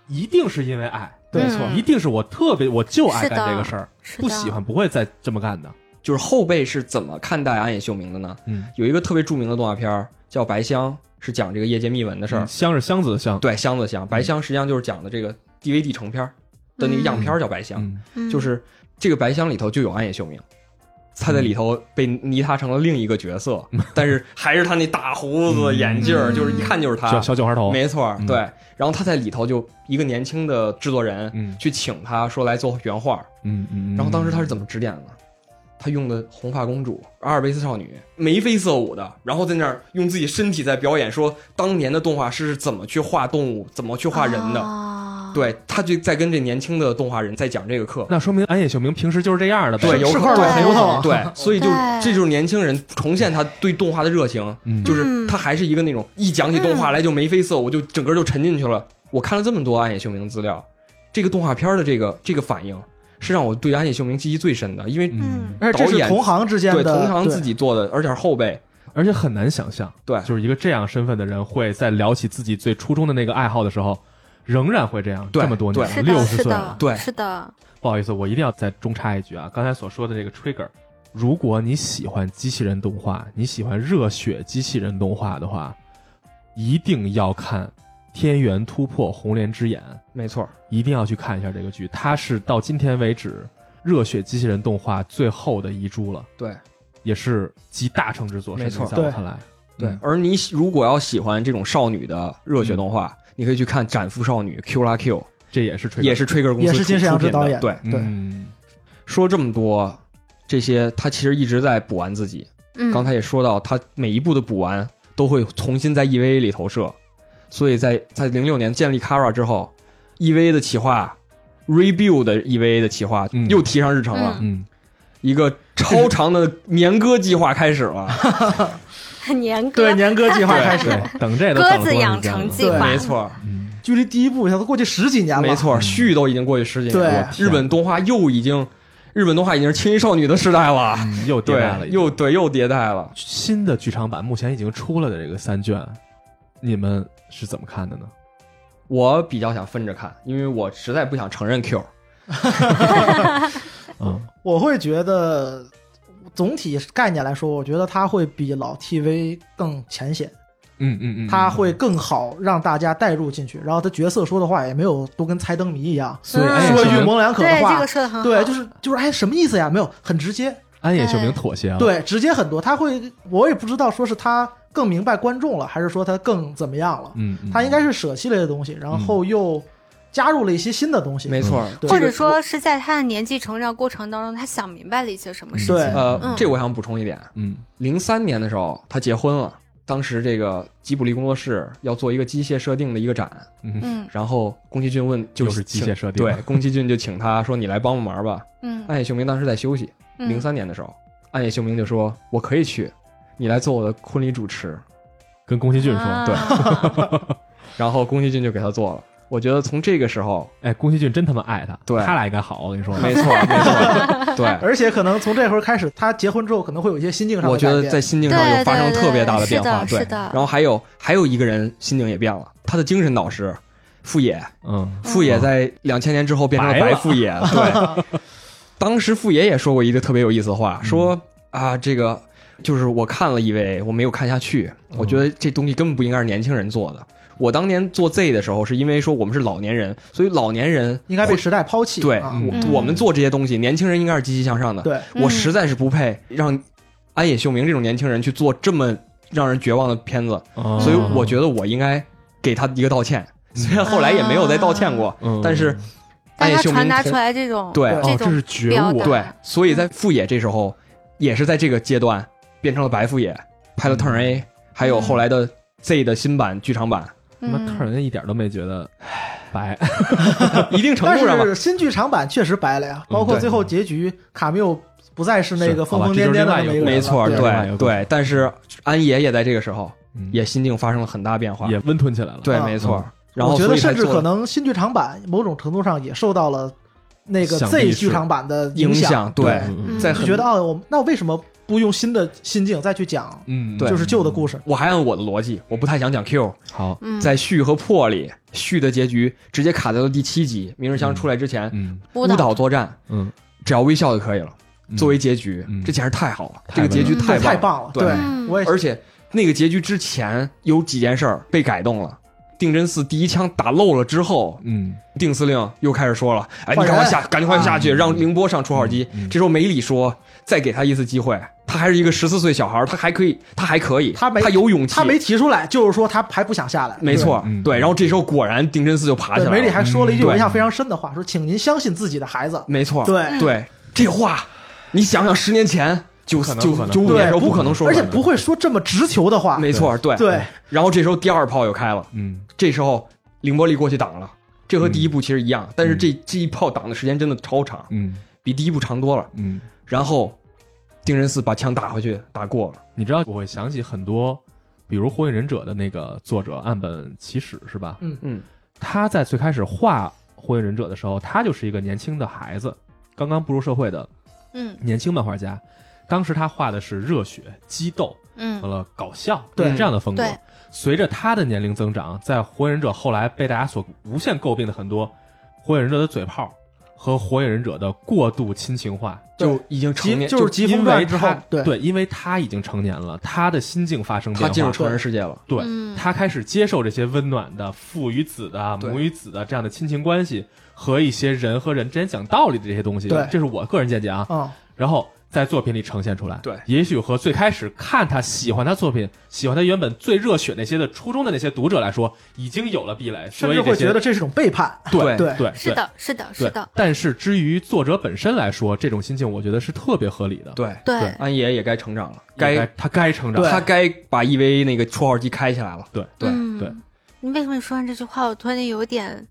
[SPEAKER 2] 一定是因为爱，
[SPEAKER 4] 对
[SPEAKER 5] 嗯
[SPEAKER 4] 没错
[SPEAKER 2] 一定是我特别我就爱
[SPEAKER 5] 是
[SPEAKER 2] 干
[SPEAKER 5] 的
[SPEAKER 2] 这个事儿，
[SPEAKER 5] 是的
[SPEAKER 2] 不喜欢不会再这么干的。
[SPEAKER 3] 就是后辈是怎么看待安野秀明的呢？
[SPEAKER 2] 嗯，
[SPEAKER 3] 有一个特别著名的动画片儿叫《白香》，是讲这个夜间秘闻的事儿。
[SPEAKER 2] 嗯香是箱子的香，
[SPEAKER 3] 对，箱子
[SPEAKER 2] 嗯
[SPEAKER 3] 香，白香实际上就是讲的这个 DVD 成片儿的那个样片儿叫白香，
[SPEAKER 2] 嗯，
[SPEAKER 5] 嗯
[SPEAKER 3] 就是这个白箱里头就有安野秀明。他
[SPEAKER 2] 嗯
[SPEAKER 3] 在里头被泥他成了另一个角色，但是还是他那大胡子、
[SPEAKER 2] 嗯
[SPEAKER 3] 眼镜儿，
[SPEAKER 5] 嗯
[SPEAKER 3] 就是一看就是他。
[SPEAKER 2] 小小九孩头，
[SPEAKER 3] 没错儿
[SPEAKER 2] 嗯，
[SPEAKER 3] 对。然后他在里头就一个年轻的制作人
[SPEAKER 2] 嗯
[SPEAKER 3] 去请他说来做原画，
[SPEAKER 2] 嗯嗯。嗯
[SPEAKER 3] 然后当时他是怎么指点的呢？他用的红发公主、阿尔卑斯少女，眉飞色舞的，然后在那儿用自己身体在表演，说当年的动画师是怎么去画动物，怎么去画人的。
[SPEAKER 5] 啊
[SPEAKER 3] 对，他就在跟这年轻的动画人在讲这个课。
[SPEAKER 2] 那说明安野秀明平时就是这样的呗。
[SPEAKER 3] 对，有
[SPEAKER 4] 是
[SPEAKER 3] 可
[SPEAKER 4] 块
[SPEAKER 3] 对
[SPEAKER 4] 老
[SPEAKER 5] 胡
[SPEAKER 4] 头啊
[SPEAKER 3] 对，所以就
[SPEAKER 5] 对
[SPEAKER 3] 这就是年轻人重现他对动画的热情，
[SPEAKER 2] 嗯
[SPEAKER 3] 就是他还是一个那种一讲起动画来就眉飞色舞，就整个就沉进去了。我看了这么多暗夜秀明资料，这个动画片的这个这个反应是让我对暗夜秀明记忆最深的，因为
[SPEAKER 2] 嗯，
[SPEAKER 4] 而且这
[SPEAKER 3] 导
[SPEAKER 4] 是
[SPEAKER 3] 演
[SPEAKER 4] 同行之间
[SPEAKER 3] 对
[SPEAKER 4] 的，
[SPEAKER 3] 同行
[SPEAKER 4] 对
[SPEAKER 3] 自己做的，而且是后辈，
[SPEAKER 2] 而且很难想象，
[SPEAKER 3] 对
[SPEAKER 2] 就是一个这样身份的人会在聊起自己最初衷的那个爱好的时候，仍然会这样，
[SPEAKER 3] 对
[SPEAKER 2] 这么多年
[SPEAKER 5] 是
[SPEAKER 2] 了，
[SPEAKER 5] 的，
[SPEAKER 2] 六
[SPEAKER 5] 是
[SPEAKER 2] 十岁
[SPEAKER 5] 的
[SPEAKER 2] 了。
[SPEAKER 3] 对
[SPEAKER 5] 是的，
[SPEAKER 2] 不好意思，我一定要再中插一句啊，刚才所说的这个 trigger，如果你喜欢机器人动画，你喜欢热血机器人动画的话，一定要看《天元突破：红莲之眼》，
[SPEAKER 3] 没错，
[SPEAKER 2] 一定要去看一下这个剧，它是到今天为止热血机器人动画最后的遗珠了，
[SPEAKER 3] 对
[SPEAKER 4] 嗯
[SPEAKER 2] 也是集大成之作。
[SPEAKER 3] 没错
[SPEAKER 2] 甚至在我
[SPEAKER 4] 对
[SPEAKER 2] 看来，
[SPEAKER 3] 对
[SPEAKER 2] 嗯。
[SPEAKER 3] 而你喜如果要喜欢这种少女的热血动画，你可以去看《斩缚少女》Q 啦 Q，
[SPEAKER 2] 这也是 trigger，
[SPEAKER 3] 也是 Trigger 公司
[SPEAKER 4] 也是金
[SPEAKER 3] 出
[SPEAKER 4] 世阳
[SPEAKER 3] 出
[SPEAKER 4] 之
[SPEAKER 3] 品
[SPEAKER 4] 导
[SPEAKER 3] 的
[SPEAKER 4] 演
[SPEAKER 3] 对，
[SPEAKER 4] 对
[SPEAKER 2] 嗯
[SPEAKER 3] 说这么多，这些他其实一直在补完自己。
[SPEAKER 5] 嗯，
[SPEAKER 3] 刚才也说到，他每一步的补完都会重新在 EVA 里投射，所以在在零六年建立 Kara 之后，EVA 的企划 Rebuild 的 EVA 的企划、
[SPEAKER 2] 嗯
[SPEAKER 3] 又提上日程了，
[SPEAKER 2] 嗯，
[SPEAKER 3] 一个超长的年歌计划开始了。
[SPEAKER 4] [LAUGHS]
[SPEAKER 5] 年哥
[SPEAKER 4] 对年哥计划
[SPEAKER 3] 对
[SPEAKER 4] 开始，
[SPEAKER 2] 对，等这都
[SPEAKER 5] 鸽
[SPEAKER 2] 等了多
[SPEAKER 5] 子
[SPEAKER 2] 长
[SPEAKER 5] 养
[SPEAKER 2] 时间
[SPEAKER 5] 成
[SPEAKER 2] 了
[SPEAKER 5] 计划，
[SPEAKER 3] 没错，
[SPEAKER 2] 嗯
[SPEAKER 4] 距离第一部，想都过去十几年了，
[SPEAKER 3] 没，错，续都已经过去十几年了，
[SPEAKER 2] 对
[SPEAKER 3] 日本动画又已经，日本动画已经是青衣少女的时代了。
[SPEAKER 2] 嗯又迭
[SPEAKER 3] 对
[SPEAKER 2] 代了，，
[SPEAKER 3] 又对又迭代了。
[SPEAKER 2] 新的剧场版目前已经出了的这个三卷，你们是怎么看的呢？
[SPEAKER 3] 我比较想分着看，因为我实在不想承认 Q。
[SPEAKER 2] 嗯
[SPEAKER 4] 我会觉得总体概念来说，我觉得它会比老 TV 更浅显，
[SPEAKER 2] 嗯嗯嗯，
[SPEAKER 4] 它会更好让大家带入进去，然后他角色说的话也没有都跟猜灯谜一样，
[SPEAKER 2] 所以
[SPEAKER 5] 嗯
[SPEAKER 3] 哎
[SPEAKER 2] 安野
[SPEAKER 4] 说
[SPEAKER 2] 秀
[SPEAKER 4] 一句
[SPEAKER 2] 明
[SPEAKER 4] 模棱两可的
[SPEAKER 5] 对这
[SPEAKER 4] 话
[SPEAKER 5] 个，说的很好，
[SPEAKER 4] 对，就是就是哎什么意思呀？没有，很直接，
[SPEAKER 2] 安野秀明妥
[SPEAKER 3] 啊
[SPEAKER 2] 协了，，
[SPEAKER 4] 对，直接很多。他会，我也不知道说是他更明白观众了，还是说他更怎么样了。
[SPEAKER 2] 嗯，嗯
[SPEAKER 4] 他应该是舍弃了一些东西，然后又加入了一些新的东西。
[SPEAKER 3] 没错，
[SPEAKER 4] 对
[SPEAKER 5] 或者说是在他的年纪成长过程当中，他想明白了一些什么事情。
[SPEAKER 4] 对
[SPEAKER 3] 呃，
[SPEAKER 2] 嗯
[SPEAKER 3] 这我想补充一点，
[SPEAKER 2] 嗯
[SPEAKER 3] 零三年的时候他结婚了，当时这个吉卜力工作室要做一个机械设定的一个展，
[SPEAKER 2] 嗯，
[SPEAKER 5] 嗯
[SPEAKER 3] 然后宫崎骏问就
[SPEAKER 2] 又是机
[SPEAKER 3] 请
[SPEAKER 2] 械设定，
[SPEAKER 3] 对，宫崎骏就请他说你来帮帮忙吧。
[SPEAKER 5] 嗯
[SPEAKER 2] 哎
[SPEAKER 3] 暗野秀明当时在休息，
[SPEAKER 5] 嗯
[SPEAKER 3] 零三年的时候，暗野秀明就说我可以去，你来做我的婚礼主持。
[SPEAKER 2] 跟宫崎骏说，
[SPEAKER 5] 啊
[SPEAKER 2] 对，
[SPEAKER 3] 然后宫崎骏就给他做了。我觉得从这个时候，
[SPEAKER 2] 哎，宫崎骏真他妈爱他，
[SPEAKER 3] 对
[SPEAKER 2] 他俩应该好，我跟你说，
[SPEAKER 3] 没错没错，对，
[SPEAKER 4] 而且可能从这会儿开始，他结婚之后可能会有一些心境上
[SPEAKER 3] [LAUGHS]
[SPEAKER 4] 的
[SPEAKER 3] 我
[SPEAKER 4] 改
[SPEAKER 3] 觉
[SPEAKER 4] 变。
[SPEAKER 3] 得在心境上有发生特别大变化，
[SPEAKER 5] 对对对是的
[SPEAKER 3] 对
[SPEAKER 5] 是。的
[SPEAKER 3] 然后还有还有一个人心境也变了，他的精神导师傅野，
[SPEAKER 2] [LAUGHS] 嗯，
[SPEAKER 3] 傅野在两千年之后变成了
[SPEAKER 2] 白了
[SPEAKER 3] 白傅野，对。当时傅野也说过一个特别有意思的话，说啊，这个就是我看了一位，我没有看下去，我觉得这东西根本不应该是年轻人做的。我当年做 Z 的时候，是因为说我们是老年人，所以老年人
[SPEAKER 4] 应该
[SPEAKER 3] 会
[SPEAKER 4] 被时代抛弃。
[SPEAKER 3] 对、
[SPEAKER 4] 啊
[SPEAKER 3] 我、
[SPEAKER 5] 嗯
[SPEAKER 3] 我们做这些东西，年轻人应该是积极向上的。
[SPEAKER 4] 对，
[SPEAKER 5] 嗯
[SPEAKER 3] 我实在是不配让安野秀明这种年轻人去做这么让人绝望的片子，
[SPEAKER 2] 哦
[SPEAKER 3] 所以我觉得我应该给他一个道歉。虽然后来也没有再道歉过，
[SPEAKER 2] 嗯
[SPEAKER 3] 但是
[SPEAKER 5] 但
[SPEAKER 3] 安野
[SPEAKER 5] 他
[SPEAKER 3] 秀明
[SPEAKER 5] 传达
[SPEAKER 3] 曾
[SPEAKER 5] 出来这种
[SPEAKER 3] 对
[SPEAKER 2] 哦，
[SPEAKER 5] 这
[SPEAKER 2] 这是
[SPEAKER 5] 种
[SPEAKER 2] 觉
[SPEAKER 5] 表
[SPEAKER 2] 悟
[SPEAKER 5] 达，
[SPEAKER 3] 对，所以在富野这时候也是在这个阶段变成了白富野，拍了 Turn
[SPEAKER 4] 嗯
[SPEAKER 3] A，还有后来的 Z 的新版剧场版，
[SPEAKER 4] [LAUGHS]
[SPEAKER 2] 他妈特
[SPEAKER 5] 嗯，
[SPEAKER 2] 人一点都没觉得白，
[SPEAKER 3] 一定程
[SPEAKER 4] 但
[SPEAKER 3] 度上吧嗯
[SPEAKER 4] 是，新剧场版确实白了呀，包括
[SPEAKER 3] 对
[SPEAKER 4] 最后结局卡缪不再是那
[SPEAKER 2] 是
[SPEAKER 4] 个疯
[SPEAKER 2] 好吧
[SPEAKER 4] 疯
[SPEAKER 2] 这
[SPEAKER 4] 癫
[SPEAKER 2] 就是
[SPEAKER 4] 癫的
[SPEAKER 2] 另外
[SPEAKER 4] 那
[SPEAKER 2] 一个
[SPEAKER 4] 么一个人了，
[SPEAKER 3] 没错，
[SPEAKER 4] 对
[SPEAKER 2] 另外一
[SPEAKER 3] 对
[SPEAKER 2] 个
[SPEAKER 3] 对。但是安野也在这个时候
[SPEAKER 2] 嗯
[SPEAKER 3] 也心境发生了很大变化，
[SPEAKER 2] 也温吞起来了，
[SPEAKER 3] 对，
[SPEAKER 4] 啊
[SPEAKER 3] 没错
[SPEAKER 2] 嗯。
[SPEAKER 3] 然后
[SPEAKER 4] 我觉
[SPEAKER 3] 所
[SPEAKER 4] 得
[SPEAKER 3] 以才
[SPEAKER 4] 甚至
[SPEAKER 3] 做
[SPEAKER 4] 可能新剧场版某种程度上也受到了那个
[SPEAKER 2] 想必
[SPEAKER 4] Z
[SPEAKER 2] 是
[SPEAKER 4] 剧场版的
[SPEAKER 3] 影
[SPEAKER 4] 响。
[SPEAKER 3] 对，
[SPEAKER 2] 嗯
[SPEAKER 5] 嗯
[SPEAKER 3] 在
[SPEAKER 4] 就
[SPEAKER 3] 很
[SPEAKER 4] 觉得哦，我们那我为什么不用新的心境再去讲
[SPEAKER 2] 嗯，
[SPEAKER 3] 对
[SPEAKER 4] 就是旧的故
[SPEAKER 2] 事，
[SPEAKER 4] 事？
[SPEAKER 3] 我还按我的逻辑，我不太想讲 Q，
[SPEAKER 2] 好，
[SPEAKER 5] 嗯
[SPEAKER 3] 在续和破里，续的结局直接卡在了第七集，明日香出来之前，
[SPEAKER 2] 嗯
[SPEAKER 5] 舞
[SPEAKER 3] 孤
[SPEAKER 5] 蹈
[SPEAKER 3] 岛作战，
[SPEAKER 2] 嗯，
[SPEAKER 3] 只要微笑就可以了。
[SPEAKER 2] 嗯
[SPEAKER 3] 作为结局
[SPEAKER 2] 嗯，
[SPEAKER 3] 这简直太好了，
[SPEAKER 2] 太
[SPEAKER 3] 这个结局
[SPEAKER 5] 棒了
[SPEAKER 3] 太
[SPEAKER 4] 这太
[SPEAKER 3] 棒
[SPEAKER 4] 棒了，
[SPEAKER 3] 对
[SPEAKER 4] 对
[SPEAKER 5] 嗯
[SPEAKER 4] 我也
[SPEAKER 3] 而且那个结局之前有几件事儿被改动了。定真寺第一枪打漏了之后，
[SPEAKER 2] 嗯，
[SPEAKER 3] 定司令又开始说了：“哎，你
[SPEAKER 4] 换人
[SPEAKER 3] 赶快下，赶快下去，
[SPEAKER 2] 嗯
[SPEAKER 3] 让凌波上出号机。
[SPEAKER 2] 嗯嗯
[SPEAKER 3] 这时候梅里说：“再给他一次机会，他还是一个十四岁小孩儿，他还可以，他还可以，
[SPEAKER 4] 他没
[SPEAKER 3] 有勇气。
[SPEAKER 4] 他没提出来，就是说他还不想下来，
[SPEAKER 3] 没错，
[SPEAKER 2] 嗯
[SPEAKER 3] 对。然后这时候果然定真寺就爬起
[SPEAKER 4] 对。
[SPEAKER 3] 来
[SPEAKER 4] 梅里
[SPEAKER 3] 了，
[SPEAKER 4] 还说了一句
[SPEAKER 3] 嗯
[SPEAKER 4] 我
[SPEAKER 3] 对
[SPEAKER 4] 印象非常深的话，说：“请您相信自己的孩子。
[SPEAKER 3] 没错，
[SPEAKER 4] 对
[SPEAKER 3] 对。这话你想想，十年前九
[SPEAKER 2] 可能不可
[SPEAKER 3] 九
[SPEAKER 2] 能
[SPEAKER 3] 九五
[SPEAKER 4] 对
[SPEAKER 3] 年时候不
[SPEAKER 4] 不
[SPEAKER 3] 可能”说出
[SPEAKER 4] 而
[SPEAKER 3] 来
[SPEAKER 4] 且
[SPEAKER 3] 的，
[SPEAKER 4] 不会说这么直球的话。
[SPEAKER 3] 没错，对
[SPEAKER 4] 对。
[SPEAKER 3] 然后这时候第二炮又开了，
[SPEAKER 2] 嗯，
[SPEAKER 3] 这时候凌波丽过去挡了，这和第一部其实一样，但是这这一炮挡的时间真的超长，
[SPEAKER 2] 嗯，
[SPEAKER 3] 比第一部长多了。
[SPEAKER 2] 嗯，
[SPEAKER 3] 然后丁真寺把枪打回去，打过了。
[SPEAKER 2] 你知道我会想起很多，比如《火影忍者》的那个作者岸本齐史是吧？
[SPEAKER 4] 嗯
[SPEAKER 3] 嗯，
[SPEAKER 2] 他在最开始画《火影忍者》的时候，他就是一个年轻的孩子，刚刚步入社会的
[SPEAKER 5] 嗯
[SPEAKER 2] 年轻漫画家。当时他画的是热血、激斗，
[SPEAKER 5] 嗯
[SPEAKER 2] 完了搞笑，
[SPEAKER 4] 对
[SPEAKER 2] 这样的风格
[SPEAKER 5] 对。
[SPEAKER 2] 随着他的年龄增长，在《火影忍者》后来被大家所无限诟病的很多《火影忍者》的嘴炮和《火影忍者》的过度亲情化，
[SPEAKER 3] 就已经成
[SPEAKER 4] 疾
[SPEAKER 3] 年，
[SPEAKER 4] 就是疾
[SPEAKER 2] 因
[SPEAKER 4] 风
[SPEAKER 2] 为
[SPEAKER 4] 传之后
[SPEAKER 2] 他，
[SPEAKER 4] 对
[SPEAKER 2] 因为他已经成年了，他的心境发生变
[SPEAKER 3] 他
[SPEAKER 2] 化，
[SPEAKER 3] 进入成人世界了。
[SPEAKER 2] 对、
[SPEAKER 5] 嗯
[SPEAKER 2] 他开始接受这些温暖的父与子的、
[SPEAKER 3] 对
[SPEAKER 2] 母与子的这样的亲情关系和一些人和人之间讲道理的这些东西，
[SPEAKER 4] 对
[SPEAKER 2] 这是我个人见解啊。
[SPEAKER 4] 嗯，
[SPEAKER 2] 然后在作品里呈现出来。
[SPEAKER 3] 对
[SPEAKER 2] 也许和最开始看他、喜欢他作品、喜欢他原本最热血那些的初衷的那些读者来说，已经有了壁垒，
[SPEAKER 4] 甚
[SPEAKER 2] 所以
[SPEAKER 4] 至
[SPEAKER 2] 这
[SPEAKER 4] 会
[SPEAKER 2] 些
[SPEAKER 4] 觉得这是种背叛。
[SPEAKER 3] 哎
[SPEAKER 2] 对
[SPEAKER 4] 对
[SPEAKER 2] 对
[SPEAKER 5] 是。的，是的，
[SPEAKER 2] 对
[SPEAKER 5] 是
[SPEAKER 2] 对
[SPEAKER 5] 的，，
[SPEAKER 2] 但是至于作者本身来说，这种心情我觉得是特别合理的。，
[SPEAKER 3] 对，
[SPEAKER 5] 对，
[SPEAKER 3] 安野也该成长了，
[SPEAKER 2] 该
[SPEAKER 3] 该
[SPEAKER 2] 他该成长，
[SPEAKER 4] 对
[SPEAKER 3] 他该把 EVA 那个绰号机开起来了。
[SPEAKER 2] 对
[SPEAKER 3] 对
[SPEAKER 5] 嗯
[SPEAKER 2] 对。
[SPEAKER 5] 你为什么你说完这句话，我突然间有点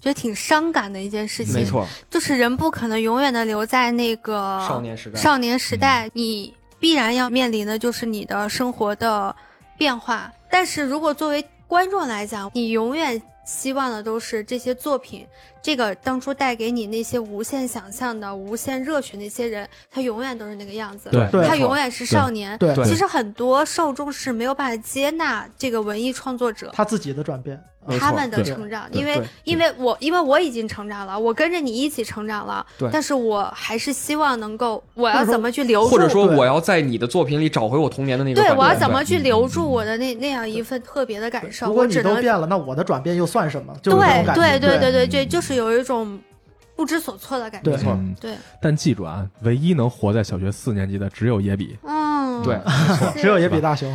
[SPEAKER 5] 觉得挺伤感的一件事情？
[SPEAKER 3] 没，错，
[SPEAKER 5] 就是人不可能永远的留在那个
[SPEAKER 3] 少年时代。
[SPEAKER 5] 哦少年时
[SPEAKER 4] 嗯
[SPEAKER 5] 代，你必然要面临的就是你的生活的变化。但是如果作为观众来讲，你永远希望的都是这些作品，这个当初带给你那些无限想象的、无限热血那些人，他永远都是那个样子，
[SPEAKER 2] 对
[SPEAKER 4] 对
[SPEAKER 5] 他永远是少年。
[SPEAKER 4] 对
[SPEAKER 3] 对
[SPEAKER 5] 其实很多受众是没有办法接纳这个文艺创作者。
[SPEAKER 4] 他自己的转变，啊
[SPEAKER 3] 没错
[SPEAKER 5] 他们的
[SPEAKER 2] 对
[SPEAKER 5] 成长，
[SPEAKER 2] 对
[SPEAKER 5] 因为
[SPEAKER 3] 对
[SPEAKER 5] 因为我因为我已经成长了，我跟着你一起成长了
[SPEAKER 3] 对，
[SPEAKER 5] 但是我还是希望能够，我
[SPEAKER 4] 或
[SPEAKER 5] 要
[SPEAKER 4] 者说
[SPEAKER 5] 怎么去留住，
[SPEAKER 3] 或者说，
[SPEAKER 4] 对
[SPEAKER 3] 我要在你的作品里找回我童年的那个
[SPEAKER 5] 对
[SPEAKER 3] 感觉。
[SPEAKER 5] 我要怎么去
[SPEAKER 2] 嗯
[SPEAKER 5] 留住我的那那样一份特别的感受，
[SPEAKER 4] 如果
[SPEAKER 5] 我
[SPEAKER 4] 你
[SPEAKER 5] 只
[SPEAKER 4] 都
[SPEAKER 5] 能
[SPEAKER 4] 变了，那我的转变又算什么？就是这种
[SPEAKER 5] 对对
[SPEAKER 4] 感
[SPEAKER 5] 对
[SPEAKER 4] 觉。对
[SPEAKER 5] 对对对，就是有一种不知所措的感
[SPEAKER 4] 对
[SPEAKER 5] 觉
[SPEAKER 4] 没。
[SPEAKER 3] 错
[SPEAKER 2] 嗯
[SPEAKER 5] 对，
[SPEAKER 2] 但记住啊，唯一能活在小学四年级的只有野比。
[SPEAKER 5] 嗯，
[SPEAKER 3] 对，
[SPEAKER 5] 是
[SPEAKER 4] 只有野比大雄，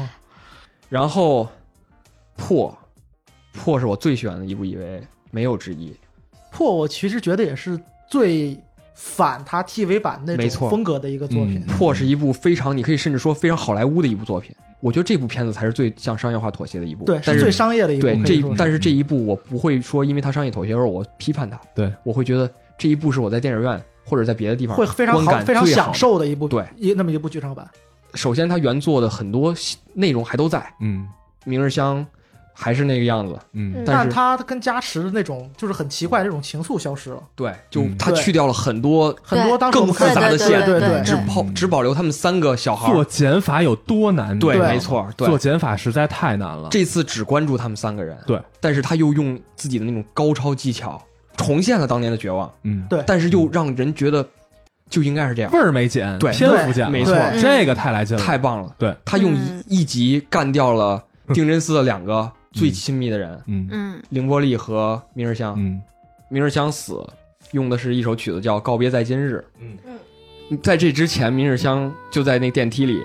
[SPEAKER 3] 然后破破是我最喜欢的一部 EVA，没有之一。
[SPEAKER 4] 破我其实觉得也是最反他 TV 版那
[SPEAKER 3] 没错
[SPEAKER 4] 种风格的一个作品
[SPEAKER 2] 嗯。
[SPEAKER 3] 破是一部非常，你可以甚至说非常好莱坞的一部作品。我觉得这部片子才是最向商业化妥协的一部。
[SPEAKER 4] 对，
[SPEAKER 3] 但
[SPEAKER 4] 最
[SPEAKER 3] 是
[SPEAKER 4] 嗯商业的一部。
[SPEAKER 3] 对
[SPEAKER 4] 可
[SPEAKER 3] 这
[SPEAKER 4] 以说，
[SPEAKER 3] 但是这一部我不会说因为它商业妥协而我批判它，
[SPEAKER 2] 对
[SPEAKER 3] 我会觉得这一部是我在电影院或者在别的地方
[SPEAKER 4] 会非常
[SPEAKER 3] 观
[SPEAKER 4] 好、
[SPEAKER 3] 感
[SPEAKER 4] 非常
[SPEAKER 3] 最好
[SPEAKER 4] 享受的一部，
[SPEAKER 3] 对，
[SPEAKER 4] 一那么一部剧场版。
[SPEAKER 3] 首先，它原作的很多内容还都在，《
[SPEAKER 2] 嗯
[SPEAKER 3] 明日香》还是那个样子，
[SPEAKER 2] 嗯
[SPEAKER 5] 嗯
[SPEAKER 3] 但
[SPEAKER 4] 但
[SPEAKER 3] 是
[SPEAKER 4] 它跟加持的那种就是很奇怪的这种情愫消失了，
[SPEAKER 3] 对，就
[SPEAKER 2] 嗯
[SPEAKER 3] 它去掉了很多
[SPEAKER 4] 很多当时我们
[SPEAKER 3] 更
[SPEAKER 4] 看
[SPEAKER 3] 复杂的线
[SPEAKER 4] 对
[SPEAKER 5] 对
[SPEAKER 3] 只
[SPEAKER 5] 对
[SPEAKER 3] 保只保留他们三个小孩
[SPEAKER 2] 做
[SPEAKER 3] 儿，
[SPEAKER 2] 减法有多难？
[SPEAKER 3] 对，
[SPEAKER 4] 对
[SPEAKER 3] 没错，对
[SPEAKER 2] 做。减法实在太难了。
[SPEAKER 3] 这次只关注他们三个人，
[SPEAKER 2] 啊对，
[SPEAKER 3] 但是他又用自己的那种高超技巧重现了当年的绝望，
[SPEAKER 2] 嗯，
[SPEAKER 4] 对
[SPEAKER 3] 但是又让人觉得就应该是这样，
[SPEAKER 2] 味儿没减，
[SPEAKER 3] 对
[SPEAKER 2] 篇幅减了，
[SPEAKER 3] 没错，
[SPEAKER 4] 对
[SPEAKER 2] 这个太来劲了，
[SPEAKER 3] 太棒了。
[SPEAKER 2] 对，
[SPEAKER 3] 他用
[SPEAKER 5] 嗯
[SPEAKER 3] 一一集干掉了丁真司的两个最亲密的人，
[SPEAKER 2] 嗯
[SPEAKER 5] 嗯
[SPEAKER 3] 凌波丽和明日香。
[SPEAKER 2] 嗯
[SPEAKER 3] 明日香死用的是一首曲子叫《告别在今日》。
[SPEAKER 2] 嗯
[SPEAKER 3] 在这之前，明日香就在那电梯里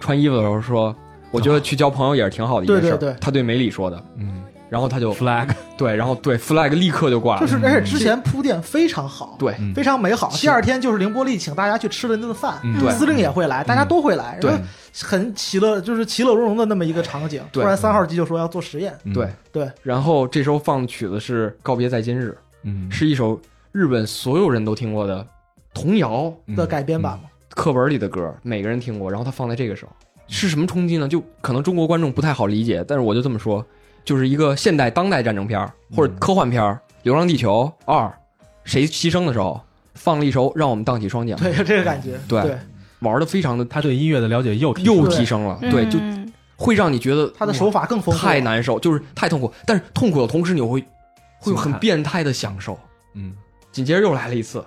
[SPEAKER 3] 穿衣服的时候说：“我觉得去交朋友也是挺好的一件事。
[SPEAKER 4] 对对对
[SPEAKER 3] 他对梅里说的。
[SPEAKER 2] 嗯
[SPEAKER 3] 然后他就
[SPEAKER 2] ，flag，
[SPEAKER 3] 对，然后对 flag 立刻就挂
[SPEAKER 4] 就 [LAUGHS]
[SPEAKER 3] 了。
[SPEAKER 4] 是而且之前铺垫非常好，
[SPEAKER 3] 对
[SPEAKER 2] 嗯
[SPEAKER 4] 非常美好。
[SPEAKER 3] 是
[SPEAKER 4] 第二天就是凌波丽请大家去吃了那顿饭，
[SPEAKER 2] 嗯
[SPEAKER 3] 对
[SPEAKER 4] 司令也会来，大家都会来，
[SPEAKER 3] 对
[SPEAKER 4] 然后很其乐，就是其乐融融的那么一个场景。突
[SPEAKER 3] 对
[SPEAKER 4] 然三号机就说要做实验，
[SPEAKER 2] 嗯
[SPEAKER 3] 对，
[SPEAKER 4] 对，
[SPEAKER 3] 然后这时候放的曲子是《告别在今日
[SPEAKER 2] 嗯》，
[SPEAKER 3] 是一首日本所有人都听过的童谣
[SPEAKER 4] 的改编版
[SPEAKER 2] 嗯
[SPEAKER 4] 嘛，
[SPEAKER 3] 课文里的歌，每个人听过。然后他放在这个时候是什么冲击呢？就可能中国观众不太好理解，但是我就这么说，就是一个现代当代战争片儿或者科幻片儿，流浪地球二》，谁牺牲的时候放了一首《让我们荡起双桨》，
[SPEAKER 4] 对，这个感觉，
[SPEAKER 3] 嗯对
[SPEAKER 4] 对，
[SPEAKER 3] 玩的非常的
[SPEAKER 2] 他对音乐的了解又提升
[SPEAKER 3] 又
[SPEAKER 2] 了
[SPEAKER 3] 提升了，对，就
[SPEAKER 5] 嗯
[SPEAKER 3] 会让你觉得
[SPEAKER 4] 他的手法更丰
[SPEAKER 3] 哇
[SPEAKER 4] 富，
[SPEAKER 3] 太，难受，就是太痛苦。但是痛苦的同时，你会会有很变态的享受。
[SPEAKER 2] 嗯
[SPEAKER 3] 紧接着又来了一次，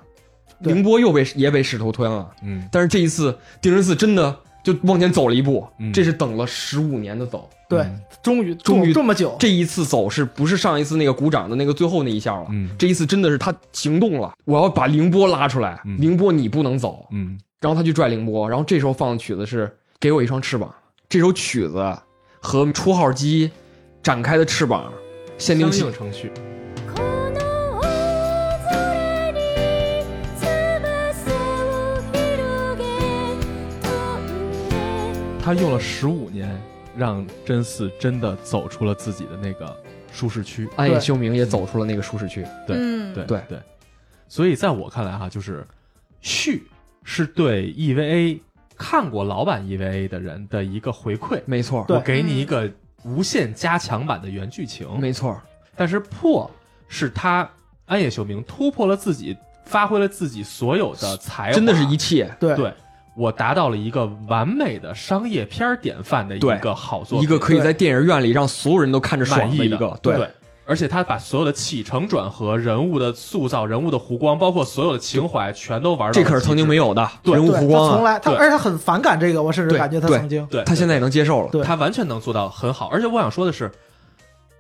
[SPEAKER 4] 对
[SPEAKER 3] 凌波又被也被使徒吞了。
[SPEAKER 2] 嗯
[SPEAKER 3] 但是这一次，定人寺真的就往前走了一步，
[SPEAKER 2] 嗯
[SPEAKER 3] 这是等了十五年的走。
[SPEAKER 4] 对
[SPEAKER 2] 嗯，
[SPEAKER 4] 终于
[SPEAKER 3] 终于
[SPEAKER 4] 这么久，
[SPEAKER 3] 这一次走是不是上一次那个鼓掌的那个最后那一下了？
[SPEAKER 2] 嗯
[SPEAKER 3] 这一次真的是他行动了，我要把凌波拉出来，
[SPEAKER 2] 嗯
[SPEAKER 3] 凌波你不能走。
[SPEAKER 2] 嗯
[SPEAKER 3] 然后他去拽凌波，然后这时候放的曲子是《给我一双翅膀》，这首曲子和初号机展开的翅膀限定
[SPEAKER 2] 相
[SPEAKER 3] 器
[SPEAKER 2] 应程序，
[SPEAKER 6] 「この大空に翼を広げ飛んで」
[SPEAKER 2] 他用了十五年让真嗣真的走出了自己的那个舒适区，
[SPEAKER 3] 安野秀明也走出了那个舒适区。
[SPEAKER 2] 对
[SPEAKER 5] 嗯
[SPEAKER 2] 对
[SPEAKER 3] 对
[SPEAKER 2] 对，所以在我看来哈，就是续是对 EVA 看过老版 EVA 的人的一个回馈，
[SPEAKER 3] 没错，
[SPEAKER 4] 对
[SPEAKER 2] 我给你一个无限加强版的原剧情。
[SPEAKER 3] 没错，
[SPEAKER 2] 但是破是他安野秀明突破了自己，发挥了自己所有的
[SPEAKER 4] 哎
[SPEAKER 2] 才华，
[SPEAKER 3] 真的是一切
[SPEAKER 4] 对
[SPEAKER 2] 对。我达到了一个完美的商业片儿典范的一
[SPEAKER 3] 对
[SPEAKER 2] 个好作品，
[SPEAKER 3] 一个可以在电影院里让所有人都看着
[SPEAKER 2] 满
[SPEAKER 3] 爽
[SPEAKER 2] 意
[SPEAKER 3] 的一
[SPEAKER 2] 的
[SPEAKER 3] 个。
[SPEAKER 2] 对。而且他把所有的起承转合、人物的塑造、人物的弧光，包括所有的情怀，全都玩到
[SPEAKER 3] 这可是曾经没
[SPEAKER 2] 有。
[SPEAKER 3] 有的
[SPEAKER 2] 对
[SPEAKER 3] 人物
[SPEAKER 4] 对，
[SPEAKER 3] 弧
[SPEAKER 4] 他
[SPEAKER 3] 光啊！
[SPEAKER 4] 从来他，
[SPEAKER 2] 对
[SPEAKER 4] 而且他很反感这个，我甚至
[SPEAKER 3] 对
[SPEAKER 4] 感觉他
[SPEAKER 3] 对
[SPEAKER 4] 曾经
[SPEAKER 2] 对，
[SPEAKER 3] 他现在也能接受了。
[SPEAKER 4] 对
[SPEAKER 2] 他完全能做到很好。而且我想说的是，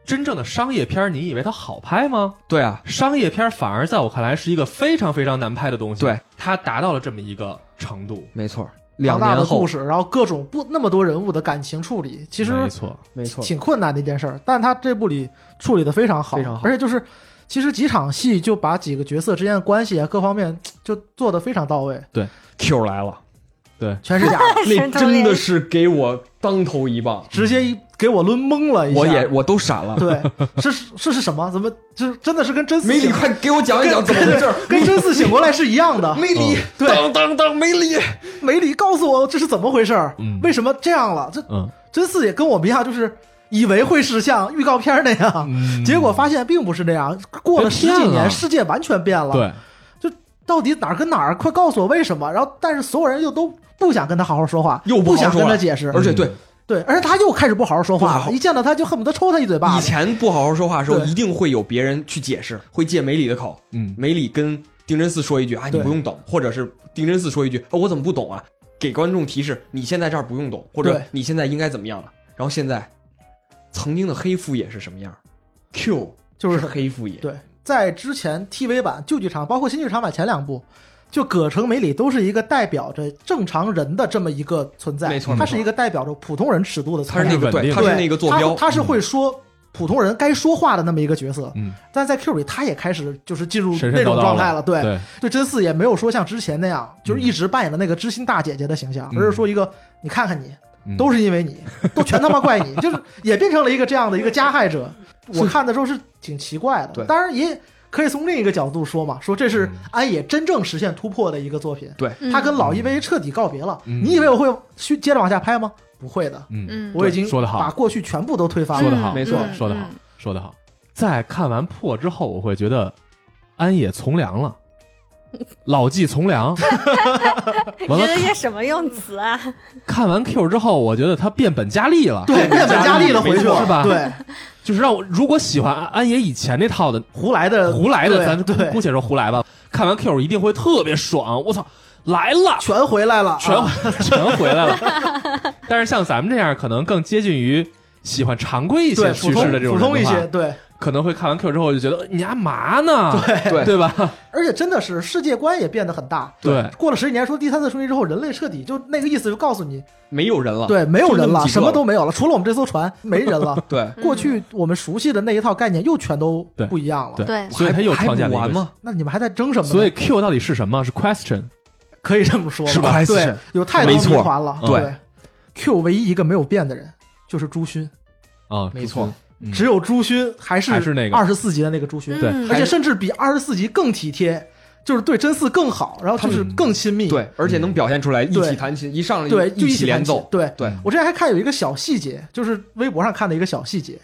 [SPEAKER 2] 真正的商业片儿，你以为它好拍吗？
[SPEAKER 3] 对啊，
[SPEAKER 2] 商业片儿反而在我看来是一个非常非常难拍的东西。
[SPEAKER 3] 对，
[SPEAKER 2] 它达到了这么一个程度。
[SPEAKER 3] 没错，
[SPEAKER 4] 庞
[SPEAKER 3] 两
[SPEAKER 4] 大
[SPEAKER 3] 年
[SPEAKER 4] 的故
[SPEAKER 3] 后，
[SPEAKER 4] 事，然后各种不那么多人物的感情处理，其实
[SPEAKER 2] 没错，
[SPEAKER 3] 没错，
[SPEAKER 4] 挺困难的一件事儿，但他这部里处理的非常好，
[SPEAKER 3] 非常好
[SPEAKER 4] 而且就是其实几场戏就把几个角色之间的关系啊各方面就做的非常到位，
[SPEAKER 3] Q 来了，
[SPEAKER 2] 对，
[SPEAKER 4] 全是假 [LAUGHS]
[SPEAKER 3] [LAUGHS]
[SPEAKER 4] 的，
[SPEAKER 3] 那真的是给我当头一棒，
[SPEAKER 4] 直接一给我抡懵了一下，
[SPEAKER 3] 我也我都闪了。
[SPEAKER 4] 对，是是是什么？怎么这真的是跟真
[SPEAKER 3] 梅
[SPEAKER 4] 四
[SPEAKER 3] 里，
[SPEAKER 4] 醒
[SPEAKER 3] 快给我讲一讲怎么回事儿！
[SPEAKER 4] [LAUGHS] 跟真四醒过来是一样的？
[SPEAKER 3] 梅里，
[SPEAKER 4] 对
[SPEAKER 3] 当当当，梅里，
[SPEAKER 4] 梅里告诉我这是怎么回事儿
[SPEAKER 2] 嗯，
[SPEAKER 4] 为什么这样了？这
[SPEAKER 2] 嗯，
[SPEAKER 4] 真四也跟我们一样，就是以为会是像预告片那样。
[SPEAKER 3] 嗯
[SPEAKER 4] 结果发现并不是那样，过了十
[SPEAKER 2] 被
[SPEAKER 3] 哎
[SPEAKER 4] 几
[SPEAKER 2] 骗了
[SPEAKER 4] 年，世界完全变了。
[SPEAKER 2] 对，
[SPEAKER 4] 到底哪儿跟哪儿？快告诉我为什么！然后，但是所有人又都不想跟他好好说话，
[SPEAKER 3] 又不
[SPEAKER 4] 不
[SPEAKER 3] 好
[SPEAKER 4] 想
[SPEAKER 3] 说
[SPEAKER 4] 跟
[SPEAKER 3] 话
[SPEAKER 4] 他解释嗯
[SPEAKER 3] 而，且对，
[SPEAKER 4] 对，而且他又开始不好好说
[SPEAKER 3] 不
[SPEAKER 4] 话
[SPEAKER 3] 好
[SPEAKER 4] 了，一见到他就恨不得抽他一嘴巴
[SPEAKER 3] 以
[SPEAKER 4] 子。
[SPEAKER 3] 前不好好说话的时候，
[SPEAKER 4] 对
[SPEAKER 3] 一定会有别人去解释，会借梅里的口，
[SPEAKER 2] 嗯，
[SPEAKER 3] 梅里跟丁真寺说一句啊，你
[SPEAKER 4] 对
[SPEAKER 3] 不用懂，或者是丁真寺说一句啊，我怎么不懂啊？给观众提示，你现在这儿不用懂，或者
[SPEAKER 4] 对
[SPEAKER 3] 你现在应该怎么样了。然后现在，曾经的黑副野是什么样？Q
[SPEAKER 4] 就是
[SPEAKER 3] 黑副野，
[SPEAKER 4] 对在之前 TV 版旧剧场，包括新剧场版前两部，就葛城美里都是一个代表着正常人的这么一个存在，
[SPEAKER 3] 没错
[SPEAKER 4] 他
[SPEAKER 3] 没错
[SPEAKER 4] 是一个代表着普通人尺度的
[SPEAKER 3] 他
[SPEAKER 4] 存
[SPEAKER 3] 是
[SPEAKER 4] 在，
[SPEAKER 3] 那个
[SPEAKER 2] 稳定
[SPEAKER 3] 对，他
[SPEAKER 4] 对
[SPEAKER 3] 是那个坐标，嗯
[SPEAKER 4] 他他是会说普通人该说话的那么一个角色。
[SPEAKER 2] 嗯，
[SPEAKER 4] 但在 Q 里，他也开始就是进入
[SPEAKER 2] 神神
[SPEAKER 4] 那种
[SPEAKER 2] 叨叨
[SPEAKER 4] 状态
[SPEAKER 2] 了
[SPEAKER 4] 了，对，
[SPEAKER 2] 对，
[SPEAKER 4] 对真嗣也没有说像之前那样，就是一直扮演的那个知心大姐姐的形象，
[SPEAKER 2] 嗯
[SPEAKER 4] 而是说一个你看看你，
[SPEAKER 2] 嗯
[SPEAKER 4] 都是因为你，都全他妈怪你， [LAUGHS] 就是也变成了一个这样的一个加害者。我看的时候是挺奇怪的，
[SPEAKER 3] 对
[SPEAKER 4] 当然也可以从另一个角度说嘛，说这
[SPEAKER 2] 嗯
[SPEAKER 4] 是安野真正实现突破的一个作品，
[SPEAKER 3] 对
[SPEAKER 5] 嗯
[SPEAKER 4] 他跟老 EVA 彻底告别了。
[SPEAKER 2] 嗯
[SPEAKER 4] 你以为我会续接着往下拍吗？不会的，
[SPEAKER 2] 嗯，
[SPEAKER 5] 嗯，
[SPEAKER 4] 我已经
[SPEAKER 2] 说得好
[SPEAKER 4] 把过去全部都推翻
[SPEAKER 2] 说得
[SPEAKER 4] 了。
[SPEAKER 2] 好，
[SPEAKER 3] 没错
[SPEAKER 5] 嗯
[SPEAKER 2] 说得好
[SPEAKER 5] 嗯，
[SPEAKER 2] 说得好。在看完破之后，我会觉得安野从良了，老纪从良。 [LAUGHS] 完了
[SPEAKER 5] 这，些什么用词啊？
[SPEAKER 2] 看完 Q 之后，我觉得他变本加厉了，
[SPEAKER 4] 对，变本加厉了，回去了
[SPEAKER 2] 是吧？，
[SPEAKER 4] 对，
[SPEAKER 2] 就是让我如果喜欢安安野以前那套的
[SPEAKER 4] 胡来的
[SPEAKER 2] 胡来的，
[SPEAKER 4] 呃对
[SPEAKER 2] 咱
[SPEAKER 4] 对
[SPEAKER 2] 姑姑且说胡来吧。看完 Q 一定会特别爽，我操，来了，
[SPEAKER 4] 全回来了，
[SPEAKER 2] 全
[SPEAKER 4] [LAUGHS] 啊
[SPEAKER 2] 回全回来了。但是像咱们这样，可能更接近于喜欢常规一些
[SPEAKER 4] 对
[SPEAKER 2] 叙
[SPEAKER 4] 普
[SPEAKER 2] 事
[SPEAKER 4] 通
[SPEAKER 2] 的这种
[SPEAKER 4] 普
[SPEAKER 2] 人
[SPEAKER 4] 通一
[SPEAKER 2] 的话
[SPEAKER 4] 些，对。
[SPEAKER 2] 可能会看完 Q 之后就觉得呃你干嘛呢？
[SPEAKER 3] 对
[SPEAKER 2] 对吧？
[SPEAKER 4] 而且真的是世界观也变得很大。
[SPEAKER 2] 对
[SPEAKER 4] 过了十几年，说第三次冲击之后，人类彻底就那个意思，就告诉你，
[SPEAKER 3] 没有
[SPEAKER 2] 啊
[SPEAKER 3] 人了，
[SPEAKER 4] 对，没有人
[SPEAKER 3] 就那么
[SPEAKER 4] 了，
[SPEAKER 3] 几个。
[SPEAKER 4] 什么都没有了，除了我们这艘船，没人
[SPEAKER 2] [LAUGHS]
[SPEAKER 4] 了
[SPEAKER 3] 对，
[SPEAKER 4] 过去我们熟悉的那一套概念又全都不一样了。
[SPEAKER 5] 对
[SPEAKER 2] 所以他又创建了
[SPEAKER 3] 还
[SPEAKER 2] 一
[SPEAKER 3] 不完
[SPEAKER 2] 个。
[SPEAKER 3] 吗？
[SPEAKER 4] 那你们还在争什么呢？
[SPEAKER 2] 所以 Q 到底是什么？是 question，
[SPEAKER 4] 可以这么说吧，
[SPEAKER 3] 是吧
[SPEAKER 4] 对，有太多
[SPEAKER 3] 没错
[SPEAKER 4] 谜团了。
[SPEAKER 2] 嗯
[SPEAKER 4] 对，Q 唯一一个没有变的人就是朱勋，
[SPEAKER 2] 啊，
[SPEAKER 3] 没错，
[SPEAKER 2] 嗯
[SPEAKER 4] 只有朱勋还是
[SPEAKER 2] 还是那个
[SPEAKER 4] 二十四集的那个朱勋，
[SPEAKER 2] 对
[SPEAKER 5] 嗯
[SPEAKER 4] 而且甚至比二十四集更体贴，就是对真嗣更好，然后就是
[SPEAKER 2] 他们
[SPEAKER 4] 更亲密。
[SPEAKER 3] 对，而且能表现出来一
[SPEAKER 4] 嗯对
[SPEAKER 3] 起弹琴，一上来
[SPEAKER 4] 对，就
[SPEAKER 3] 一
[SPEAKER 4] 一
[SPEAKER 3] 起
[SPEAKER 4] 弹
[SPEAKER 3] 连
[SPEAKER 4] 琴
[SPEAKER 3] 奏，
[SPEAKER 4] 对
[SPEAKER 3] 对
[SPEAKER 4] 我之前还看有一个小细节，就是微博上看的一个小细节，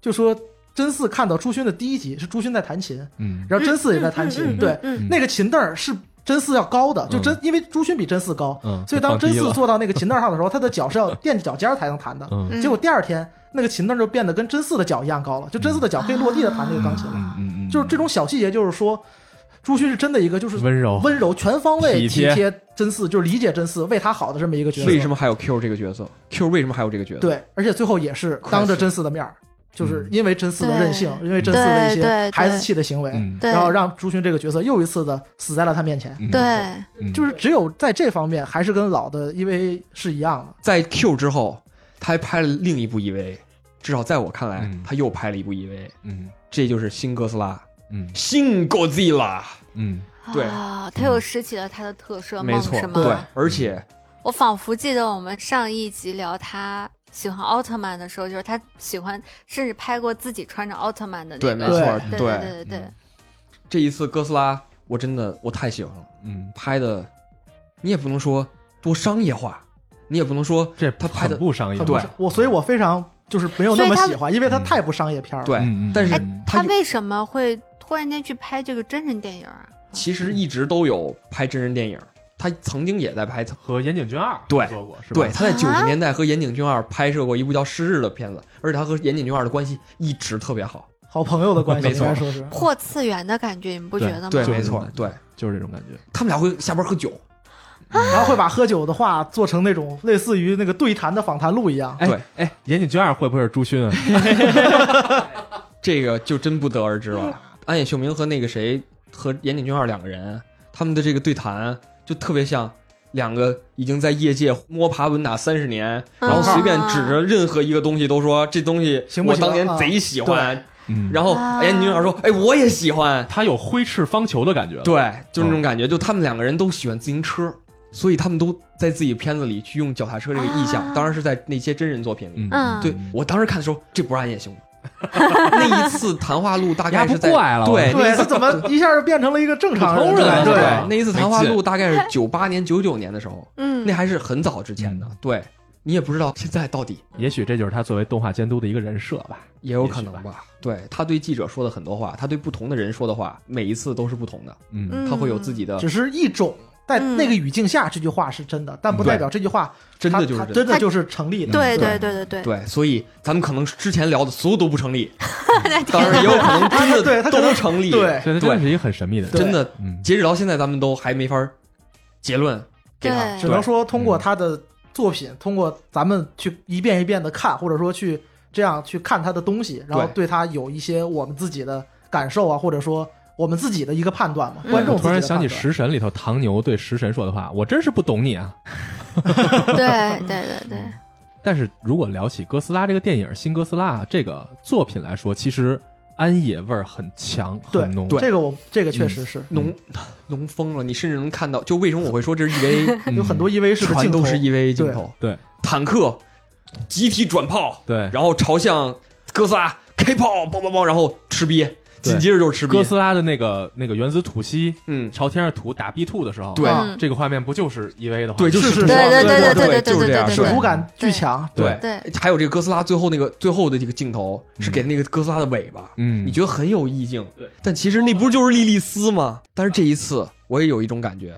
[SPEAKER 4] 就说真嗣看到朱勋的第一集是朱勋在弹琴，
[SPEAKER 2] 嗯，
[SPEAKER 4] 然后真嗣也在弹
[SPEAKER 5] 嗯
[SPEAKER 4] 琴，
[SPEAKER 5] 嗯嗯
[SPEAKER 4] 对，
[SPEAKER 5] 嗯
[SPEAKER 2] 嗯
[SPEAKER 4] 那个琴凳儿是真嗣要高的，就真、因为朱勋比真嗣高，
[SPEAKER 2] 嗯
[SPEAKER 4] 所以当真
[SPEAKER 2] 放低
[SPEAKER 4] 嗣
[SPEAKER 2] 了
[SPEAKER 4] 坐到那个琴凳上的时候，他的脚是要垫着脚尖儿才能弹的。
[SPEAKER 2] 嗯
[SPEAKER 5] 嗯
[SPEAKER 4] 结果第二天那个琴凳就变得跟真嗣的脚一样高了，就真嗣的脚可以落地的弹那个钢琴了。
[SPEAKER 2] 嗯嗯嗯，
[SPEAKER 4] 就是这种小细节，就是说朱勋是真的一个就是
[SPEAKER 2] 温柔
[SPEAKER 4] 温柔、全方位
[SPEAKER 2] 哦体
[SPEAKER 4] 体
[SPEAKER 2] 贴
[SPEAKER 4] 贴真嗣，就是理解真嗣，为他好的这么一个角色。
[SPEAKER 3] 为什么还有 Q 这个角色？Q 为什么还有这个角色？，
[SPEAKER 4] 对，而且最后也是当着真嗣的面儿，就是
[SPEAKER 2] 嗯
[SPEAKER 4] 因为真嗣的任性，因为真嗣的
[SPEAKER 5] 对对
[SPEAKER 4] 一些
[SPEAKER 5] 对
[SPEAKER 4] 孩子气的行为，
[SPEAKER 2] 嗯
[SPEAKER 5] 对
[SPEAKER 4] 然后让朱勋这个角色又一次的死在了他面前。
[SPEAKER 2] 嗯
[SPEAKER 5] 对，
[SPEAKER 2] 嗯
[SPEAKER 4] 就是只有在这方面，还是跟老的 EVA 是一样的。
[SPEAKER 3] 在 Q 之后，他还拍了另一部 EV，至少在我看来
[SPEAKER 2] 嗯，
[SPEAKER 3] 他又拍了一部 E EV，
[SPEAKER 2] 嗯
[SPEAKER 3] 这就是新哥斯拉，
[SPEAKER 2] 嗯
[SPEAKER 3] 新 Godzilla，
[SPEAKER 2] 嗯
[SPEAKER 3] 对
[SPEAKER 5] 啊，他又拾起了他的特摄
[SPEAKER 3] 没
[SPEAKER 5] 梦，
[SPEAKER 3] 错
[SPEAKER 5] 是，吗？
[SPEAKER 3] 对，而且
[SPEAKER 5] 我仿佛记得我们上一集聊他喜欢奥特曼的时候，就是他喜欢，甚至拍过自己穿着奥特曼的那
[SPEAKER 3] 对，
[SPEAKER 5] 个。
[SPEAKER 3] 没错，
[SPEAKER 5] 嗯对对对对对，
[SPEAKER 3] 这一次哥斯拉，我真的我太喜欢了，
[SPEAKER 2] 嗯，
[SPEAKER 3] 拍的，你也不能说多商业化，你也不能说
[SPEAKER 2] 这
[SPEAKER 3] 他拍的
[SPEAKER 2] 很不商业，
[SPEAKER 4] 很不是我，所以我非常就是没有那么喜欢，因为它
[SPEAKER 2] 嗯
[SPEAKER 4] 太不商业片儿了。
[SPEAKER 3] 对
[SPEAKER 2] 嗯嗯，
[SPEAKER 3] 但是
[SPEAKER 2] 哎
[SPEAKER 5] 他
[SPEAKER 3] 他
[SPEAKER 5] 为什么会突然间去拍这个真人电影啊？
[SPEAKER 3] 其实一直都有拍真人电影，他曾经也在拍，
[SPEAKER 2] 和岩井俊二
[SPEAKER 3] 对
[SPEAKER 2] 合作过是吧？
[SPEAKER 3] 对，他在
[SPEAKER 5] 啊
[SPEAKER 3] 九十年代和岩井俊二拍摄过一部叫《失日》的片子，而且他和岩井俊二的关系一直特别好，
[SPEAKER 4] 好朋友的关系
[SPEAKER 3] 没
[SPEAKER 4] 应
[SPEAKER 3] 错
[SPEAKER 4] 该说是。
[SPEAKER 5] 破次元的感觉，你们不觉得吗？
[SPEAKER 3] 对，
[SPEAKER 2] 就是
[SPEAKER 3] 没错
[SPEAKER 2] 那，
[SPEAKER 3] 对，
[SPEAKER 2] 就是这种感觉，
[SPEAKER 3] 他们俩会下班喝酒，
[SPEAKER 4] 然后会把喝酒的话做成那种类似于那个对谈的访谈录一样。
[SPEAKER 2] 哎
[SPEAKER 3] 对，
[SPEAKER 2] 哎，岩井俊二会不会是朱勋
[SPEAKER 4] [LAUGHS]
[SPEAKER 2] 啊？
[SPEAKER 3] 这个就真不得而知
[SPEAKER 5] 嗯
[SPEAKER 3] 了。安野秀明和那个谁和岩井俊二两个人，他们的这个对谈就特别像两个已经在业界摸爬滚打三十年，
[SPEAKER 5] 嗯
[SPEAKER 3] 然后随便指着任何一个东西都说这东西
[SPEAKER 4] 行不
[SPEAKER 3] 我
[SPEAKER 4] 行
[SPEAKER 3] 当年
[SPEAKER 4] 啊
[SPEAKER 3] 贼喜欢，
[SPEAKER 2] 嗯，
[SPEAKER 3] 然后
[SPEAKER 5] 啊
[SPEAKER 3] 岩井俊二说哎我也喜欢，
[SPEAKER 2] 他有挥斥方遒的感觉，，
[SPEAKER 3] 对，嗯就是那种感觉，就他们两个人都喜欢自行车。所以他们都在自己片子里去用脚踏车这个意象，
[SPEAKER 5] 啊
[SPEAKER 3] 当然是在那些真人作品里。
[SPEAKER 2] 嗯
[SPEAKER 5] 嗯
[SPEAKER 3] 对我当时看的时候，这不是暗
[SPEAKER 5] [LAUGHS]
[SPEAKER 3] 夜行吗？那一次谈话录大概是在
[SPEAKER 2] 压不怪了
[SPEAKER 3] 对那
[SPEAKER 4] 对，他怎么一下就变成了一个正常人？
[SPEAKER 2] 哎普通人
[SPEAKER 4] 对，
[SPEAKER 2] 对
[SPEAKER 3] 那一次谈话录大概是九八年、九九年的时候，
[SPEAKER 5] 嗯
[SPEAKER 3] 那还是很早之前的。
[SPEAKER 4] 嗯
[SPEAKER 3] 对你也不知道现在到底
[SPEAKER 2] 也许这就是他作为动画监督的一个人设吧，
[SPEAKER 3] 也有可能
[SPEAKER 2] 也许
[SPEAKER 3] 吧。对他对记者说的很多话，他对不同的人说的话，每一次都是不同的，
[SPEAKER 2] 嗯
[SPEAKER 3] 他会有自己的
[SPEAKER 4] 只是一种在那个语境下这句话是真的，但不代表这句话
[SPEAKER 3] 真
[SPEAKER 4] 它
[SPEAKER 3] 的就是
[SPEAKER 4] 它
[SPEAKER 3] 这
[SPEAKER 4] 真的就是成立的。
[SPEAKER 5] 对对对对 [LAUGHS] 对，
[SPEAKER 3] 对，所以咱们可能之前聊的所有都不
[SPEAKER 5] [LAUGHS]
[SPEAKER 3] 成立，当然也有可能真
[SPEAKER 4] [LAUGHS] 对
[SPEAKER 3] 的
[SPEAKER 4] 他可能
[SPEAKER 3] 都成立。
[SPEAKER 4] 对
[SPEAKER 2] 所以他真的是一个很神秘的人，
[SPEAKER 4] 对
[SPEAKER 3] 真的
[SPEAKER 2] 嗯
[SPEAKER 3] 截止到现在，咱们都还没法儿结论给他。
[SPEAKER 5] 对
[SPEAKER 4] 只能说通过他的作品，通过咱们去一遍一遍的看，或者说去这样去看他的东西，然后对他有一些我们自己的感受啊，或者说我们自己的一个判断嘛。
[SPEAKER 5] 嗯
[SPEAKER 4] 观众
[SPEAKER 2] 我
[SPEAKER 4] 自己
[SPEAKER 2] 突
[SPEAKER 4] 的
[SPEAKER 2] 然想起《
[SPEAKER 4] 判断
[SPEAKER 2] 食神》里头唐牛对食神说的话，我真是不懂你啊。
[SPEAKER 5] 对对对对，
[SPEAKER 2] 但是如果聊起哥斯拉这个电影《新哥斯拉》这个作品来说，其实安野味儿很强
[SPEAKER 4] 对
[SPEAKER 2] 很浓，
[SPEAKER 4] 这个我这个确
[SPEAKER 3] 嗯
[SPEAKER 4] 实是、
[SPEAKER 3] 浓
[SPEAKER 4] 嗯
[SPEAKER 3] 浓
[SPEAKER 4] [LAUGHS]
[SPEAKER 3] 疯了，你甚至能看到，就为什么我会说这是 EVA，
[SPEAKER 2] 嗯
[SPEAKER 4] 有很多 EV 式的镜
[SPEAKER 3] 全
[SPEAKER 4] 头
[SPEAKER 3] 都是 EVA 镜头，
[SPEAKER 2] 对，
[SPEAKER 3] 坦克集体转炮，
[SPEAKER 2] 对
[SPEAKER 3] 然后朝向哥斯拉开炮，梆梆梆，然后吃瘪，
[SPEAKER 2] 对
[SPEAKER 3] 紧接着就是吃
[SPEAKER 2] 哥
[SPEAKER 3] 瘪。
[SPEAKER 2] 斯拉的那个那个原子吐息
[SPEAKER 3] 嗯，
[SPEAKER 2] 朝天上吐打 B two 的时候，
[SPEAKER 3] 对
[SPEAKER 4] 啊
[SPEAKER 5] 嗯
[SPEAKER 2] 这个画面不就是 EV 的画面？
[SPEAKER 3] 嗯对，就是是
[SPEAKER 4] 对对对对
[SPEAKER 5] 对对
[SPEAKER 3] 就是这样，
[SPEAKER 5] 对
[SPEAKER 4] 水
[SPEAKER 5] 对
[SPEAKER 4] 浒感巨强，
[SPEAKER 2] 对
[SPEAKER 3] 对。
[SPEAKER 5] 对，
[SPEAKER 3] 还有这个哥斯拉最后那个最后的这个镜头是
[SPEAKER 2] 嗯
[SPEAKER 3] 给那个哥斯拉的尾巴，
[SPEAKER 2] 嗯，
[SPEAKER 3] 你觉得很有意境，
[SPEAKER 2] 对，
[SPEAKER 3] 但其实那不就是莉莉丝吗？但是这一次我也有一种感觉，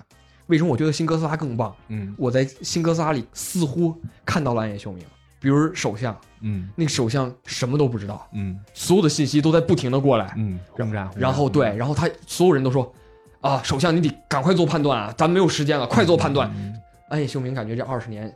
[SPEAKER 3] 为什么我觉得新哥斯拉更棒？
[SPEAKER 2] 嗯
[SPEAKER 3] 我在新哥斯拉里似乎看到了暗夜秀明，比如首相，
[SPEAKER 2] 嗯
[SPEAKER 3] 那个首相什么都不知道，
[SPEAKER 2] 嗯
[SPEAKER 3] 所有的信息都在不停的过来，
[SPEAKER 2] 嗯，轰炸，轰炸
[SPEAKER 3] 然后对，，然后他所有人都说。啊，首相，你得赶快做判断啊！咱们没有时间了，快做判断。
[SPEAKER 2] 嗯
[SPEAKER 3] 暗夜秀明感觉这二十年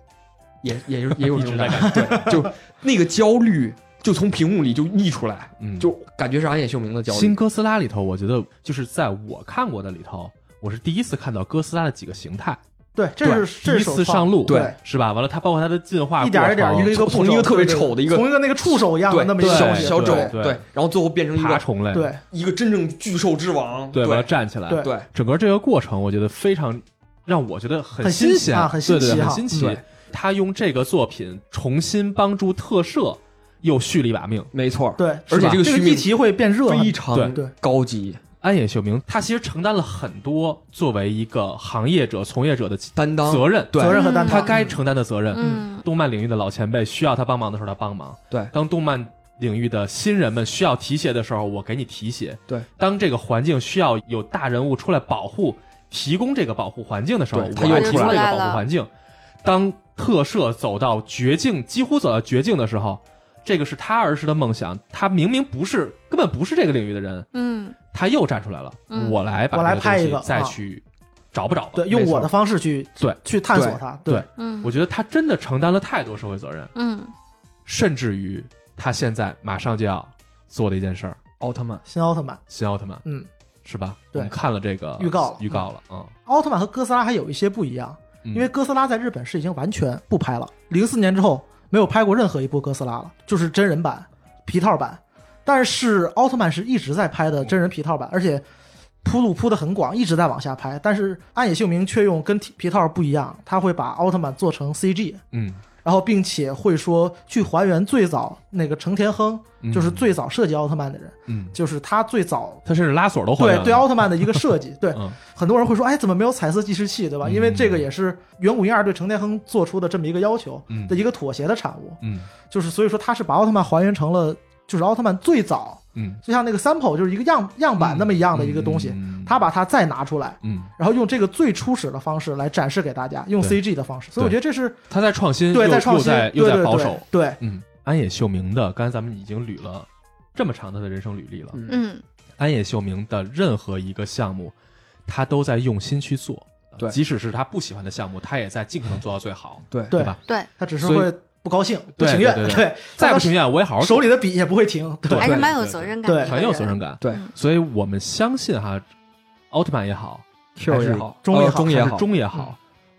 [SPEAKER 3] 也也
[SPEAKER 2] [LAUGHS]
[SPEAKER 3] 有也有
[SPEAKER 2] 一
[SPEAKER 3] 这
[SPEAKER 2] 直
[SPEAKER 3] 种感觉，对，就那个焦虑就从屏幕里就溢出来，
[SPEAKER 2] 嗯，
[SPEAKER 3] [LAUGHS] 就感觉是暗夜秀明的焦虑。
[SPEAKER 2] 新哥斯拉里头，我觉得就是在我看过的里头，我是第一次看到哥斯拉的几个形态，
[SPEAKER 4] 对，这是
[SPEAKER 2] 第
[SPEAKER 4] 这
[SPEAKER 2] 一
[SPEAKER 4] 是首
[SPEAKER 2] 次
[SPEAKER 4] 创
[SPEAKER 2] 上路，
[SPEAKER 4] 对，
[SPEAKER 2] 是吧？完了，它包括它的进化过程，
[SPEAKER 4] 一点一点一个一个
[SPEAKER 3] 从
[SPEAKER 4] 步骤，
[SPEAKER 3] 一个特别
[SPEAKER 4] 对对对
[SPEAKER 3] 丑的一个
[SPEAKER 4] 从一个那个触手一样的
[SPEAKER 3] 对，
[SPEAKER 4] 那么一个
[SPEAKER 3] 小
[SPEAKER 4] 东西
[SPEAKER 3] 小
[SPEAKER 2] 对
[SPEAKER 3] 丑，
[SPEAKER 2] 对
[SPEAKER 3] 对，然后最后变成一
[SPEAKER 2] 爬
[SPEAKER 3] 个
[SPEAKER 2] 虫类，
[SPEAKER 4] 对
[SPEAKER 3] 一个真正巨兽之王，
[SPEAKER 2] 对，
[SPEAKER 3] 对
[SPEAKER 2] 完了站起来，
[SPEAKER 4] 对
[SPEAKER 3] 对
[SPEAKER 2] 整个这个过程，我觉得非常让我觉得很
[SPEAKER 4] 很新
[SPEAKER 2] 新鲜，
[SPEAKER 4] 啊很新
[SPEAKER 2] 对对
[SPEAKER 4] 奇
[SPEAKER 2] 对
[SPEAKER 4] 哈
[SPEAKER 2] 很新奇。
[SPEAKER 4] 对
[SPEAKER 2] 他用这个作品重新帮助特摄又续了一把命。
[SPEAKER 3] 没错，
[SPEAKER 4] 对，
[SPEAKER 3] 而且这
[SPEAKER 4] 这
[SPEAKER 3] 个
[SPEAKER 4] 个
[SPEAKER 3] 虚
[SPEAKER 4] 议
[SPEAKER 3] 名
[SPEAKER 4] 题会变热，
[SPEAKER 3] 非
[SPEAKER 2] 对
[SPEAKER 3] 常
[SPEAKER 4] 对
[SPEAKER 3] 高级
[SPEAKER 2] 安野秀明他其实承担了很多作为一个行业者、从业者的
[SPEAKER 3] 担当，
[SPEAKER 2] 责任，对
[SPEAKER 4] 责任和担
[SPEAKER 5] 嗯
[SPEAKER 2] 他
[SPEAKER 4] 当。
[SPEAKER 2] 该承担的责任。
[SPEAKER 5] 嗯
[SPEAKER 2] 动漫领域的老前辈需要他帮忙的时候，他帮忙；
[SPEAKER 3] 对
[SPEAKER 2] 当动漫领域的新人们需要提携的时候，我给你提携；
[SPEAKER 3] 对，
[SPEAKER 2] 当这个环境需要有大人物出来保护、提供这个保护环境的时候，
[SPEAKER 3] 对
[SPEAKER 2] 我
[SPEAKER 3] 他又
[SPEAKER 2] 提供
[SPEAKER 3] 出
[SPEAKER 2] 这
[SPEAKER 5] 来
[SPEAKER 2] 个保
[SPEAKER 5] 了
[SPEAKER 2] 护环境。当特摄走到绝境，几乎走到绝境的时候，这个是他儿时的梦想，他明明不是，根本不是这个领域的人，
[SPEAKER 5] 嗯
[SPEAKER 2] 他又站出来了，
[SPEAKER 5] 嗯
[SPEAKER 2] 我来把
[SPEAKER 4] 我来
[SPEAKER 2] 这
[SPEAKER 4] 拍
[SPEAKER 2] 东
[SPEAKER 4] 一
[SPEAKER 2] 西
[SPEAKER 4] 个
[SPEAKER 2] 再
[SPEAKER 4] 啊
[SPEAKER 2] 去找不着吧，
[SPEAKER 4] 对，用
[SPEAKER 3] 没错
[SPEAKER 4] 我的方式去
[SPEAKER 2] 对
[SPEAKER 4] 去探索
[SPEAKER 3] 对
[SPEAKER 4] 它。
[SPEAKER 2] 对
[SPEAKER 5] 嗯，
[SPEAKER 2] 我觉得他真的承担了太多社会责任。
[SPEAKER 5] 嗯
[SPEAKER 2] 甚至于他现在马上就要做的一件事儿，
[SPEAKER 3] 奥特曼，
[SPEAKER 4] 新奥特曼，
[SPEAKER 2] 新奥特曼
[SPEAKER 4] 嗯，
[SPEAKER 2] 是吧？
[SPEAKER 4] 对
[SPEAKER 2] 我们看了这个
[SPEAKER 4] 预告了
[SPEAKER 2] 预告了啊，
[SPEAKER 4] 奥特曼和哥斯拉还有一些不一样，
[SPEAKER 2] 嗯
[SPEAKER 4] 因为哥斯拉在日本是已经完全不拍了，零四年之后没有拍过任何一部哥斯拉了，就是真人版、皮套版。但是奥特曼是一直在拍的真人皮套版，而且铺路铺的很广，一直在往下拍。但是暗野秀明却用跟皮套不一样，他会把奥特曼做成 CG，
[SPEAKER 2] 嗯，
[SPEAKER 4] 然后并且会说去还原最早那个成田亨，
[SPEAKER 2] 嗯
[SPEAKER 4] 就是最早设计奥特曼的人，
[SPEAKER 2] 嗯，
[SPEAKER 4] 就是他最早
[SPEAKER 2] 他甚至拉锁都还原
[SPEAKER 4] 对
[SPEAKER 2] 了
[SPEAKER 4] 对奥特曼的一个设计，对，
[SPEAKER 2] 嗯
[SPEAKER 4] 很多人会说，哎，怎么没有彩色计时器，对吧？
[SPEAKER 2] 嗯
[SPEAKER 4] 因为这个也是远古婴儿对成田亨做出的这么一个要求
[SPEAKER 2] 嗯
[SPEAKER 4] 的一个妥协的产物，
[SPEAKER 2] 嗯
[SPEAKER 4] 就是所以说他是把奥特曼还原成了，就是奥特曼最早
[SPEAKER 2] 嗯
[SPEAKER 4] 就像那个 sample 就是一个样样板那么一样的一个东西，，
[SPEAKER 2] 嗯
[SPEAKER 4] 他把它再拿出来，
[SPEAKER 2] 嗯，
[SPEAKER 4] 然后用这个最初始的方式来展示给大家，用
[SPEAKER 2] 对
[SPEAKER 4] CG 的方式，所以我
[SPEAKER 2] 对
[SPEAKER 4] 觉得这是
[SPEAKER 2] 他在创新，
[SPEAKER 4] 对
[SPEAKER 2] 又
[SPEAKER 4] 在创新，
[SPEAKER 2] 又在
[SPEAKER 4] 对
[SPEAKER 2] 又
[SPEAKER 4] 对
[SPEAKER 2] 在
[SPEAKER 4] 对
[SPEAKER 2] 保守
[SPEAKER 4] 对，对，
[SPEAKER 2] 嗯，安野秀明的，刚才咱们已经捋了这么长的他的人生履历了，
[SPEAKER 3] 嗯
[SPEAKER 5] 嗯
[SPEAKER 2] 安野秀明的任何一个项目，他都在用心去做。
[SPEAKER 3] 对
[SPEAKER 2] 即使是他不喜欢的项目，他也在尽可能做到最
[SPEAKER 4] [LAUGHS]
[SPEAKER 2] 好，
[SPEAKER 3] 对
[SPEAKER 4] 对
[SPEAKER 2] 吧？
[SPEAKER 5] 对，
[SPEAKER 4] 他只是
[SPEAKER 2] 所以
[SPEAKER 4] 会不高兴、不
[SPEAKER 2] 对
[SPEAKER 4] 情愿，
[SPEAKER 2] 对对
[SPEAKER 4] 对，
[SPEAKER 2] 再不情愿，我也好好
[SPEAKER 4] 手里的笔也不会停，对
[SPEAKER 2] 对
[SPEAKER 5] 还是蛮有
[SPEAKER 2] 对
[SPEAKER 5] 责
[SPEAKER 2] 对
[SPEAKER 5] 任感的一个人，
[SPEAKER 4] 对
[SPEAKER 2] 很有责任感。
[SPEAKER 3] 对
[SPEAKER 2] 所以我们相信哈，奥特曼也好，
[SPEAKER 3] ，Q 也
[SPEAKER 2] 是
[SPEAKER 3] 好，
[SPEAKER 4] 中也
[SPEAKER 3] 呃
[SPEAKER 4] 好
[SPEAKER 3] 中
[SPEAKER 2] 还
[SPEAKER 3] 也
[SPEAKER 2] 是
[SPEAKER 3] 好，
[SPEAKER 2] 中也
[SPEAKER 4] 嗯
[SPEAKER 2] 好，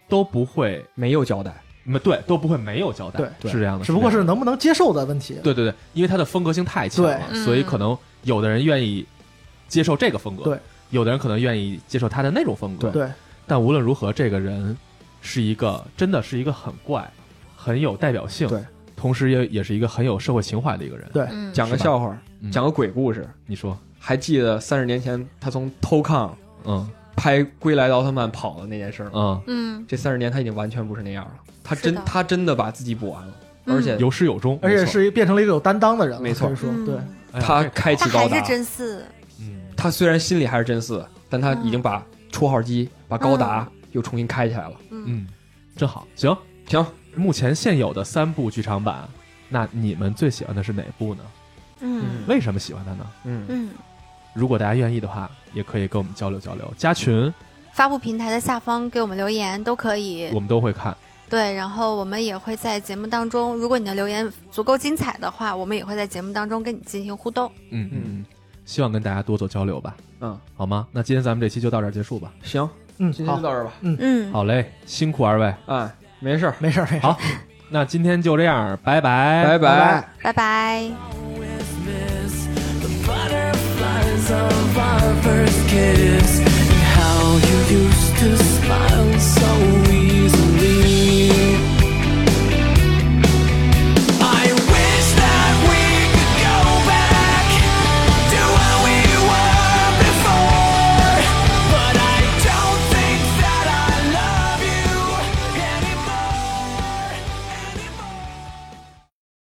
[SPEAKER 2] 都不会
[SPEAKER 3] 没有交代，
[SPEAKER 2] 没对，都不会没有交代，
[SPEAKER 4] 对
[SPEAKER 2] 啊
[SPEAKER 3] 对
[SPEAKER 2] 是这样的。
[SPEAKER 4] 只不过
[SPEAKER 2] 这
[SPEAKER 4] 是
[SPEAKER 2] 样的
[SPEAKER 4] 能不能接受的问题。
[SPEAKER 2] 对对对，因为他的风格性太强了，
[SPEAKER 5] 对
[SPEAKER 2] 所以
[SPEAKER 5] 嗯
[SPEAKER 2] 可能有的人愿意接受这个风格，
[SPEAKER 4] 对，
[SPEAKER 2] 有的人可能愿意接受他的那种风格，。
[SPEAKER 4] 对，
[SPEAKER 2] 但无论如何，这个人是一个真的是一个很怪，很有代表性，
[SPEAKER 3] 对，
[SPEAKER 2] 同时也也是一个很有社会情怀的一个人。
[SPEAKER 4] 对
[SPEAKER 5] 嗯，
[SPEAKER 3] 讲个
[SPEAKER 2] 是吧
[SPEAKER 3] 笑话
[SPEAKER 2] 嗯，
[SPEAKER 3] 讲个鬼故事。
[SPEAKER 2] 你说，
[SPEAKER 3] 还记得三十年前他从偷抗
[SPEAKER 2] 嗯
[SPEAKER 3] 拍《归来的奥特曼》跑的那件事儿吗？
[SPEAKER 2] 嗯，
[SPEAKER 5] 嗯
[SPEAKER 3] 这三十年他已经完全不是那样了，他真
[SPEAKER 5] 是的
[SPEAKER 3] 他真的把自己补完了，
[SPEAKER 5] 嗯
[SPEAKER 3] 而且
[SPEAKER 2] 有始有终，
[SPEAKER 4] 而
[SPEAKER 2] 没
[SPEAKER 4] 且
[SPEAKER 2] 错
[SPEAKER 4] 是变成了一个有担当的人了，
[SPEAKER 3] 没错
[SPEAKER 4] 可以说
[SPEAKER 5] 嗯
[SPEAKER 4] 对。
[SPEAKER 2] 哎呀
[SPEAKER 3] 他
[SPEAKER 2] 这个
[SPEAKER 3] 开
[SPEAKER 5] 他
[SPEAKER 3] 启高
[SPEAKER 5] 还是
[SPEAKER 3] 达，
[SPEAKER 5] 真四，
[SPEAKER 2] 嗯，
[SPEAKER 3] 他虽然心里还是真四，但他
[SPEAKER 5] 嗯
[SPEAKER 3] 已经把绰号机、把高达又重新开起来了。
[SPEAKER 5] 嗯
[SPEAKER 2] 嗯，真好，行。
[SPEAKER 3] 行，
[SPEAKER 2] 目前现有的三部剧场版，那你们最喜欢的是哪部呢？
[SPEAKER 5] 嗯
[SPEAKER 2] 为什么喜欢它呢？
[SPEAKER 3] 嗯，
[SPEAKER 5] 嗯，
[SPEAKER 2] 如果大家愿意的话，也可以跟我们交流交流，加群
[SPEAKER 5] 发布平台的下方给我们留言都可以，
[SPEAKER 2] 我们都会看。
[SPEAKER 5] 对，然后我们也会在节目当中，如果你的留言足够精彩的话，我们也会在节目当中跟你进行互动。
[SPEAKER 2] 嗯
[SPEAKER 3] 嗯
[SPEAKER 2] 嗯，希望跟大家多做交流吧，
[SPEAKER 3] 嗯，
[SPEAKER 2] 好吗？那今天咱们这期就到这儿结束吧。
[SPEAKER 3] 行，
[SPEAKER 4] 嗯，
[SPEAKER 3] 今天
[SPEAKER 4] 好
[SPEAKER 3] 就，到这儿吧。
[SPEAKER 5] 嗯，
[SPEAKER 2] 好嘞，辛苦二位，
[SPEAKER 3] 哎，没事儿，
[SPEAKER 4] 没事儿没事儿。
[SPEAKER 2] 好， [LAUGHS] 那今天就这样，拜拜，
[SPEAKER 3] 拜
[SPEAKER 4] 拜
[SPEAKER 5] 拜拜。
[SPEAKER 7] always miss the butterflies of our first kiss.